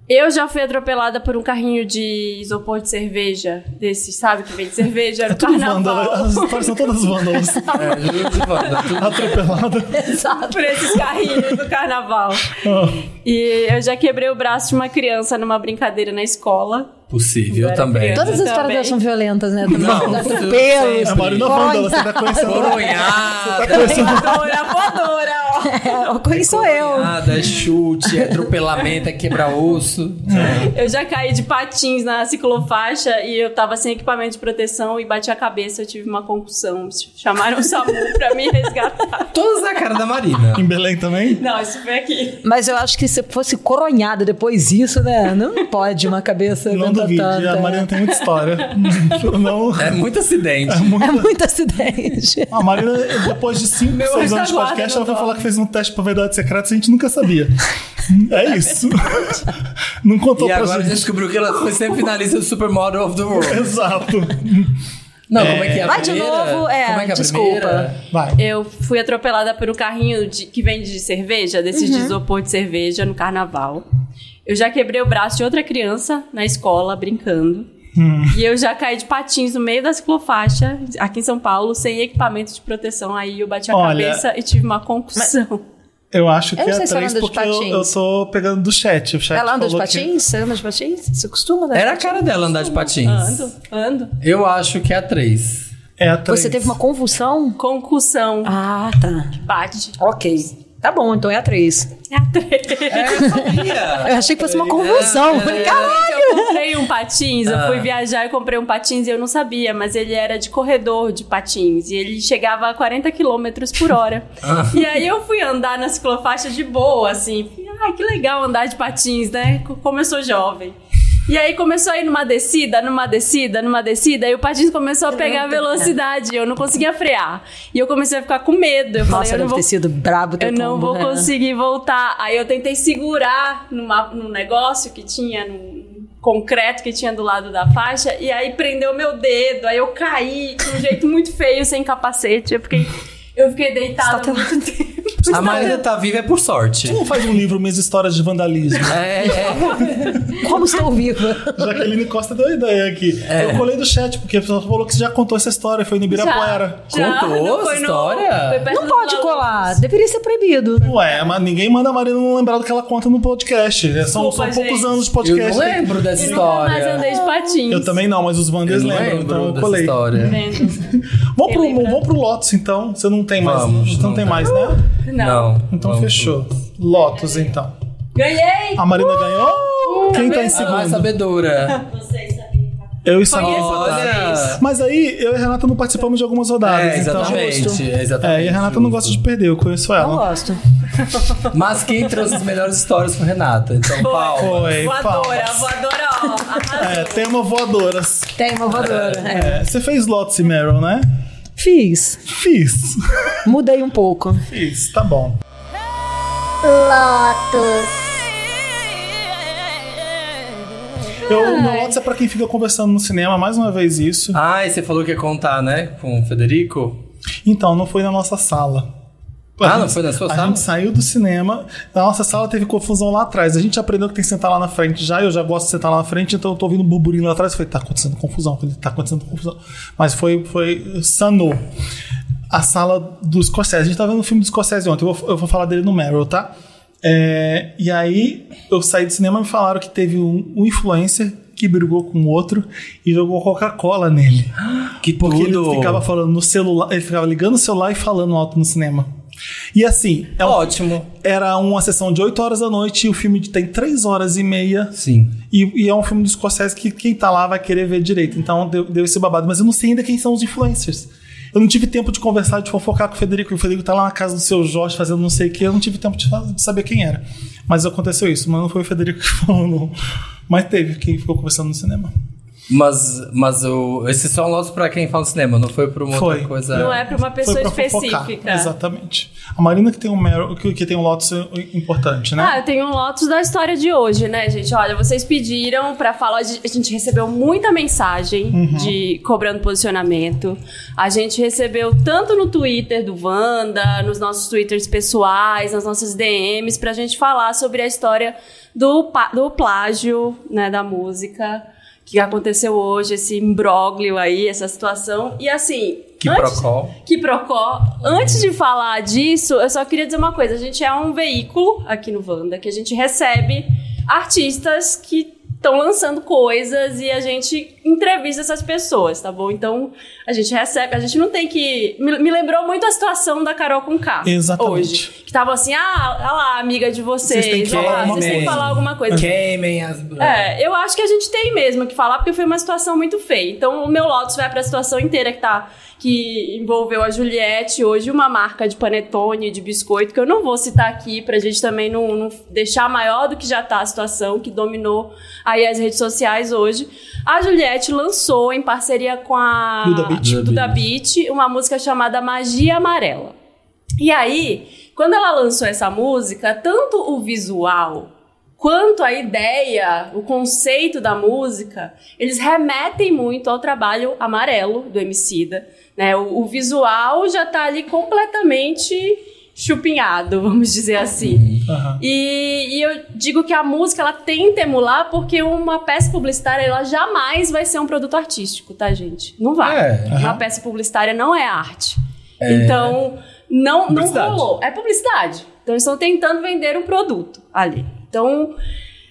B: Eu já fui atropelada por um carrinho de isopor de cerveja. Desse, sabe, que vende cerveja. Era
D: É
B: o
D: tudo
B: carnaval.
D: vândalo. As histórias são todas vândalas.
A: É, juro de Wanda, tudo
D: Atropelada.
A: né?
B: por esses carrinhos do carnaval.
A: Oh.
B: E eu já quebrei o braço de uma criança numa brincadeira na escola.
A: possível
B: Era
A: também.
B: criança.
E: Todas as histórias
B: Também.
E: dela são violentas, né?
A: Não,
E: Da
A: tudo
E: atropelo,
A: sempre.
D: É Marina
E: Coisa.
D: Vândala, você tá conhecendo. Tá
A: Coronhada,
B: Voadora, voadora, ó.
E: É, com isso sou eu.
A: coronhada, é chute, é atropelamento, é quebrar osso.
B: Eu já caí de patins na ciclofaixa e eu tava sem equipamento de proteção e bati a cabeça, eu tive uma concussão. Chamaram o SAMU pra me resgatar.
A: Todas na cara da Marina.
D: Em Belém também?
B: Não, isso foi aqui.
E: Mas eu acho que se fosse coronhada depois disso, né? Não pode uma cabeça.
D: Não
E: tanta,
D: duvide,
E: tanta.
D: a Marina tem muita história. não,
A: É muito acidente.
E: É muito acidente.
D: a Marina, depois de 5,
B: Meu
D: 6 anos de
B: retaguarda
D: podcast,
B: não
D: ela vai
B: dorme.
D: falar que fez um teste pra verdade secreta e a gente nunca sabia. É isso. Não contou
A: E
D: pra
A: agora
D: gente.
A: descobriu que ela foi ser finalista do Supermodel of the World.
D: Exato.
A: Não, como é que é a
E: Vai de
A: primeira?
E: novo, é,
A: como é que é a
E: desculpa.
A: primeira?
D: Vai.
B: Eu fui atropelada por um carrinho de- que vende de cerveja, desses de isopor de cerveja no carnaval. Eu já quebrei o braço de outra criança na escola, brincando. E eu já caí de patins no meio da ciclofaixa, aqui em São Paulo, sem equipamento de proteção. Aí eu bati a
D: Olha-
B: cabeça e tive uma concussão.
D: Eu acho que
E: não
D: é
E: sei se ela
D: 3
E: anda de
D: porque eu,
E: patins.
D: eu tô pegando do chat. O chat
E: Ela anda de
D: falou que-
E: patins? Você anda de patins? Você costuma né? andar de
A: Era a
E: patins?
A: cara dela né? andar de patins.
B: Ando, ando.
A: Eu acho que é a 3.
D: É a 3.
E: Você teve uma convulsão?
B: Concussão.
E: Ah, tá.
B: Bate.
E: Ok. Tá bom, então é a três.
B: É a três.
A: É, eu sabia.
E: Eu achei que fosse uma convulsão. Falei, Caralho!
B: Eu comprei um patins, eu
A: Ah.
B: fui viajar e comprei um patins e eu não sabia, mas ele era de corredor de patins e ele chegava a 40 km por hora.
A: Ah.
B: E aí eu fui andar na ciclofaixa de boa, assim. Ai, que legal andar de patins, né? Co- Como eu sou jovem. E aí começou a ir numa descida, numa descida, numa descida, e o patins começou a pegar velocidade, eu não conseguia frear. E eu comecei a ficar com medo. Eu falei,
E: Nossa,
B: eu não
E: deve
B: vou
E: ter sido brabo teu
B: eu não
E: tombo,
B: vou
E: né?
B: conseguir voltar. Aí eu tentei segurar numa, num negócio que tinha, num concreto que tinha do lado da faixa, e aí prendeu meu dedo. Aí eu caí de um jeito muito feio, sem capacete. Eu fiquei, eu fiquei deitada
E: Você tá
B: muito tempo.
A: A Marina tá viva é por sorte.
D: Como faz um livro Minhas Histórias de Vandalismo?
A: É, é.
E: Como estou viva?
D: Jaqueline Costa deu a ideia aqui.
A: É.
D: Eu colei do chat, porque a pessoa falou que você já contou essa história, foi no Ibirapuera.
A: Contou
B: não foi
A: essa história?
B: foi perto
E: Não
B: do
E: pode
B: Laú.
E: colar. Deveria ser proibido.
D: Ué, mas ninguém manda a Marina não lembrar do que ela conta no podcast. É, São,
B: Desculpa,
D: são poucos
B: gente.
D: anos de
A: Eu
D: podcast.
A: não lembro dessa
B: E nunca mais
A: história.
B: andei de patins.
D: Eu também não, mas os
A: Eu
D: Wanders
A: não
D: lembram, então
A: lembro
D: eu
A: dessa
D: colei.
A: história.
B: Vendo.
D: Vamos pro,
B: Quem lembra?
D: vamos pro Lotus, então. Você não tem mais.
A: Vamos,
D: então não
A: não
D: tem
A: tem.
D: mais, né?
B: Não.
D: Então
A: vamos.
D: fechou. Lotus, então.
B: Ganhei!
D: A Marina ganhou? Quem tá em
A: A mais
D: segundo?
A: é sabedora.
D: Eu e Samir.
B: essa
A: Olha.
D: Mas aí, eu e a Renata não participamos de algumas rodadas,
A: É,
D: então.
A: exatamente. é exatamente
D: É, e a Renata não gosta de perder, eu conheço ela.
E: Não gosto.
A: Mas quem trouxe as melhores histórias foi Renata. Então, Paulo.
D: Foi,
B: Voadora,
D: palmas.
B: voadora, ó. Arrasou.
D: É, tema voadoras.
E: Tem uma voadora. é.
D: É, você fez Lotus e Meryl, né?
E: Fiz.
D: Fiz.
E: Mudei um pouco.
D: Fiz, tá bom. Lotus. Eu, o meu Lotus é pra quem fica conversando no cinema, mais uma vez isso.
A: Ai, você falou que ia contar, né? Com o Federico.
D: Então, não foi na nossa sala.
A: Ah, não foi na sua
D: a
A: sala?
D: gente saiu do cinema, na nossa sala teve confusão lá atrás. A gente aprendeu que tem que sentar lá na frente já, eu já gosto de sentar lá na frente, então eu tô ouvindo um burburinho lá atrás. Eu falei, tá acontecendo confusão, eu falei, tá acontecendo confusão. Mas foi, foi sanou. A sala do Scorsese. A gente tava vendo um filme do Scorsese ontem, eu vou, eu vou falar dele no Meryl, tá? É, e aí eu saí do cinema e me falaram que teve um, um influencer que brigou com o outro e jogou Coca-Cola nele.
A: Que
D: Porque
A: tudo.
D: ele ficava falando no celular, ele ficava ligando o celular e falando alto no cinema. E assim, é um-
A: Ótimo.
D: era uma sessão de 8 horas da noite e o filme tem 3 horas e meia.
A: Sim.
D: E, e é um filme do Scorsese que quem tá lá vai querer ver direito. Então deu, deu esse babado. Mas eu não sei ainda quem são os influencers. Eu não tive tempo de conversar, de fofocar com o Federico. O Federico tá lá na casa do seu Jorge fazendo não sei o que. Eu não tive tempo de, fa- de saber quem era. Mas aconteceu isso. Mas não foi o Federico que falou, não. Mas teve quem ficou conversando no cinema.
A: Mas, mas o, esse só é um lote pra quem fala cinema, não foi pra uma
D: Foi.
A: outra coisa.
B: Não é pra uma pessoa
D: foi pra
B: específica.
D: fofocar. Exatamente. A Marina que tem um, Meryl- que, que tem um Lotus importante, né?
B: Ah, eu tenho um Lotus da história de hoje, né, gente? Olha, vocês pediram pra falar. de- A gente recebeu muita mensagem
D: Uhum.
B: de cobrando posicionamento. A gente recebeu tanto no Twitter do Wanda, nos nossos Twitters pessoais, nas nossas DMs, pra gente falar sobre a história do, pa- do plágio, né, da música. Que aconteceu hoje, esse imbróglio aí, essa situação. E assim.
A: Que
B: antes-
A: procol.
B: que Procó. Antes de falar disso, eu só queria dizer uma coisa. A gente é um veículo aqui no Wanda que a gente recebe artistas que estão lançando coisas e a gente entrevista essas pessoas, tá bom? Então a gente recebe, a gente não tem que. Me, me lembrou muito a situação da Carol com K.
D: Exatamente.
B: Hoje. Que tava assim, ah, olha lá, amiga de vocês.
D: Vocês têm que
B: olha lá,
D: falar alguma
B: vocês têm que
A: coisa."
B: falar alguma coisa.
A: Queimem as brancas.
B: É, eu acho que a gente tem mesmo que falar, porque foi uma situação muito feia. Então, o meu Lotus vai pra situação inteira que tá. Que envolveu a Juliette, hoje uma marca de panetone, de biscoito, que eu não vou citar aqui pra gente também não, não deixar maior do que já tá a situação, que dominou aí as redes sociais hoje. A Juliette lançou, em parceria com a
D: Duda Beat.
B: Duda Beat, uma música chamada Magia Amarela. E aí, quando ela lançou essa música, tanto o visual quanto a ideia, o conceito da música, eles remetem muito ao trabalho amarelo do Emicida, né? O, o visual já tá ali completamente chupinhado, vamos dizer assim.
D: Aham.
B: E, e eu digo que a música ela tenta emular porque uma peça publicitária ela jamais vai ser um produto artístico, tá, gente? Não vai.
A: É,
B: Uma peça publicitária não é arte. Então, não, não
A: Publicidade.
B: rolou. É publicidade. Então, eles estão tentando vender um produto ali. Então,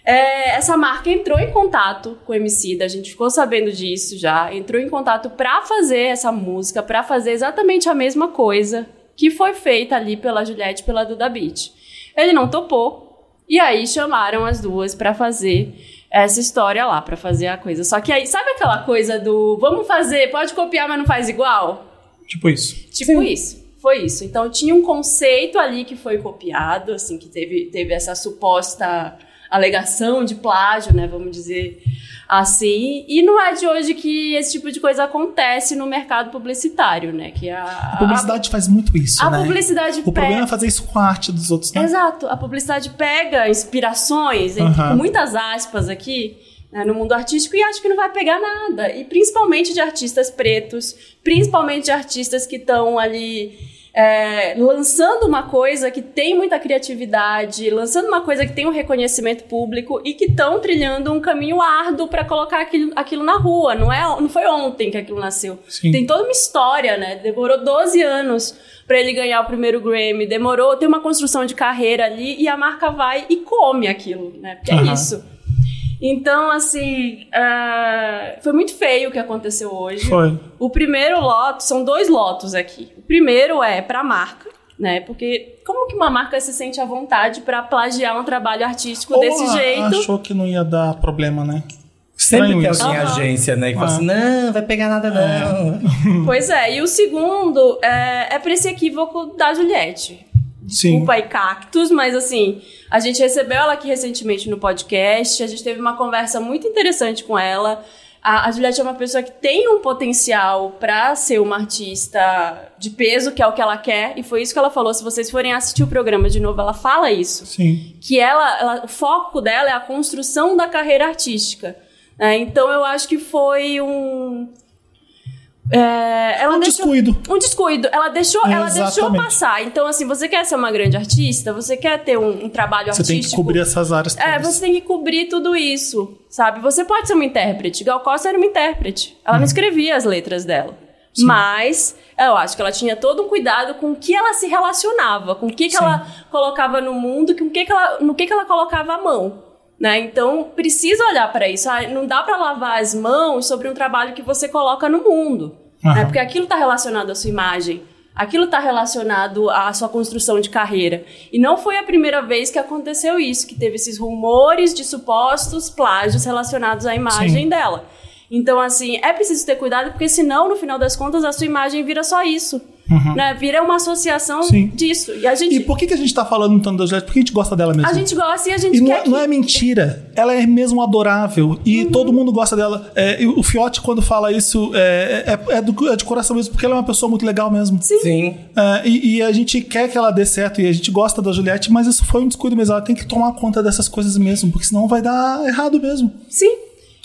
B: é, essa marca entrou em contato com o MC, a gente ficou sabendo disso já. Entrou em contato pra fazer essa música, pra fazer exatamente a mesma coisa que foi feita ali pela Juliette e pela Duda Beat. Ele não topou, e aí chamaram as duas pra fazer essa história lá, pra fazer a coisa. Só que aí, sabe aquela coisa do vamos fazer, pode copiar, mas não faz igual?
D: Tipo isso.
B: Tipo isso. Foi isso. Então tinha um conceito ali que foi copiado, assim, que teve, teve essa suposta alegação de plágio, né? Vamos dizer assim. E não é de hoje que esse tipo de coisa acontece no mercado publicitário, né? Que a,
D: A publicidade faz muito isso,
B: a
D: né?
B: publicidade
D: O problema
B: pega-
D: é fazer isso com a arte dos outros, né?
B: Exato. A publicidade pega inspirações, entre
D: Aham.
B: muitas aspas aqui, né, no mundo artístico, e acho que não vai pegar nada. E principalmente de artistas pretos, principalmente de artistas que estão ali. é, lançando uma coisa que tem muita criatividade, lançando uma coisa que tem um reconhecimento público e que estão trilhando um caminho árduo para colocar aquilo, aquilo na rua. Não, é, não foi ontem que aquilo nasceu.
D: Sim.
B: Tem toda uma história, né? Demorou 12 anos pra ele ganhar o primeiro Grammy, demorou, tem uma construção de carreira ali e a marca vai e come aquilo, né? Porque é
D: Aham.
B: isso. Então, assim, ah, foi muito feio o que aconteceu hoje.
D: Foi.
B: O primeiro loto, são dois lotos aqui. O primeiro é pra marca, né? Porque como que uma marca se sente à vontade pra plagiar um trabalho artístico desse
D: Ou a-
B: jeito?
D: Achou que não ia dar problema, né?
A: Sempre
D: Estranho
A: tem
D: isso.
A: alguém em
B: Aham.
A: agência, né? Que fala assim: não, vai pegar nada, não.
B: Pois é, e o segundo é, é pra esse equívoco da Juliette.
D: Sim.
B: Desculpa e cactos, mas assim, a gente recebeu ela aqui recentemente no podcast, a gente teve uma conversa muito interessante com ela. A, a Juliette é uma pessoa que tem um potencial pra ser uma artista de peso, que é o que ela quer, e foi isso que ela falou. Se vocês forem assistir o programa de novo, ela fala isso
D: Sim.
B: que ela, ela- o foco dela é a construção da carreira artística. né? Então eu acho que foi um. É, ela
D: Um
B: deixou.
D: descuido.
B: Um descuido. Ela deixou, ela deixou
D: Exatamente.
B: passar. Então, assim, você quer ser uma grande artista, você quer ter um, um trabalho
D: Você tem
B: artístico.
D: que cobrir essas áreas
B: É,
D: todas.
B: você tem que cobrir tudo isso, sabe? Você pode ser uma intérprete. Gal Costa era uma intérprete. Ela
D: Uhum.
B: não escrevia as letras dela. Mas eu acho que ela tinha todo um cuidado com o que ela se relacionava, com o que, que
D: Sim.
B: ela colocava no mundo, com o que que ela, no que, que ela colocava a mão. Né? Então, precisa olhar para isso. Ah, não dá para lavar as mãos sobre um trabalho que você coloca no mundo.
D: Aham.
B: né? Porque aquilo está relacionado tá à sua imagem, Aquilo está relacionado à sua construção de carreira. E não foi a primeira vez que aconteceu isso, que teve esses rumores de supostos plágios relacionados à imagem
D: Sim.
B: dela. Então, assim, é preciso ter cuidado, porque senão, no final das contas, a sua imagem vira só isso. Né? Vira uma associação
D: Uhum. Sim.
B: disso. E a gente,
D: E por que, que a gente tá falando tanto da Juliette? Porque a gente gosta dela mesmo.
B: a gente gosta e a gente
D: E não,
B: quer
D: é- não é mentira. Ela é mesmo adorável. E todo mundo gosta dela. É, e o Fiote, quando fala isso, é, é- é do- é de coração mesmo, porque ela é uma pessoa muito legal mesmo.
A: Sim.
D: É, e, e a gente quer que ela dê certo e a gente gosta da Juliette, mas isso foi um descuido mesmo. Ela tem que tomar conta dessas coisas mesmo, porque senão vai dar errado mesmo.
B: Sim.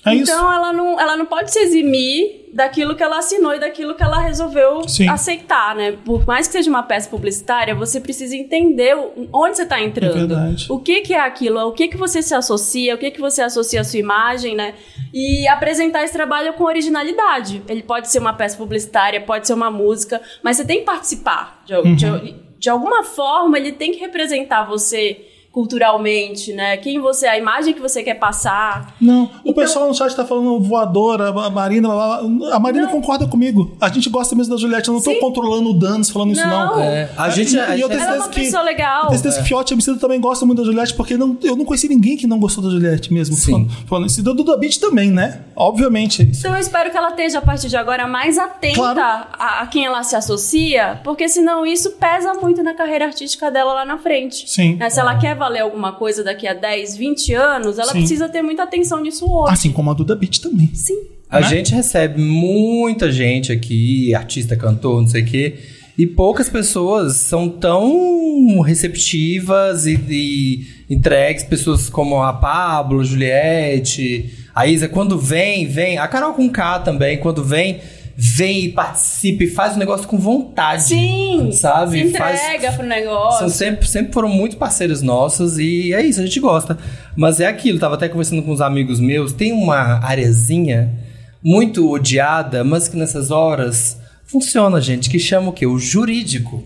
D: É
B: então ela não, ela não pode se eximir daquilo que ela assinou e daquilo que ela resolveu
D: Sim.
B: aceitar, né? Por mais que seja uma peça publicitária, você precisa entender o- onde você está entrando.
D: É verdade.
B: O que, que é aquilo? O que, que você se associa? O que, que você associa à sua imagem, né? E apresentar esse trabalho com originalidade. Ele pode ser uma peça publicitária, pode ser uma música, mas você tem que participar. De, al-
D: Uhum.
B: de, de alguma forma, ele tem que representar você culturalmente, né? Quem você é, a imagem que você quer passar.
D: Não,
B: Então-
D: o pessoal no chat tá falando voadora, a Marina, blá, blá, blá. a Marina concorda comigo. A gente gosta mesmo da Juliette, eu não tô controlando o Danos falando isso, não.
B: Não.
A: É. A gente,
D: E-
A: a
D: e eu
A: gente-
B: Ela é
D: tenho certeza
B: uma
D: que-
B: pessoa legal.
D: Tem certeza que Fiote e Emicida também gostam muito da Juliette, porque não, eu não conheci ninguém que não gostou da Juliette mesmo.
A: Sim.
D: Falando, falando isso. E do Duda Beat também, né? Obviamente.
B: Então eu espero que ela esteja, a partir de agora, mais atenta
D: Claro.
B: a, a quem ela se associa, porque senão isso pesa muito na carreira artística dela lá na frente.
D: Sim.
B: Né,
D: É.
B: Se ela quer valer alguma coisa daqui a 10, 20 anos, ela
D: Sim.
B: precisa ter muita atenção nisso hoje.
D: Assim como a Duda Beat também.
B: Sim.
A: A
D: né?
A: gente recebe muita gente aqui, artista, cantor, não sei o quê, e poucas pessoas são tão receptivas e, e entregues, pessoas como a Pablo, Juliette, a Isa, quando vem, vem. A Carol com K também, quando vem, vem e participa e faz o negócio com vontade.
B: Sim.
D: Ah,
A: Sabe?
B: Se entrega
A: Faz-
B: pro
A: são
B: negócio.
A: sempre, sempre foram muito parceiros nossos e é isso, a gente gosta. Mas é aquilo, tava até conversando com uns amigos meus, tem uma areazinha muito odiada, mas que nessas horas funciona, gente, que chama o quê? O jurídico.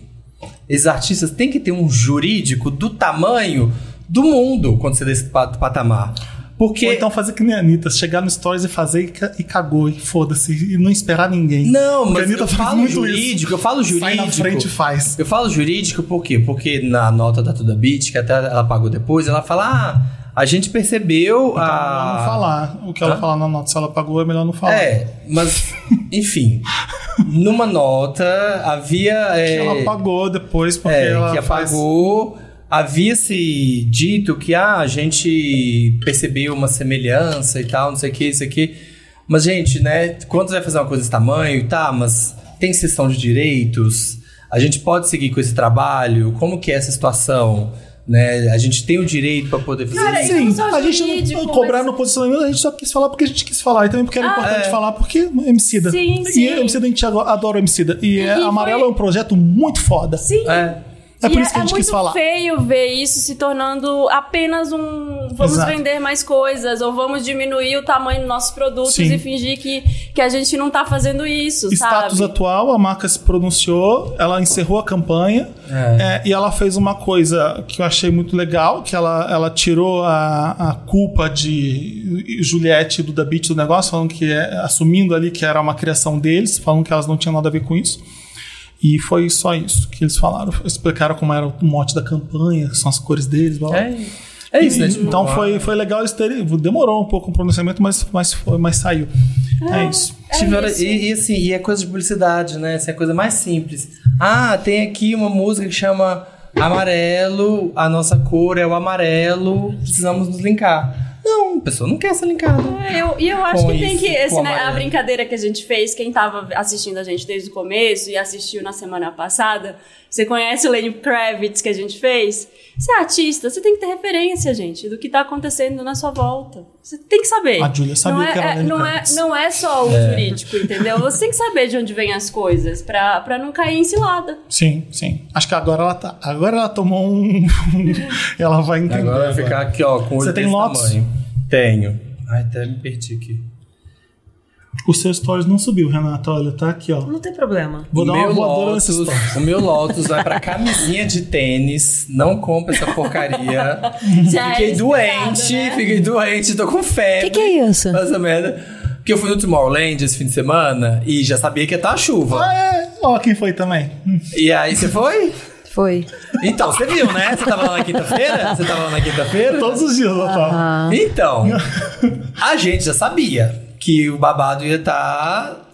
A: Esses artistas têm que ter um jurídico do tamanho do mundo quando você desse pat- patamar. Porque.
D: Ou então fazer que nem a Anitta, chegar no Stories e fazer e, ca- e cagou, e foda-se, e não esperar ninguém.
A: Não,
D: Porque a
A: mas
D: Anitta
A: eu
D: faz
A: falo
D: tá muito isso.
A: jurídico, eu falo jurídico.
D: Sai na frente e faz.
A: Eu falo jurídico por quê? Porque na nota da Tuda Beat, que até ela pagou depois, ela fala: ah, a gente percebeu
D: Então, melhor
A: a.
D: não falar. O que ela falar na nota, se ela pagou, é melhor não falar.
A: Ah. É, mas, enfim. numa nota havia.
D: Que
A: é,
D: ela pagou depois, porque
A: é,
D: ela
A: que
D: faz-
A: apagou. Havia-se dito que ah, a gente percebeu uma semelhança e tal, não sei o que, isso aqui. Mas, gente, né? Quando você vai fazer uma coisa desse tamanho, tá, mas tem sessão de direitos? A gente pode seguir com esse trabalho? Como que é essa situação? Né? A gente tem o direito para poder fazer
B: Cara,
A: isso?
B: Não
D: Sim,
B: só
D: a gente
B: jurídico,
D: não
B: mas-
D: cobrar
B: Ah,
D: no posicionamento, a gente só quis falar porque a gente quis falar. E também porque era
A: é.
D: importante falar, porque MC da.
B: Sim,
D: e
B: sim.
D: MC da a gente adora o MC da. E, é,
B: e
D: Amarelo
B: foi-
D: é um projeto muito foda.
B: Sim.
A: É.
D: É por
B: E
D: isso que a gente quis falar.
B: muito feio ver isso se tornando apenas um vamos
D: Exato.
B: vender mais coisas ou vamos diminuir o tamanho dos nossos produtos
D: Sim.
B: e fingir que, que a gente não tá fazendo isso,
D: Status
B: sabe?
D: atual, a marca se pronunciou, ela encerrou a campanha
A: É.
D: é, e ela fez uma coisa que eu achei muito legal, que ela, ela tirou a, a culpa de Juliette do Da Beat do negócio, falando que é- assumindo ali que era uma criação deles, falando que elas não tinham nada a ver com isso. E foi só isso que eles falaram. Explicaram como era o mote da campanha, que são as cores deles, blá, blá.
A: É, é isso, né? Tipo,
D: Então foi, foi legal eles terem. Demorou um pouco o pronunciamento, mas, mas, foi, mas saiu. é isso.
A: Tiveram-
B: isso.
A: e, e assim, e é coisa de publicidade, né? Essa é a coisa mais simples. Ah, tem aqui uma música que chama Amarelo, a nossa cor é o amarelo, precisamos nos linkar. Não, a pessoa não quer ser linkada.
B: É, eu- E eu, acho
A: Com
B: que tem
A: isso,
B: que. Esse,
A: com a
B: né, a
A: Mariana.
B: brincadeira que a gente fez, quem tava assistindo a gente desde o começo e assistiu na semana passada, você conhece o Lenny Kravitz que a gente fez? Você é artista, você tem que ter referência, gente, do que tá acontecendo na sua volta. Você tem que saber.
D: A Julia sabia
B: não é,
D: que era
B: é,
D: Lenny
B: não é,
D: Kravitz.
B: não é só o jurídico, entendeu? Você tem que saber de onde vêm as coisas pra, pra não cair em cilada.
D: Sim, sim. Acho que agora ela tá. Agora ela tomou um. ela vai entender.
A: Agora vai ficar aqui, ó, com o olho
D: Você tem
A: desse
D: Lotus?
A: tamanho. Tenho. Ai, até me perdi aqui.
D: O seu stories não subiu, Renata. Olha, tá aqui, ó.
E: Não tem problema.
D: Vou
A: o
D: dar uma
A: meu
D: voadora nesse
A: Lotus,
D: stories.
A: o meu Lotus vai pra camisinha de tênis. Não compra essa porcaria.
B: Já
A: fiquei
B: é
A: doente, fiquei doente, tô com febre.
E: né? Que que é isso?
A: Essa merda. Porque eu fui no Tomorrowland esse fim de semana e já sabia que ia estar a chuva.
D: Ah, é. pau a quem foi também.
A: E aí, você foi?
E: Foi.
A: Então, você viu, né? Você tava lá na quinta-feira? Você tava lá na quinta-feira?
D: Todos os dias tá. eu pau.
A: Então, a gente já sabia que o babado ia estar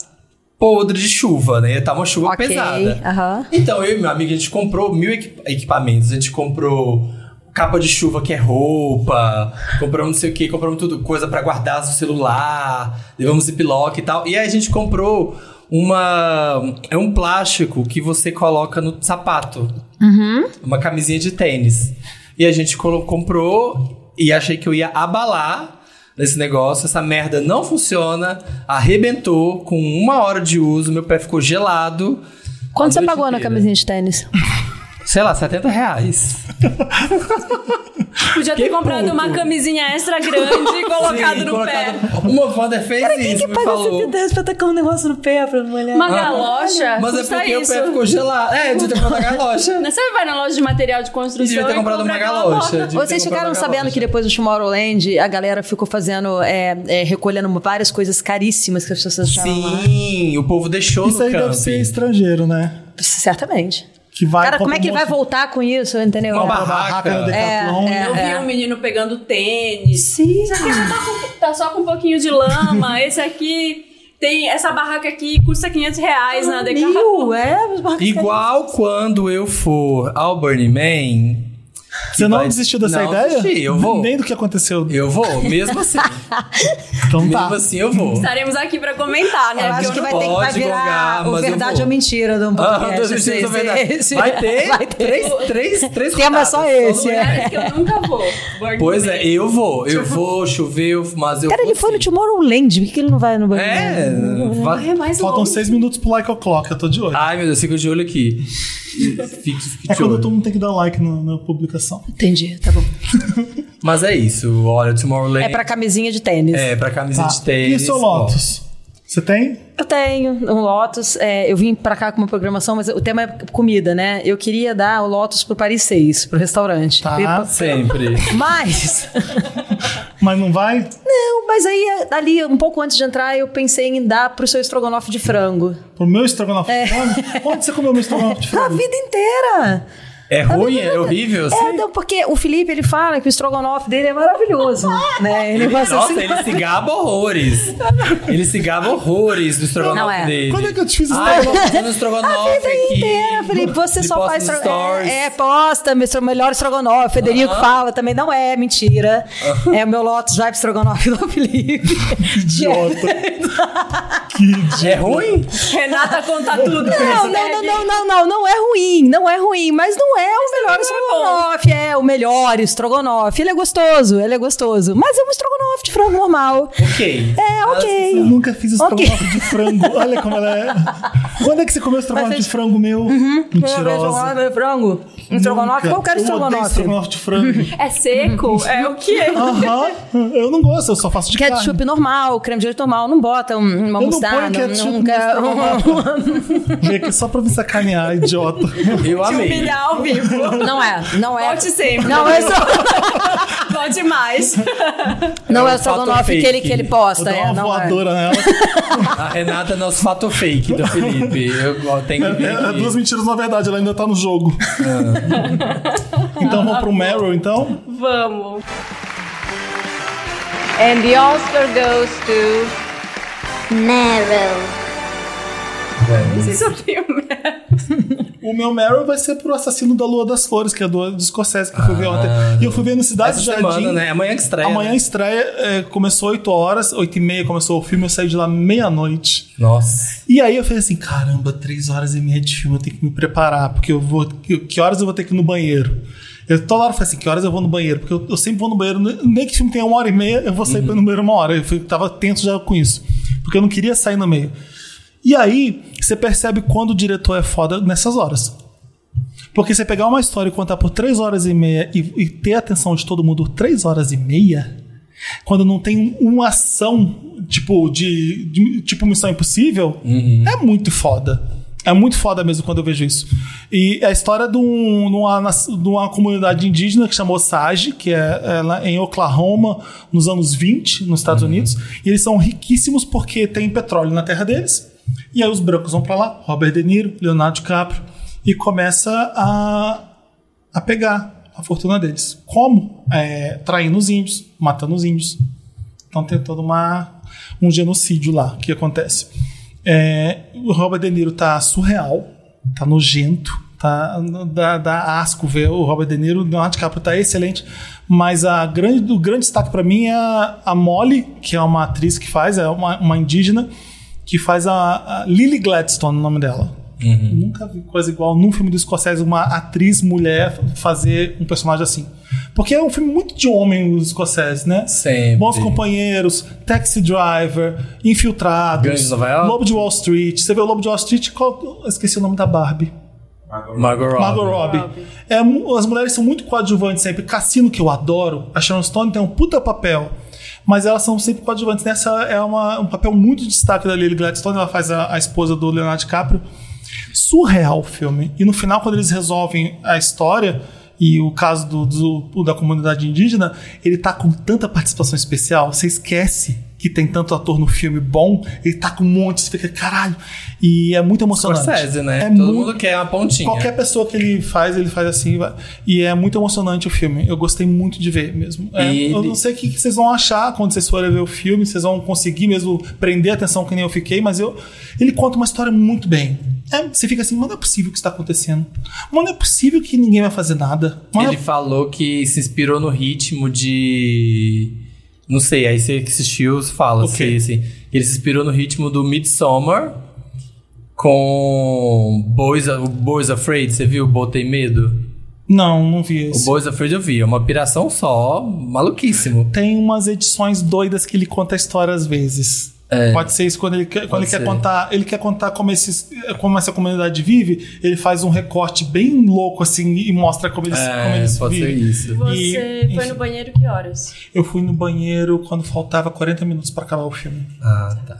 A: podre de chuva, né? Ia estar uma chuva
E: Ok,
A: pesada.
E: aham.
A: Então, eu e meu amigo, a gente comprou mil equi- equipamentos. A gente comprou capa de chuva, que é roupa. Compramos não sei o que, compramos tudo. Coisa pra guardar o celular. Levamos ziplock e tal. E aí a gente comprou uma... É um plástico que você coloca no sapato. Uma camisinha de tênis. E a gente colo- comprou e achei que eu ia abalar nesse negócio. Essa merda não funciona. Arrebentou com uma hora de uso. Meu pé ficou gelado.
E: Quanto
A: A
E: você
A: noite
E: pagou na
A: inteira.
E: camisinha de tênis?
A: Sei lá, 70 reais.
B: Podia ter
A: Fiquei
B: comprado
A: puto.
B: uma camisinha extra grande e colocado
A: Sim,
B: no pé.
A: colocado- Uma Wander fez isso, me falou.
E: reais pra tacar um negócio no pé pra não olhar?
B: Uma galocha.
A: Mas é
B: custa
A: porque
B: isso.
A: o pé ficou gelado. É, eu devia ter comprado uma galocha.
B: Não, Você vai na loja de material de construção.
A: Eu devia ter
B: e
A: comprado uma
B: compra aquela
A: galocha.
B: bota.
A: devia ter comprado
E: Vocês ficaram
A: uma
E: sabendo
A: galocha.
E: que depois do Tomorrowland a galera ficou fazendo, é, é, recolhendo várias coisas caríssimas que as pessoas achavam lá?
A: Sim, o povo deixou
D: Isso
A: no
D: aí deve
A: camping.
D: ser estrangeiro, né?
E: Certamente.
D: Que vai,
E: Cara, como
D: compra
E: é que
D: um
E: ele vai
D: monte-
E: voltar com isso, entendeu?
A: Uma
D: Compra barraca no Decathlon.
E: É,
B: Eu vi um menino pegando tênis.
E: Sim.
B: Esse aqui só tá, com- tá só com um pouquinho de lama. Esse aqui tem essa barraca aqui custa 500 reais
E: Ah,
B: na Decathlon.
E: Mil, é, os barracos
A: Igual quando eu for ao Burning Man,
D: Você não
A: Vai-
D: desistiu dessa
A: Não,
D: ideia?
A: desisti, eu vou.
D: Nem do que aconteceu.
A: eu vou, mesmo assim.
D: Então
A: mesmo
D: tá.
A: assim eu vou.
B: Estaremos aqui pra comentar, né?
E: Eu acho
B: Porque
E: que
B: eu
E: vai
B: não-
E: ter que vai
A: é, pode
E: virar
A: gongar,
E: o
A: mas eu
E: verdade
A: vou.
E: ou mentira de um
A: Ah,
E: podcast.
A: dois vestidos,
E: esse-
A: é verdade.
E: esse-
A: Vai ter,
E: vai ter.
A: três, três, três
E: Tema só
A: rodadas,
E: esse,
A: todo
E: é.
A: mundo-
B: lugares que eu nunca vou. Burning
A: Pois
B: Man.
A: é, eu vou, eu
E: Tipo-
A: vou, choveu, mas eu
E: Cara,
A: vou
E: ele foi no
A: sim.
E: Tomorrowland, por que que ele não vai no banheiro?
A: É, vai-
B: É mais
D: Faltam
B: longe.
D: seis minutos pro like o'clock, eu tô de olho.
A: Ai, meu Deus, fica de olho aqui. Fica, fica
D: é
A: Ah, de
D: quando todo
A: olho.
D: mundo tem que dar like no- na publicação.
E: Entendi, tá bom.
A: Mas é isso, olha, Tomorrowland...
E: É pra camisinha de tênis.
A: É, pra camisa
D: Tá.
A: de tênis.
D: E seu
A: ó.
D: Lotus? Você tem?
E: Eu tenho um Lotus. é, eu vim pra cá com uma programação, mas o tema é comida, né? Eu queria dar o Lotus pro Paris 6, pro restaurante.
D: Tá.
A: Sempre.
E: Mas,
D: Mas não vai?
E: não, mas aí ali, um pouco antes de entrar, eu pensei em dar pro seu estrogonofe de frango.
D: Pro meu estrogonofe de frango? Onde você comeu meu estrogonofe de
E: A
D: frango?
E: vida inteira!
A: É ruim, é horrível,
E: Tá É,
A: assim.
E: não, porque o Felipe, ele fala que o estrogonofe dele é maravilhoso, né? Ele gosta
A: Nossa,
E: assim...
A: ele se gaba horrores. Ele se gaba horrores do estrogonofe
E: Não é.
A: dele.
D: Quando é que eu te fiz
A: Ah, eu tô
D: estrogonofe?
A: fazendo estrogonofe
E: A vida
A: aqui.
E: inteira, Felipe, você
A: Ele
E: só
A: posta
E: faz
A: nos
E: estrogonofe.
A: stories.
E: É, é, posta, meu estro- melhor estrogonofe. Federico fala também, não é, mentira. É, o meu Lotus vai pro estrogonofe do Felipe.
D: Idiota. que idiota.
A: É ruim?
B: Renata conta tudo.
E: Não, não, não, não, não, não, não é ruim, não é ruim, mas não é o
B: também
E: melhor
B: não é bom.
E: estrogonofe, é o melhor estrogonofe. Ele é gostoso, ele é gostoso, mas é um estrogonofe de frango normal.
A: Ok.
E: É, ok.
D: Eu nunca fiz
E: Ok.
D: estrogonofe de frango. Olha como ela é. Quando é que você comeu estrogonofe de frango meu? Mentirosa.
E: um Estrogonofe de frango. Estrogonofe,
D: Nunca.
E: qual que era
D: Eu odeio
E: estrogonofe?
D: estrogonofe de frango.
B: É seco? É o quê?
D: Aham. Eu não gosto, eu só faço de carne.
E: Ketchup normal, creme de leite normal, não bota um- uma
D: Eu não
E: mostarda,
D: ponho ketchup
E: nunca.
D: no estrogonofe. Vem aqui só pra me sacanear, idiota.
A: Eu amei.
B: Humilhar ao vivo.
E: Não é, não é.
B: Volte sempre.
E: Não é só.
B: Volte mais.
E: Não é,
A: um
E: o estrogonofe
A: fato
E: que ele,
A: fake.
E: que ele
D: Vou
E: posta.
D: dar
E: É,
D: uma
E: não é.
D: voadora nela.
A: A Renata é nosso fato fake do Felipe. Eu ó, tenho que ver
D: É, é
A: aqui.
D: duas mentiras na verdade, ela ainda tá no jogo. então vamos pro Meryl, então.
B: Vamos.
F: And the Oscar goes to
G: Meryl.
A: Velho.
B: Isso eu tenho medo.
D: O meu Meryl vai ser pro Assassino da Lua das Flores, que é do, do Scorsese, que eu fui ver ontem. E eu fui ver no
A: Ah.
D: Cidade
A: Essa
D: do Jardim.
A: semana, né? Amanhã que estreia.
D: Amanhã a
A: né?
D: estreia é, começou 8 horas, 8 e meia começou o filme, eu saí de lá meia-noite.
A: Nossa.
D: E aí eu falei assim, caramba, três horas e meia de filme, eu tenho que me preparar, porque eu vou. Que, que horas eu vou ter que ir no banheiro? Eu toda hora eu falei assim, que horas eu vou no banheiro? Porque eu, eu sempre vou no banheiro, ne- nem que o filme tenha uma hora e meia, eu vou sair
A: Uhum.
D: pra ir no banheiro uma hora. Eu fui- tava tenso já com isso. Porque eu não queria sair no meio. E aí, você percebe quando o diretor é foda nessas horas. Porque você pegar uma história e contar por três horas e meia e, e ter a atenção de todo mundo três horas e meia, quando não tem uma ação, tipo, de, de- tipo Missão Impossível, é muito foda. É muito foda mesmo quando eu vejo isso. E é a história de, um- de uma, nas- de uma comunidade indígena que chamou Sage, que é, é lá em Oklahoma, nos anos 20, nos Estados Unidos. E eles são riquíssimos porque tem petróleo na terra deles. E aí os brancos vão pra lá, Robert De Niro, Leonardo DiCaprio, e começa a, a pegar a fortuna deles. Como? É, traindo os índios, matando os índios. Então tem todo uma, um genocídio lá que acontece. É, o Robert De Niro tá surreal, tá nojento, tá, dá, dá asco ver o Robert De Niro, o Leonardo DiCaprio tá excelente, mas a grande, o grande destaque para mim é a, a Molly, que é uma atriz que faz, é uma, uma indígena, que faz a, a Lily Gladstone, o nome dela. Nunca vi coisa igual num filme do Scorsese uma atriz mulher fazer um personagem assim. Porque é um filme muito de homem, os Scorsese, né?
A: Sempre.
D: Bons Companheiros, Taxi Driver, Infiltrados,
A: Gangs de Nova York.
D: Lobo de Wall Street. Você vê o Lobo de Wall Street, qual... eu esqueci o nome da Barbie.
A: Margot Robbie.
D: Margot Robbie. É, mu- as mulheres são muito coadjuvantes sempre. Cassino, que eu adoro, a Sharon Stone tem um puta papel. Mas elas são sempre coadjuvantes. Nessa é uma- um papel muito de destaque da Lily Gladstone. Ela faz a, a esposa do Leonardo DiCaprio. Surreal o filme. E no final, quando eles resolvem a história e o caso do, do- o da comunidade indígena, ele tá com tanta participação especial. Você esquece que tem tanto ator no filme bom. Ele tá com um monte. Você fica, caralho. E é muito emocionante.
A: Scorsese, né?
D: É
A: Todo
D: muito
A: mundo quer uma pontinha.
D: Qualquer pessoa que ele faz, ele faz assim. vai- E é muito emocionante o filme. Eu gostei muito de ver mesmo. É,
A: E
D: Eu
A: ele-
D: não sei o que que vocês vão achar quando vocês forem ver o filme. Vocês vão conseguir mesmo prender a atenção que nem eu fiquei, mas eu... ele conta uma história muito bem. É, você fica assim, mas não é possível que isso está acontecendo. Mas não é possível que ninguém vai fazer nada. Mas não
A: Ele falou que se inspirou no ritmo de. Não sei, aí você que assistiu fala.
D: Ok.
A: Se, assim, ele se inspirou no ritmo do Midsommar com Boys, o Boys Afraid. Você viu? Botei Medo?
D: Não, não vi
A: O
D: esse.
A: Boys Afraid eu vi. É uma piração só, maluquíssimo.
D: Tem umas edições doidas que ele conta a história às vezes.
A: É.
D: Pode ser isso quando ele quer, quando
A: Pode
D: ele quer
A: ser.
D: contar, ele quer contar como, esses, como essa comunidade vive, ele faz um recorte bem louco assim e mostra como eles,
A: É,
D: como eles
A: pode ser
D: vivem.
A: isso.
B: Você
D: E,
B: foi
D: enfim.
B: no banheiro que horas?
D: Eu fui no banheiro quando faltava 40 minutos pra acabar o filme.
A: Ah, tá.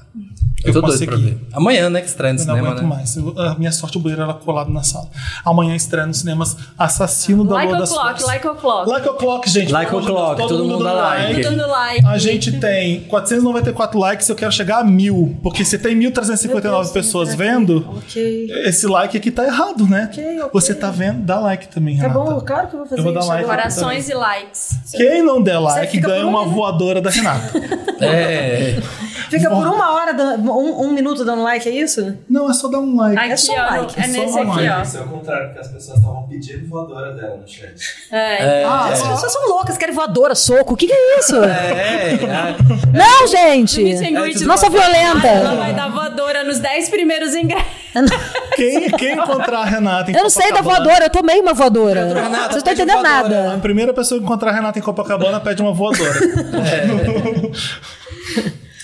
A: Eu,
D: Eu
A: tô doido pra
D: consegui.
A: ver. Amanhã, né? Que estreia no
D: Eu não
A: cinema,
D: aguento
A: né?
D: mais. Eu- a minha sorte, o banheiro era colado na sala. Amanhã estreia nos cinemas Assassino da
B: Like
D: Lua das
B: o'clock,
D: Flores.
B: like o'clock.
D: Like O'Clock, gente.
A: Like
D: Pelo amor de Deus,
A: O'Clock, todo mundo
D: dando
A: dá like.
B: Dando like.
D: A gente tem 494 likes, eu quero chegar a mil. Porque se tem 1.359 pessoas vendo,
E: né? Ok.
D: esse like aqui tá errado, né?
E: Ok, ok.
D: Você tá vendo, dá like também,
E: Tá
D: Renata.
E: bom, claro que eu vou fazer
D: Eu vou dar
E: isso.
D: like.
E: agora.
B: Corações e likes.
D: Quem não der like
E: fica
D: ganha
E: por um
D: uma
E: minuto.
D: voadora da Renata.
A: É.
E: Fica por uma hora, dando- um, um minuto dando like, é isso?
D: não, é só dar um like.
B: Aqui,
E: só
B: ó. é
E: like,
D: é só
B: nesse
D: um
B: aqui,
D: like.
B: ó.
H: Isso é o contrário, que as pessoas estavam pedindo voadora dela no chat.
B: É.
E: As pessoas são loucas, querem voadora, soco. O que, que é isso?
A: É. ah,
E: Não,
B: Meet and
E: gente!
B: greet
E: Não sou
B: do- Ela
E: violenta!
B: vai dar voadora nos 10 primeiros ingressos.
D: Quem, quem encontrar a Renata em
E: Eu não sei da
D: Copacabana-
E: voadora, eu tomei uma voadora.
A: Renata,
E: Vocês não estão
A: pede
E: entendendo
A: voadora.
E: nada.
D: A primeira pessoa que encontrar a Renata em Copacabana pede uma voadora.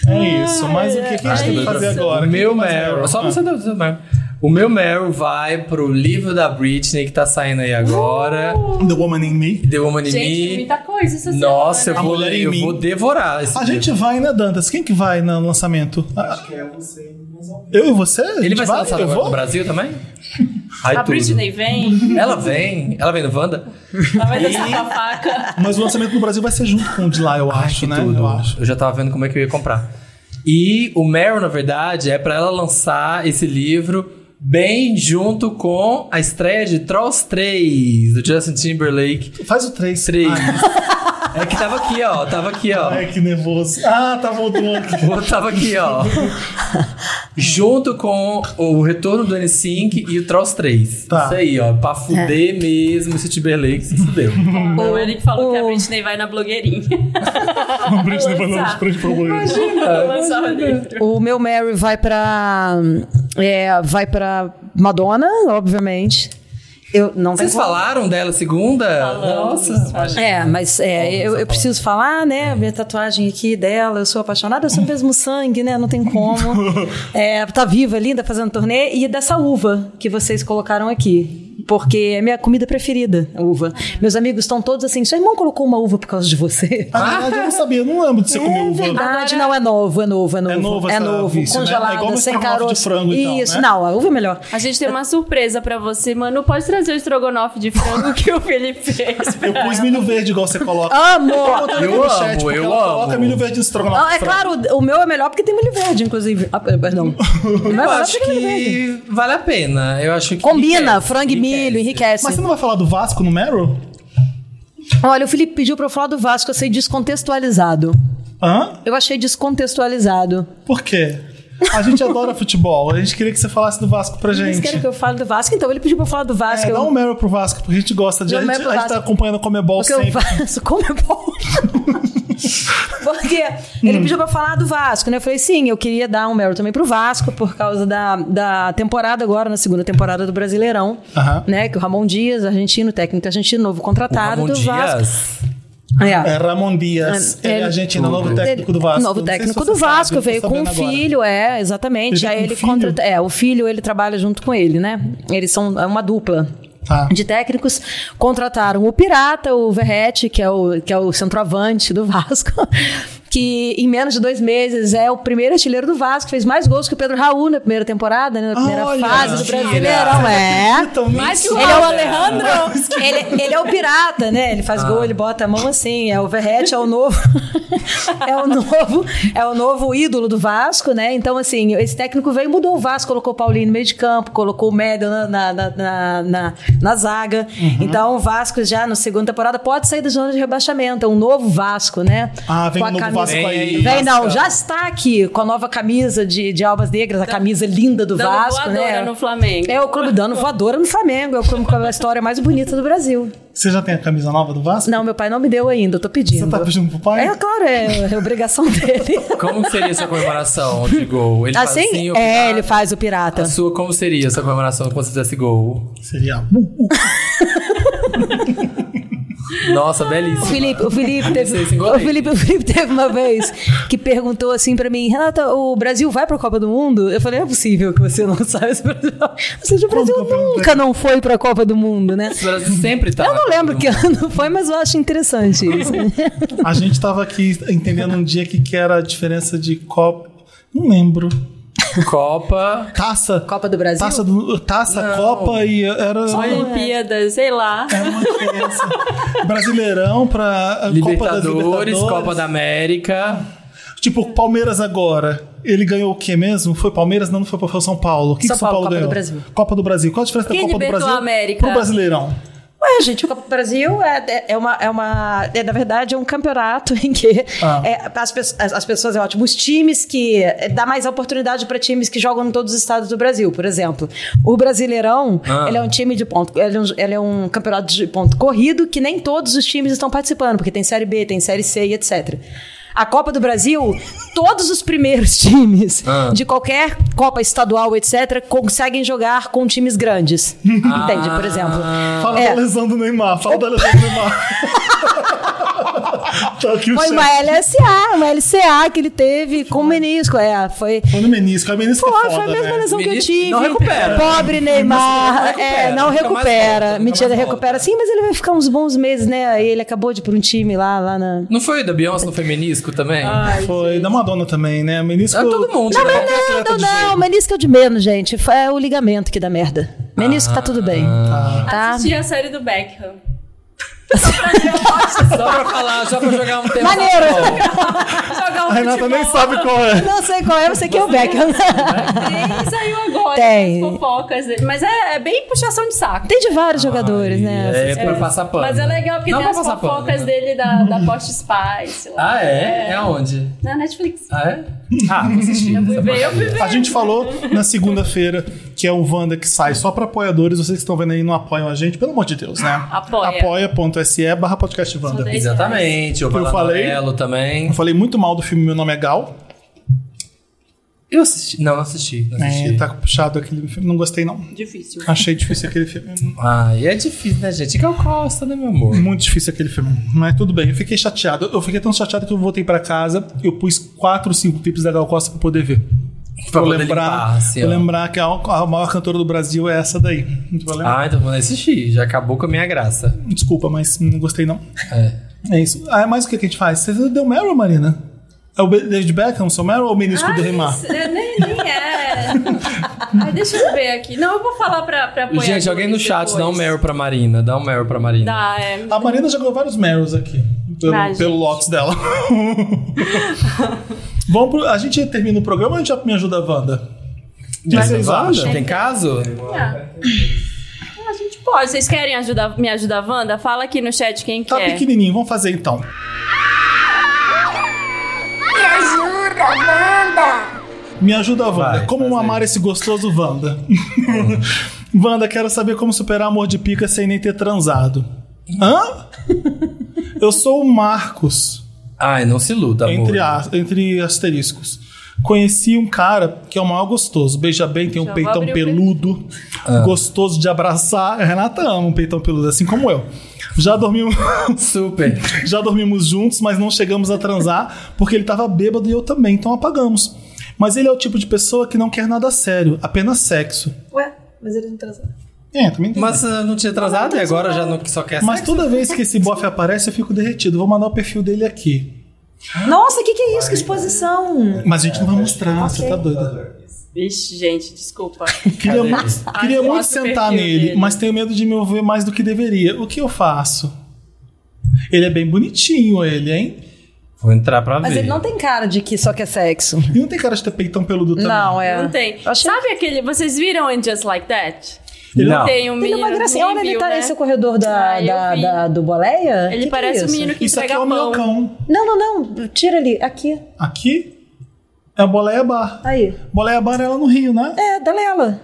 D: é. isso, mas o que, que a gente
B: é
D: tem que
B: isso.
D: fazer agora?
A: O
D: Quem
A: meu
D: tem mais
A: Meryl.
D: Meryl?
A: Só
D: Ah.
A: você do seu Meryl. O meu Meryl vai pro livro da Britney que tá saindo aí agora.
D: The Woman in Me.
A: The Woman in
B: Uh! Gente,
A: Me.
B: muita coisa né? essa
A: Nossa, eu
B: semana.
A: vou,
D: Mulher em
A: eu
D: Mim.
A: vou devorar esse
D: A
A: livro.
D: gente vai, né, Dantas? Quem que vai no lançamento? Ah,
H: Acho que é você e mais alguém.
D: Eu e você? A
A: Ele
D: gente
A: vai ser lançado
D: Eu
A: agora no
D: vou?
A: Brasil também? Ai,
B: A
A: tudo.
B: Britney vem,
A: Ela vem. Ela vem no Wanda?
B: ela vai dançar com a faca.
D: Mas o lançamento no Brasil vai ser junto com o de lá, eu acho,
A: que
D: né?
A: tudo.
D: Eu acho.
A: Eu já tava vendo como é que eu ia comprar. E o Meryl, na verdade, é pra ela lançar esse livro bem junto com a estreia de Trolls 3, do Justin Timberlake.
D: Faz o 3.
A: Três. Ah, É que tava aqui, ó. Tava aqui, ó.
D: Ai, É que nervoso. Ah, tá voltando aqui.
A: Eu Tava aqui, ó. Junto com o retorno do N5 e o Trolls 3.
D: Tá.
A: Isso aí, ó. Pra fuder
E: É.
A: mesmo esse Timberlake, se fudeu.
B: O Eric falou que a
E: o-
B: Britney vai na blogueirinha.
A: um
D: O Britney vai
B: Lançar.
D: lá de frente pra banheiro.
B: Lançar o livro.
E: O Ah, meu Mary vai pra. é, vai pra Madonna, obviamente. Eu não vai
A: Vocês falaram dela segunda?
B: Falamos,
A: Nossa.
B: falamos.
D: Né?
E: É, mas é, eu, eu preciso falar,
D: É.
E: né? Minha tatuagem aqui dela, eu sou apaixonada, eu sou mesmo sangue, né? Não tem como. É, tá viva, linda, fazendo turnê. E dessa uva que vocês colocaram aqui. porque é minha comida preferida, a uva. Meus amigos estão todos assim, seu irmão colocou uma uva por causa de você.
D: Na verdade, eu não sabia, eu não lembro de você comer Ah, uva.
E: Na Hum, verdade, não é novo, é novo, é novo.
D: É novo essa vício, né?
E: congelada,
D: É igual o
E: sem
D: estrogonofe
E: caroço.
D: de frango, então,
E: Isso,
D: né?
E: não, a uva é melhor.
B: A gente tem uma surpresa pra você, mano. Pode trazer o estrogonofe de frango que o Felipe fez. pra-
D: Eu pus milho verde, igual você coloca.
E: Amo!
D: Botando
A: Eu
D: aqui no
A: amo,
D: porque
A: eu
D: ela
A: amo.
D: Coloca milho verde no estrogonofe.
E: Ah, é claro, o meu é melhor porque tem milho verde, inclusive. Ah, perdão. O meu é
A: Eu
E: melhor
A: acho
E: porque tem milho verde.
A: que vale a pena. Eu acho que
E: Combina,
A: enriquece,
E: frango e milho, enriquece.
D: Mas você não vai falar do Vasco no Meryl?
E: Olha, o Felipe pediu pra eu falar do Vasco, eu achei descontextualizado.
D: Hã?
E: Eu achei descontextualizado.
D: Por quê? A gente adora futebol. A gente queria que você falasse do Vasco pra gente.
E: Vocês querem que eu fale do Vasco? Então, ele pediu pra eu falar do Vasco.
D: É, dá
E: eu...
D: um Meryl pro Vasco, porque a gente gosta de.
E: Dá
D: A
E: um
D: gente,
E: Meryl pro
D: a gente tá
E: Vasco.
D: acompanhando o Comebol
E: Porque eu
D: sempre.
E: faço como é bom. Porque
D: Hum.
E: ele pediu pra eu falar do Vasco, né? Eu falei, sim, eu queria dar um Meryl também pro Vasco, por causa da, da temporada agora, na segunda temporada do Brasileirão.
D: Aham.
E: Né? Que o Ramon Dias, argentino, técnico argentino, novo contratado
A: Ramon
E: do Vasco.
A: Dias.
E: É.
D: É Ramon Dias.
E: É,
D: ele é
E: ele-
D: argentino, novo técnico do Vasco.
E: Novo
D: Não sei se
E: técnico
D: você
E: do
D: sabe,
E: Vasco,
D: eu tô
E: veio com um
D: sabendo agora.
E: filho, é, exatamente.
D: Ele veio
E: Aí
D: com
E: ele
D: um filho?
E: contrata- É, o filho ele trabalha junto com ele, né? Eles são é uma dupla.
D: Tá.
E: De técnicos, contrataram o Pirata, o Verrete, que é o, que é o centroavante do Vasco, que em menos de dois meses é o primeiro artilheiro do Vasco, fez mais gols que o Pedro Raul na primeira temporada, né, na primeira
D: Olha,
E: fase do
D: mentira.
E: Brasileirão. É.
D: Então,
B: Mais que o
E: Ele é o
B: Alejandro.
E: Ele, ele é o pirata, né? Ele faz
D: Ah.
E: gol, ele bota a mão assim. É o Verrete, é o novo. é o novo, é o novo ídolo do Vasco, né? Então, assim, esse técnico veio e mudou o Vasco, colocou o Paulinho no meio de campo, colocou o Médio na, na, na, na, na- na zaga.
D: Uhum.
E: Então, o Vasco já na segunda temporada pode sair da zona de rebaixamento. É um novo Vasco, né?
D: Ah, vem
E: Com a
D: o novo
E: camisa-
D: Vasco aí.
E: Vem, não, já está aqui com a nova camisa de, de Albas Negras, a camisa linda do
B: Tá. dando
E: Vasco,
B: voadora
E: né?
B: no Flamengo.
E: É o clube dando voadora no Flamengo. É o clube com a história mais bonita do Brasil.
D: Você já tem a camisa nova do Vasco?
E: Não, meu pai não me deu ainda, eu tô pedindo.
D: Você tá pedindo pro pai?
E: É, claro, é, é obrigação dele.
A: Como que seria essa comemoração de gol? Ele faz assim,
E: Assim,
A: o
E: é,
A: pirata.
E: ele faz o pirata.
A: A sua, como seria essa comemoração quando você fizesse gol?
D: Seria.
A: Nossa,
E: O
A: belíssimo.
E: Felipe, o Felipe
A: Esse- esse
E: teve,
A: goleiro.
E: o Felipe, o Felipe teve uma vez que perguntou assim pra mim, Renata, o Brasil vai pra Copa do Mundo? Eu falei, não é possível que você não saiba se o Brasil. Ou seja, o Brasil
D: que eu perguntei?
E: nunca não foi pra Copa do Mundo, né?
A: O Brasil sempre tá.
E: Eu não lembro que
A: Todo
E: ano foi, mas eu acho interessante isso.
D: A gente tava aqui entendendo um dia que, que era a diferença de copo. Não lembro.
A: mundo. Copa.
D: Taça.
E: Copa do Brasil?
D: Taça, do- taça Copa e era.
B: Olimpíadas, sei lá.
D: É uma diferença. Brasileirão pra eh, Copa das
A: Libertadores,
D: Libertadores.
A: Copa da América.
D: Tipo, Palmeiras agora. Ele ganhou o quê mesmo? Foi Palmeiras? Não, não foi, foi o São Paulo. O que
E: São
D: que São Paulo,
E: Paulo,
D: ganhou?
E: Copa do Brasil.
D: Copa do Brasil. Qual a diferença
B: Quem
D: da Copa do
B: libertou
D: Brasil
B: a América?
D: pro Brasileirão?
E: Ué, gente, o Copa do Brasil é, é- é uma, é uma. É, na verdade, é um campeonato em que
D: Ah.
E: é, as, pe- as- as pessoas, é ótimo, os times que. é, dá mais oportunidade para times que jogam em todos os estados do Brasil, por exemplo. O Brasileirão,
A: Ah.
E: ele é um time de ponto. Ele é um, ele é um campeonato de ponto corrido que nem todos os times estão participando, porque tem Série B, tem Série C e etc. A Copa do Brasil, todos os primeiros times
A: Ah.
E: de qualquer Copa estadual, etc., conseguem jogar com times grandes.
A: Ah.
E: Entende, por exemplo.
D: Fala
E: É.
D: da lesão do Neymar. Fala da lesão do Neymar. tá aqui o
E: Foi
D: chefe.
E: uma é- LSA, uma LCA que ele teve com menisco. É, foi.
D: Foi no menisco. A menisco
E: Pô,
D: é
E: foi
D: foda,
E: a mesma
D: né?
E: lesão que eu
A: Menisco
E: tive.
A: não recupera.
E: Pobre Neymar. é,
A: fica
E: não
A: mais
E: recupera.
A: volta,
E: Mentira,
A: fica mais
E: recupera
A: volta.
E: sim, mas ele vai ficar uns bons meses, né? Aí Ele acabou de ir pra um time lá, lá na.
A: Não foi o da Beyoncé no feminisco também?
B: Ah,
D: Foi da Madonna também, né? Menisco.
A: Ah, todo mundo.
E: Não,
A: né?
E: mas não, não, não. Menisco é o de menos, gente. Foi- É o ligamento que dá merda. Menisco tá tudo bem.
B: Ah.
E: Tá?
B: Assisti a série do Beckham.
A: Só pra falar, só pra jogar um tempo.
E: Maneiro!
B: Jogar um
D: A Renata
B: futebol.
D: nem sabe qual é.
E: Não sei qual é, eu sei que é o Beckham.
B: Tem, saiu agora.
E: Tem.
B: as fofocas dele. Mas é, é bem puxação de saco.
E: Tem de vários jogadores, né?
A: É, pra passar pano.
B: Mas é legal porque
A: Não
B: tem
A: pra
B: as
A: passar pano,
B: fofocas
A: né?
B: dele da, da Post Spice. Lá.
A: Ah, é? É aonde?
B: Na Netflix.
A: Ah, é? Ah, vou assistir.
B: Fui ver, eu fui ver.
D: A gente falou na segunda-feira que é o Wanda que sai só pra apoiadores. Vocês que estão vendo aí não apoiam a gente, pelo amor de Deus, né?
B: Apoia.
D: Apoia.se barra podcast Wanda.
B: dez.
A: Exatamente. O
D: Eu falei?
A: Balanelo também.
D: Eu falei muito mal do filme Meu Nome é Gal.
A: Eu assisti. Não, não assisti. Não assisti.
D: É, tá puxado aquele filme. Não gostei, não.
B: Difícil.
D: Achei difícil aquele filme.
A: Ah, e é difícil, né, gente? Que é o Costa, né, meu amor?
D: Muito difícil aquele filme. Mas tudo bem, eu fiquei chateado. Eu fiquei tão chateado que eu voltei pra casa, eu pus quatro, cinco clipes da Gal Costa pra poder ver.
A: Pra
D: Pra
A: poder
D: lembrar,
A: limpar, assim,
D: pra
A: ó.
D: lembrar que a, a maior cantora do Brasil é essa daí. Pra lembrar.
A: Ah, então vou assistir. Já acabou com a minha graça.
D: Desculpa, mas não gostei não.
A: É.
D: É isso. Ah, mas o que que a gente faz? Você deu Meryl, Marina? É o David Beckham, seu Meryl ou o menisco do Remar?
B: É, Nem, nem é. Ai, deixa eu ver aqui. Não, eu vou falar pra, pra apoiar.
A: Gente, alguém no chat dá um Meryl pra Marina. Dá um Meryl pra Marina.
B: Dá, é.
D: A Marina já ganhou vários Meryls aqui. Pelo,
B: Ah, gente.
D: pelo Lotus dela. Vamos pro, a gente termina o programa ou a gente já me ajuda a Wanda?
A: Tem
D: Vocês
A: caso?
D: acham?
A: Tem caso?
B: Ah, A gente pode. Vocês querem ajudar, me ajudar, Wanda? Fala aqui no chat quem é?
D: Tá
B: quer.
D: pequenininho, vamos fazer então.
G: Me ajuda, Wanda!
D: Me ajuda, Wanda.
A: Vai,
D: como
A: faz aí.
D: amar esse gostoso Wanda? Wanda, quero saber como superar amor de pica sem nem ter transado. Hã? Eu sou o Marcos.
A: Ai, não se luta, amor.
D: entre, as- entre asteriscos. Conheci um cara que é o maior gostoso. Beija bem, tem um
B: Já vou
D: peitão
B: abrir o
D: peludo.
A: Ah.
D: Gostoso de abraçar. A Renata ama um peitão peludo, assim como eu. Já dormimos,
A: Super.
D: já dormimos juntos, mas não chegamos a transar porque ele tava bêbado e eu também, então apagamos. Mas ele é o tipo de pessoa que não quer nada sério, apenas sexo.
I: Ué, mas eles não transam.
D: É, também entendi.
A: Mas ah, não tinha transado e agora já não só quer
D: Mas
A: sexo?
D: toda vez que esse bofe aparece, eu fico derretido. Vou mandar o perfil dele aqui.
I: Nossa, o que, que é isso? Que exposição!
D: Mas a gente não vai mostrar, você tá doida.
B: Vixe, gente, desculpa.
D: Queria
A: Cadê
D: muito,
B: ele?
D: queria
B: Ah, eu
D: muito
B: gosto do
D: sentar
B: perfil
D: nele,
B: dele.
D: mas tenho medo de me ouvir mais do que deveria. O que eu faço? Ele é bem bonitinho, ele, hein?
A: Vou entrar pra
E: Mas
A: ver.
E: ele não tem cara de que só quer sexo.
D: E não tem cara de ter peitão peludo também.
E: Não, é.
B: Não tem.
E: Eu achei-
B: Sabe aquele. Vocês viram em Just Like That?
D: Ele
A: Não.
B: Tem um
E: Ele é
B: menino.
E: uma gracinha. Olha, ele
B: viu,
E: tá
B: né?
E: nesse corredor da,
B: Ah, eu
E: da,
B: vi.
E: da- do Boleia? Que
B: Ele
E: que
B: parece
E: é
B: um
E: isso?
B: menino que
D: Isso aqui
B: entrega
D: é
B: a
D: o meu
B: mão.
D: cão.
E: Não, não, não. Tira ali. Aqui.
D: Aqui é a Boleia Bar.
E: Aí.
D: Boleia Bar é lá no Rio, né?
E: É, Dalela.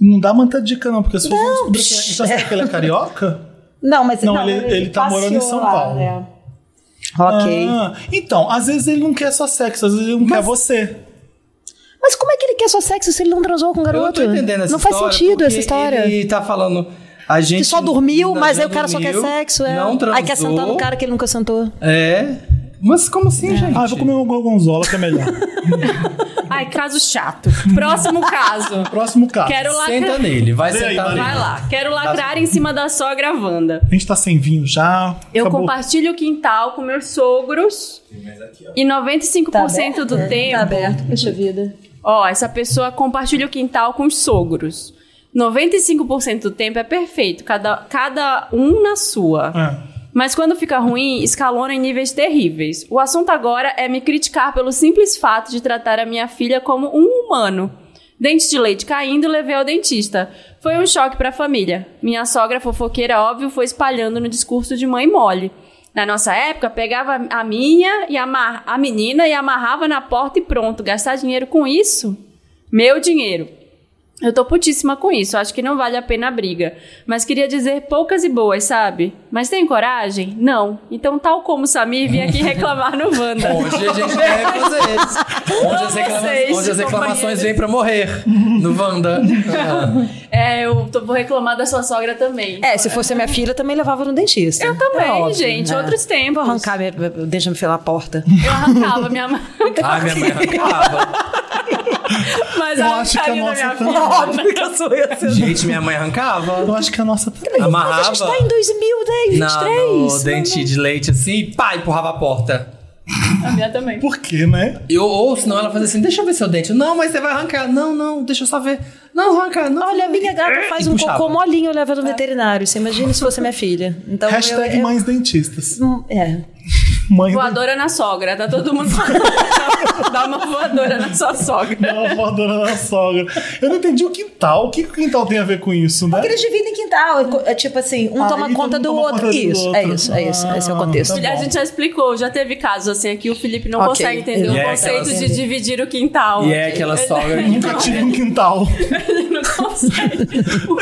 D: Não dá muita dica, não, porque as pessoas vão descobrir que já sabe que ele é carioca.
E: Não, mas
D: Não, ele- ele tá
E: passeou
D: morando em São
E: lá,
D: Paulo.
E: né? Ok.
D: Ah, então, às vezes ele não quer só sexo, às vezes ele não quer você.
E: Mas como é que ele quer só sexo se ele não transou com o
A: Eu não
E: garoto?
A: tô entendendo essa
E: não faz
A: história,
E: sentido essa
A: porque
E: história.
A: Ele tá falando. A gente
E: Que só dormiu,
A: não-
E: mas
A: já
E: aí o cara só quer
A: dormiu,
E: sexo. É.
A: Não transou.
E: aí quer sentar no cara É. que ele nunca sentou.
A: É. Mas como assim, gente?
D: Ah, eu vou comer um gorgonzola que é melhor.
B: Ai, caso chato. Próximo caso.
D: Próximo caso.
B: Quero lá.
A: Senta nele, vai
D: Vem aí,
A: sentar
D: Marina.
A: nele.
B: Vai lá. Quero lacrar em cima da sogra Wanda.
D: A gente tá sem vinho já.
B: Eu
D: acabou.
B: compartilho o quintal com meus sogros. E 95% do tempo.
E: Tá aberto, poxa vida.
B: Ó, essa pessoa compartilha o quintal com os sogros. 95% do tempo é perfeito, cada, cada um na sua.
D: É.
B: Mas quando fica ruim, escalona em níveis terríveis. O assunto agora é me criticar pelo simples fato de tratar a minha filha como um humano. Dente de leite caindo, levei ao dentista. Foi um choque para a família. Minha sogra fofoqueira, óbvio, foi espalhando no discurso de mãe mole. Na nossa época, pegava a minha e amar a menina e amarrava na porta e pronto. Gastar dinheiro com isso? Meu dinheiro. Eu tô putíssima com isso, acho que não vale a pena a briga. Mas queria dizer poucas e boas, sabe? Mas tem coragem? Não. Então, tal como o Samir, vim aqui reclamar no Wanda.
A: Onde a gente deve fazer isso. Onde as, reclama-
B: Vocês,
A: onde as reclamações
B: companheiros.
A: vêm pra morrer. No Wanda.
E: Uhum.
A: Ah,
B: É, eu tô- vou reclamar da sua sogra também.
E: É, se fosse a minha filha, também levava no dentista.
B: Eu também,
E: É óbvio,
B: gente.
E: né?
B: Outros
E: Vou
B: tempos.
E: arrancar, minha- deixa-me filar a porta.
B: Eu arrancava minha mãe.
A: Ai, Ah, minha mãe arrancava.
B: Mas
D: Eu
B: eu
D: acho que a
B: arrancaria da
D: nossa
B: minha
D: tá-
B: filha.
E: Óbvio que eu sou esse.
A: Gente, minha mãe arrancava.
D: Eu acho que a nossa também.
E: Mas a
A: Amarrava.
E: gente tá em 2010,
A: na-
E: 23.
A: no dente de leite assim e pá, empurrava a porta.
B: A minha também.
D: Por quê, né?
A: Eu, ou senão ela fazia assim, deixa eu ver seu dente. Não, mas você vai arrancar. Não, não, deixa eu só ver. Não, arrancar, não.
E: Olha, a minha gata
D: É,
E: faz um
A: puxava.
E: cocô molinho e leva no veterinário. Você imagina se fosse minha filha. Então, eu-
D: Hashtag
E: eu-
D: mães dentistas.
E: Hum, É.
D: Mãe
B: Voadora na sogra, tá todo mundo falando. Dá uma voadora na sua sogra.
D: dentistas. voadora na sogra. Eu não entendi o quintal. O que que o quintal tem a ver com isso, né?
E: Porque eles dividem quintal. é co- É tipo assim, um
D: Ah,
E: toma
D: ele
E: conta
D: todo
E: do
D: toma
E: outro.
D: conta do
E: isso, é
D: outro.
E: isso, é isso. Esse é o
D: Ah,
E: contexto.
D: tá
B: A gente já explicou, já teve casos assim aqui, o Felipe não
E: Ok.
B: consegue entender
E: E
B: o
A: é
B: conceito
A: aquela-
B: de dividir o quintal.
A: E é aquela sogra que
D: Nunca tive um quintal.
B: Ele não consegue.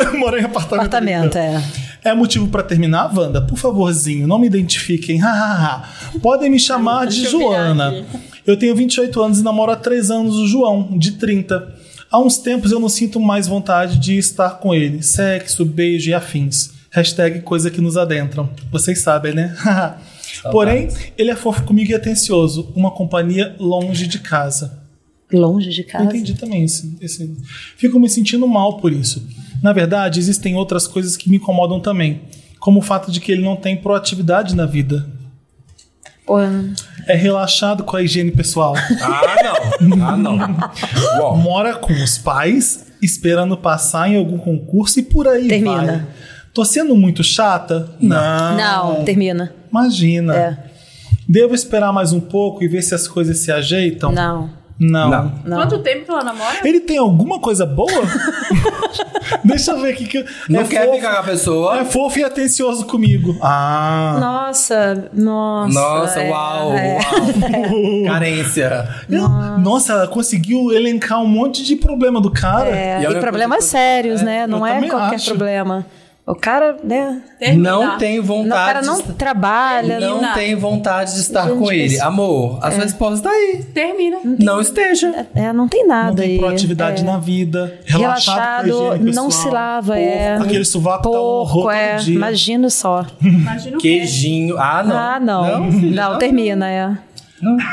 D: Eu morei em apartamento.
E: Apartamento, é.
D: É motivo pra terminar, Wanda? Por favorzinho, não me identifiquem. Ha, ha, ha. Podem me chamar de
B: Deixa eu virar
D: Joana. Eu tenho 28 anos e namoro há 3 anos o João, de 30. Há uns tempos eu não sinto mais vontade de estar com ele. Sexo, beijo e afins. Hashtag coisa que nos adentram. Vocês sabem, né? Porém, ele é fofo comigo e atencioso. Uma companhia longe de casa.
E: longe de
D: Eu
E: casa.
D: entendi também esse, esse- Fico me sentindo mal por isso. Na verdade, existem outras coisas que me incomodam também. Como o fato de que ele não tem proatividade na vida.
I: Pô, eu não-
D: É relaxado com a higiene pessoal.
A: Ah, não. Ah, não. Uau.
D: Mora com os pais, esperando passar em algum concurso e por aí
E: Termina.
D: vai. Tô sendo muito chata? Não.
E: Não, termina.
D: Imagina.
E: É.
D: Devo esperar mais um pouco e ver se as coisas se ajeitam?
E: Não.
D: Não.
A: Não.
E: Não.
B: Quanto tempo que ela namora?
D: Ele tem alguma coisa boa? Deixa eu ver aqui que eu-
A: Não
D: é
A: quer
D: fofo,
A: ficar com a pessoa?
D: É fofo e atencioso comigo. Ah.
E: Nossa, nossa.
A: Nossa,
E: é,
A: uau,
E: é.
A: uau. Carência.
D: Eu- Nossa. ela conseguiu elencar um monte de problema do cara.
E: É,
A: E
E: e
A: olha
E: problemas
A: quanto-
E: sérios, né?
D: eu
E: Não é
D: também
E: qualquer
D: acho.
E: problema. O cara, né?
B: Terminar.
A: Não tem
E: Não, o cara
A: vontade.
E: não
A: de-
E: trabalha,
A: Um não
E: não,
B: Nada.
A: tem vontade de estar com ele.
E: isso-
A: Amor, a sua esposa tá aí.
B: Termina.
A: Não esteja.
E: é, não tem nada
D: Não tem
E: aí.
D: proatividade
E: É.
D: na vida. Relaxado,
E: Relaxado,
D: com a higiene
E: não
D: pessoal.
E: se lava,
D: Porco,
E: é.
D: Aquele sovaco tá um
E: Porco,
D: horror
E: é.
D: todo dia.
E: Imagina só.
B: Imagina o quê?
A: Queijinho. Ah, não.
E: Ah, não. Não,
A: filho,
E: termina, é.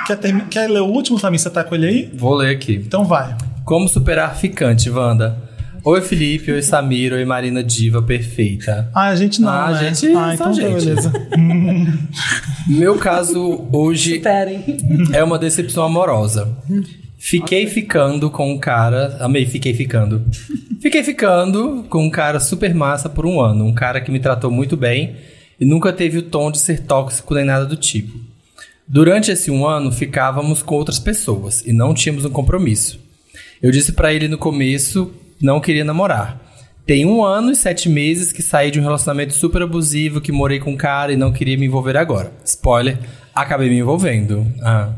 D: Quer, termi- quer ler o último, Samir? Você tá com ele aí?
A: Vou ler aqui.
D: Então vai.
A: Como superar ficante, Wanda? Oi, Felipe. Oi, Samir. Oi, Marina Diva Perfeita.
D: Ah, a gente não,
A: Ah, a
D: né?
A: gente-
D: Ah, então
A: só
D: tá,
A: gente.
D: beleza.
A: Meu caso hoje
E: Esperem.
A: é uma decepção amorosa. Fiquei ficando com um cara. Amei, fiquei ficando. Fiquei ficando com um cara super massa por um ano. Um cara que me tratou muito bem e nunca teve o tom de ser tóxico nem nada do tipo. Durante esse um ano, ficávamos com outras pessoas e não tínhamos um compromisso. Eu disse pra ele no começo, não queria namorar. Tem um ano e sete meses que saí de um relacionamento super abusivo, que morei com um cara e não queria me envolver agora. Spoiler, acabei me envolvendo. Ah.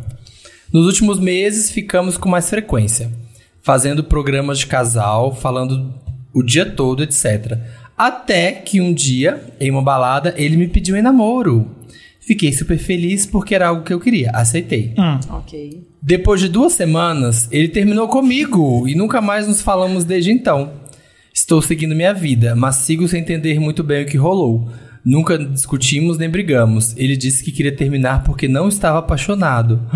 A: Nos últimos meses, ficamos com mais frequência, fazendo programas de casal, falando o dia todo, etc. Até que um dia, em uma balada, ele me pediu em namoro. Fiquei super feliz porque era algo que eu queria. Aceitei.
E: Ok.
A: Depois de duas semanas, ele terminou comigo e nunca mais nos falamos desde então. Estou seguindo minha vida, mas sigo sem entender muito bem o que rolou. Nunca discutimos nem brigamos. Ele disse que queria terminar porque não estava apaixonado.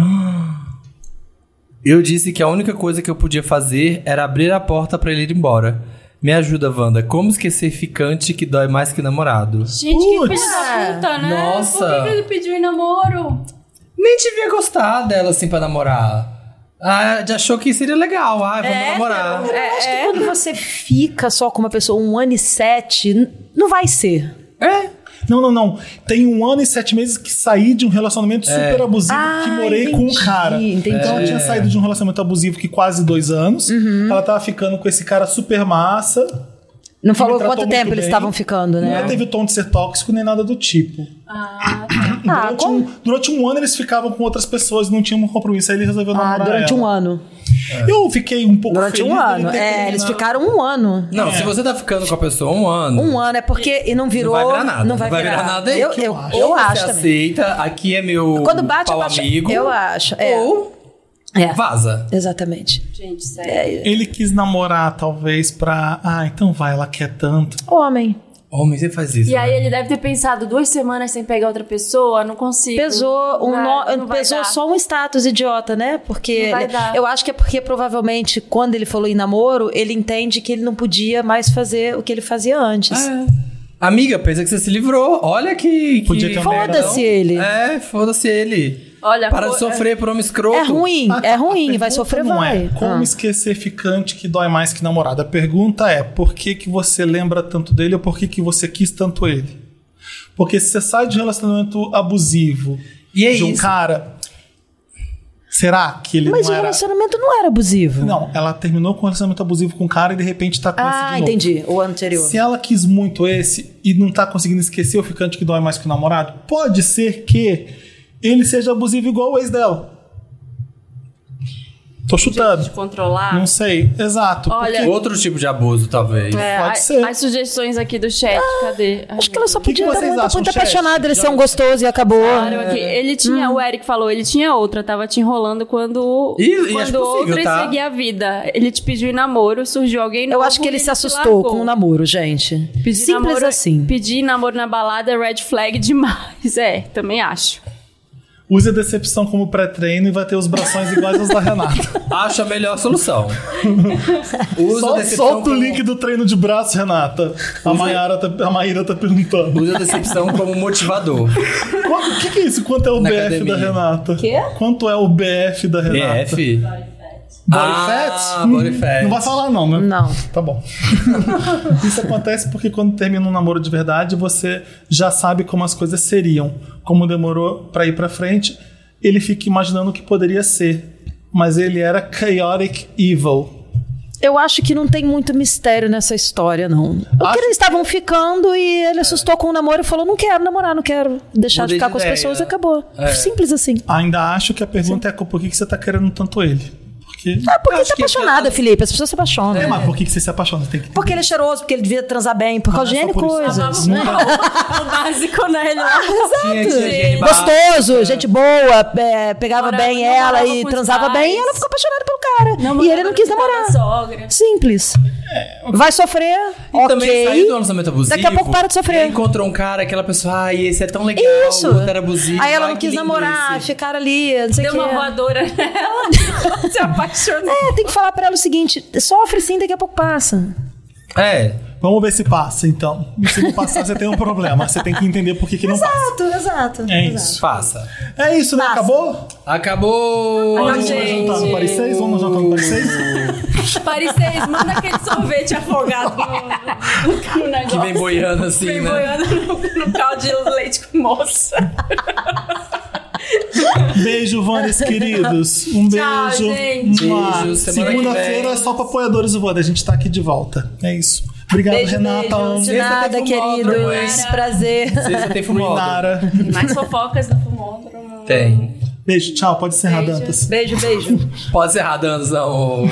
A: Eu disse que a única coisa que eu podia fazer era abrir a porta para ele ir embora. Me ajuda, Wanda. Como esquecer ficante que dói mais que namorado?
B: Gente, que
D: Putz.
B: filho da puta, né?
A: Nossa.
B: Por que que ele pediu em namoro?
A: Nem devia gostar dela assim pra namorar. Ah, já achou que seria legal. Ah, vamos namorar.
E: Eu acho que quando você fica só com uma pessoa um ano e sete, n- não vai ser. É?
D: Não, não, não. Tem um ano e sete meses que saí de um relacionamento super abusivo que morei com um
E: Ah, entendi,
D: cara.
E: entendi.
D: Então ela tinha saído de um relacionamento abusivo que quase dois anos.
E: Uhum.
D: Ela tava ficando com esse cara super massa.
E: Não
D: que
E: falou
D: me tratou
E: quanto
D: muito
E: tempo eles
D: bem.
E: estavam ficando, né?
D: Não teve o tom de ser tóxico nem nada do tipo.
B: Ah,
E: Ah,
D: durante, um, durante um ano eles ficavam com outras pessoas, não tinham um compromisso. Aí ele resolveu
E: Ah,
D: namorar
E: durante
D: ela.
E: um ano.
D: Eu fiquei um pouco
E: Durante
D: feliz
E: um
D: dele
E: ano.
D: ter
E: É, eles
D: terminado.
E: ficaram um ano.
A: Não,
D: É.
A: se você tá ficando com a pessoa um ano.
E: Um ano, é porque. E não virou.
A: vai virar nada,
E: Não vai, virar.
A: nada, é
E: Eu,
A: que
E: eu,
A: ou
E: eu
A: você
E: acho também.
A: aceita, aqui é meu
E: Quando bate,
A: pau
E: bate.
A: amigo.
E: Eu acho. É.
A: Ou
E: É.
A: vaza.
E: Exatamente.
B: gente, sério.
E: É,
D: Ele quis namorar, talvez, pra. Ah, então vai, ela quer tanto.
E: homem.
A: Homem, você faz isso.
B: E aí
A: né?
B: ele deve ter pensado duas semanas sem pegar outra pessoa, não consigo.
E: Pesou,
B: Não
E: um
B: vai-
E: no-
B: não vai
E: pesou
B: dar.
E: só um status idiota, né? Porque
B: Não vai
E: ele-
B: dar.
E: eu acho que é porque provavelmente quando ele falou em namoro, ele entende que ele não podia mais fazer o que ele fazia antes.
D: Ah, é.
A: É. Amiga, pensa que você se livrou. Olha que. que-
D: Podia ter um
E: Foda-se ele.
A: É, foda-se ele.
E: um
B: Olha,
A: Para
B: pô,
A: de sofrer por homem escroto.
E: É ruim,
D: A-
E: é
D: a
E: ruim,
D: pergunta
E: vai sofrer,
D: não
E: vai.
D: É como
E: Ah.
D: esquecer ficante que dói mais que namorado. A pergunta é: por que, que você lembra tanto dele ou por que, que você quis tanto ele? Porque se você sai de um relacionamento abusivo
A: E é
D: de um
A: isso.
D: cara. Será que ele
E: Mas o
D: não era.
E: relacionamento não era abusivo.
D: Não, ela terminou com um relacionamento abusivo com um cara e de repente tá com esse de
E: Ah,
D: novo.
E: entendi. O anterior.
D: Se ela quis muito esse e não tá conseguindo esquecer o ficante que dói mais que o namorado, pode ser que ele seja abusivo igual o ex dela. Tô chutando.
B: de controlar.
D: Não sei. Exato.
B: ah. Olha,
A: Outro tipo de abuso, talvez.
B: é,
D: pode
B: a-
D: ser.
B: As sugestões aqui do chat, cadê?
E: Ah, Acho que ela só
D: O que que
E: podia estar
D: vocês
E: muito,
D: acham,
E: muito
D: chat?
E: apaixonada, eles são gostosos e acabou.
B: Falaram aqui. Ele tinha,
A: Hum.
B: o Eric falou, ele tinha outra, tava te enrolando quando,
A: E- e acho
B: quando
A: possível,
B: outra
A: tá?
B: seguia a vida. Ele te pediu em namoro, surgiu alguém
E: Eu
B: novo
E: acho que ele
B: e
E: se
B: te
E: assustou
B: largou.
E: com o namoro, gente.
B: Pedir
E: Simples
B: namoro-
E: assim.
B: Pedir namoro na balada, red flag demais. É, também É, acho.
D: Use a decepção como pré-treino e vai ter os brações iguais aos da Renata.
A: Acho a melhor solução. Usa a
D: Sol-
A: decepção
D: solta o
A: como-
D: link do treino de braço, Renata. A Mayara tá, a Maíra tá perguntando.
A: Usa a decepção como motivador.
D: Quanto- O que, que é isso? Quanto é o
A: Na
D: BF
A: academia.
D: da Renata?
E: Quê?
D: Quanto é o BF da Renata?
A: BF?
D: Body
A: Ah,
D: fat?
A: body
D: Hum,
A: fat.
D: Não vai falar não, né?
I: Não.
D: Tá bom. Isso acontece porque quando termina um namoro de verdade, você já sabe como as coisas seriam. Como demorou pra ir pra frente, ele fica imaginando o que poderia ser. Mas ele era chaotic evil.
E: Eu acho que não tem muito mistério nessa história, não. Porque
D: Acho-
E: eles estavam ficando e ele assustou com o namoro e falou: não quero namorar, não quero deixar
A: Mudei
E: de ficar
A: de
E: com as
A: ideia.
E: pessoas e acabou.
A: É.
E: Simples assim.
D: Ainda acho que a pergunta é por que que você tá querendo tanto ele? Porque.
E: Ah, por
A: Eu
E: que
A: acho
E: tá
A: que-
E: apaixonada, Felipe? As pessoas se apaixonam.
D: É, mas por que que você se apaixona? Tem que
E: Porque ele é cheiroso, porque ele devia transar bem, por causa de
D: é só
E: N
D: por isso.
E: coisas. né?
B: O básico, né? Ele lá.
A: Tinha que ser higiene básica.
E: Gostoso, gente boa, é, pegava
B: Morava-
E: bem
B: não
E: ela
B: morava
E: e
B: com os
E: transava
B: pais.
E: bem e ela ficou apaixonada pelo cara. e ele não quis
B: namorava
E: namorar.
B: da sogra.
E: Simples. Vai sofrer,
A: E
E: ok.
A: também saiu do relacionamento abusivo.
E: Daqui a pouco para de sofrer.
A: e aí encontrou um cara, aquela pessoa, ai, esse é tão legal,
E: Isso.
A: o outro era abusivo.
E: Aí ela
A: ai,
E: não
A: que
E: quis
A: lindo
E: namorar,
A: esse.
E: ficaram ali, não sei o
B: Deu
E: que.
B: uma voadora nela. Se apaixonou.
E: É, tem que falar pra ela o seguinte, sofre sim, daqui a pouco passa.
A: É.
D: Vamos ver se passa, então. E se não passar, você tem um problema. Você tem que entender por que, que não passa.
E: Exato, exato.
D: É isso.
A: Passa.
D: É isso, né? Acabou?
A: Acabou!
D: Vamos no jantar no Paris 6? Vamos no jantar no Paris 6?
B: Parecer, É, manda aquele sorvete afogado no, no, no negócio.
A: Que vem boiando assim,
B: Vem
A: né?
B: boiando no, no caldo de leite com moça.
D: Beijo, Vandes queridos. Um
B: Tchau,
D: beijo.
B: gente.
D: Mua.
A: Beijo, semana que
D: Segunda-feira
A: vem.
D: é só para apoiadores do Vanda. A gente tá aqui de volta. É isso. Obrigado,
E: Beijo,
D: Renata.
E: beijo. De
A: Sexta
E: nada,
A: tem fumódromo,
E: queridos.
A: hein?
E: Prazer.
A: Sexta tem
D: Um...
A: fumódromo.
D: Nara.
B: Mais fofocas no fumódromo.
A: Tem.
D: Beijo, tchau. Pode encerrar, Dantas.
E: Beijo, beijo.
A: Pode encerrar, Danzão.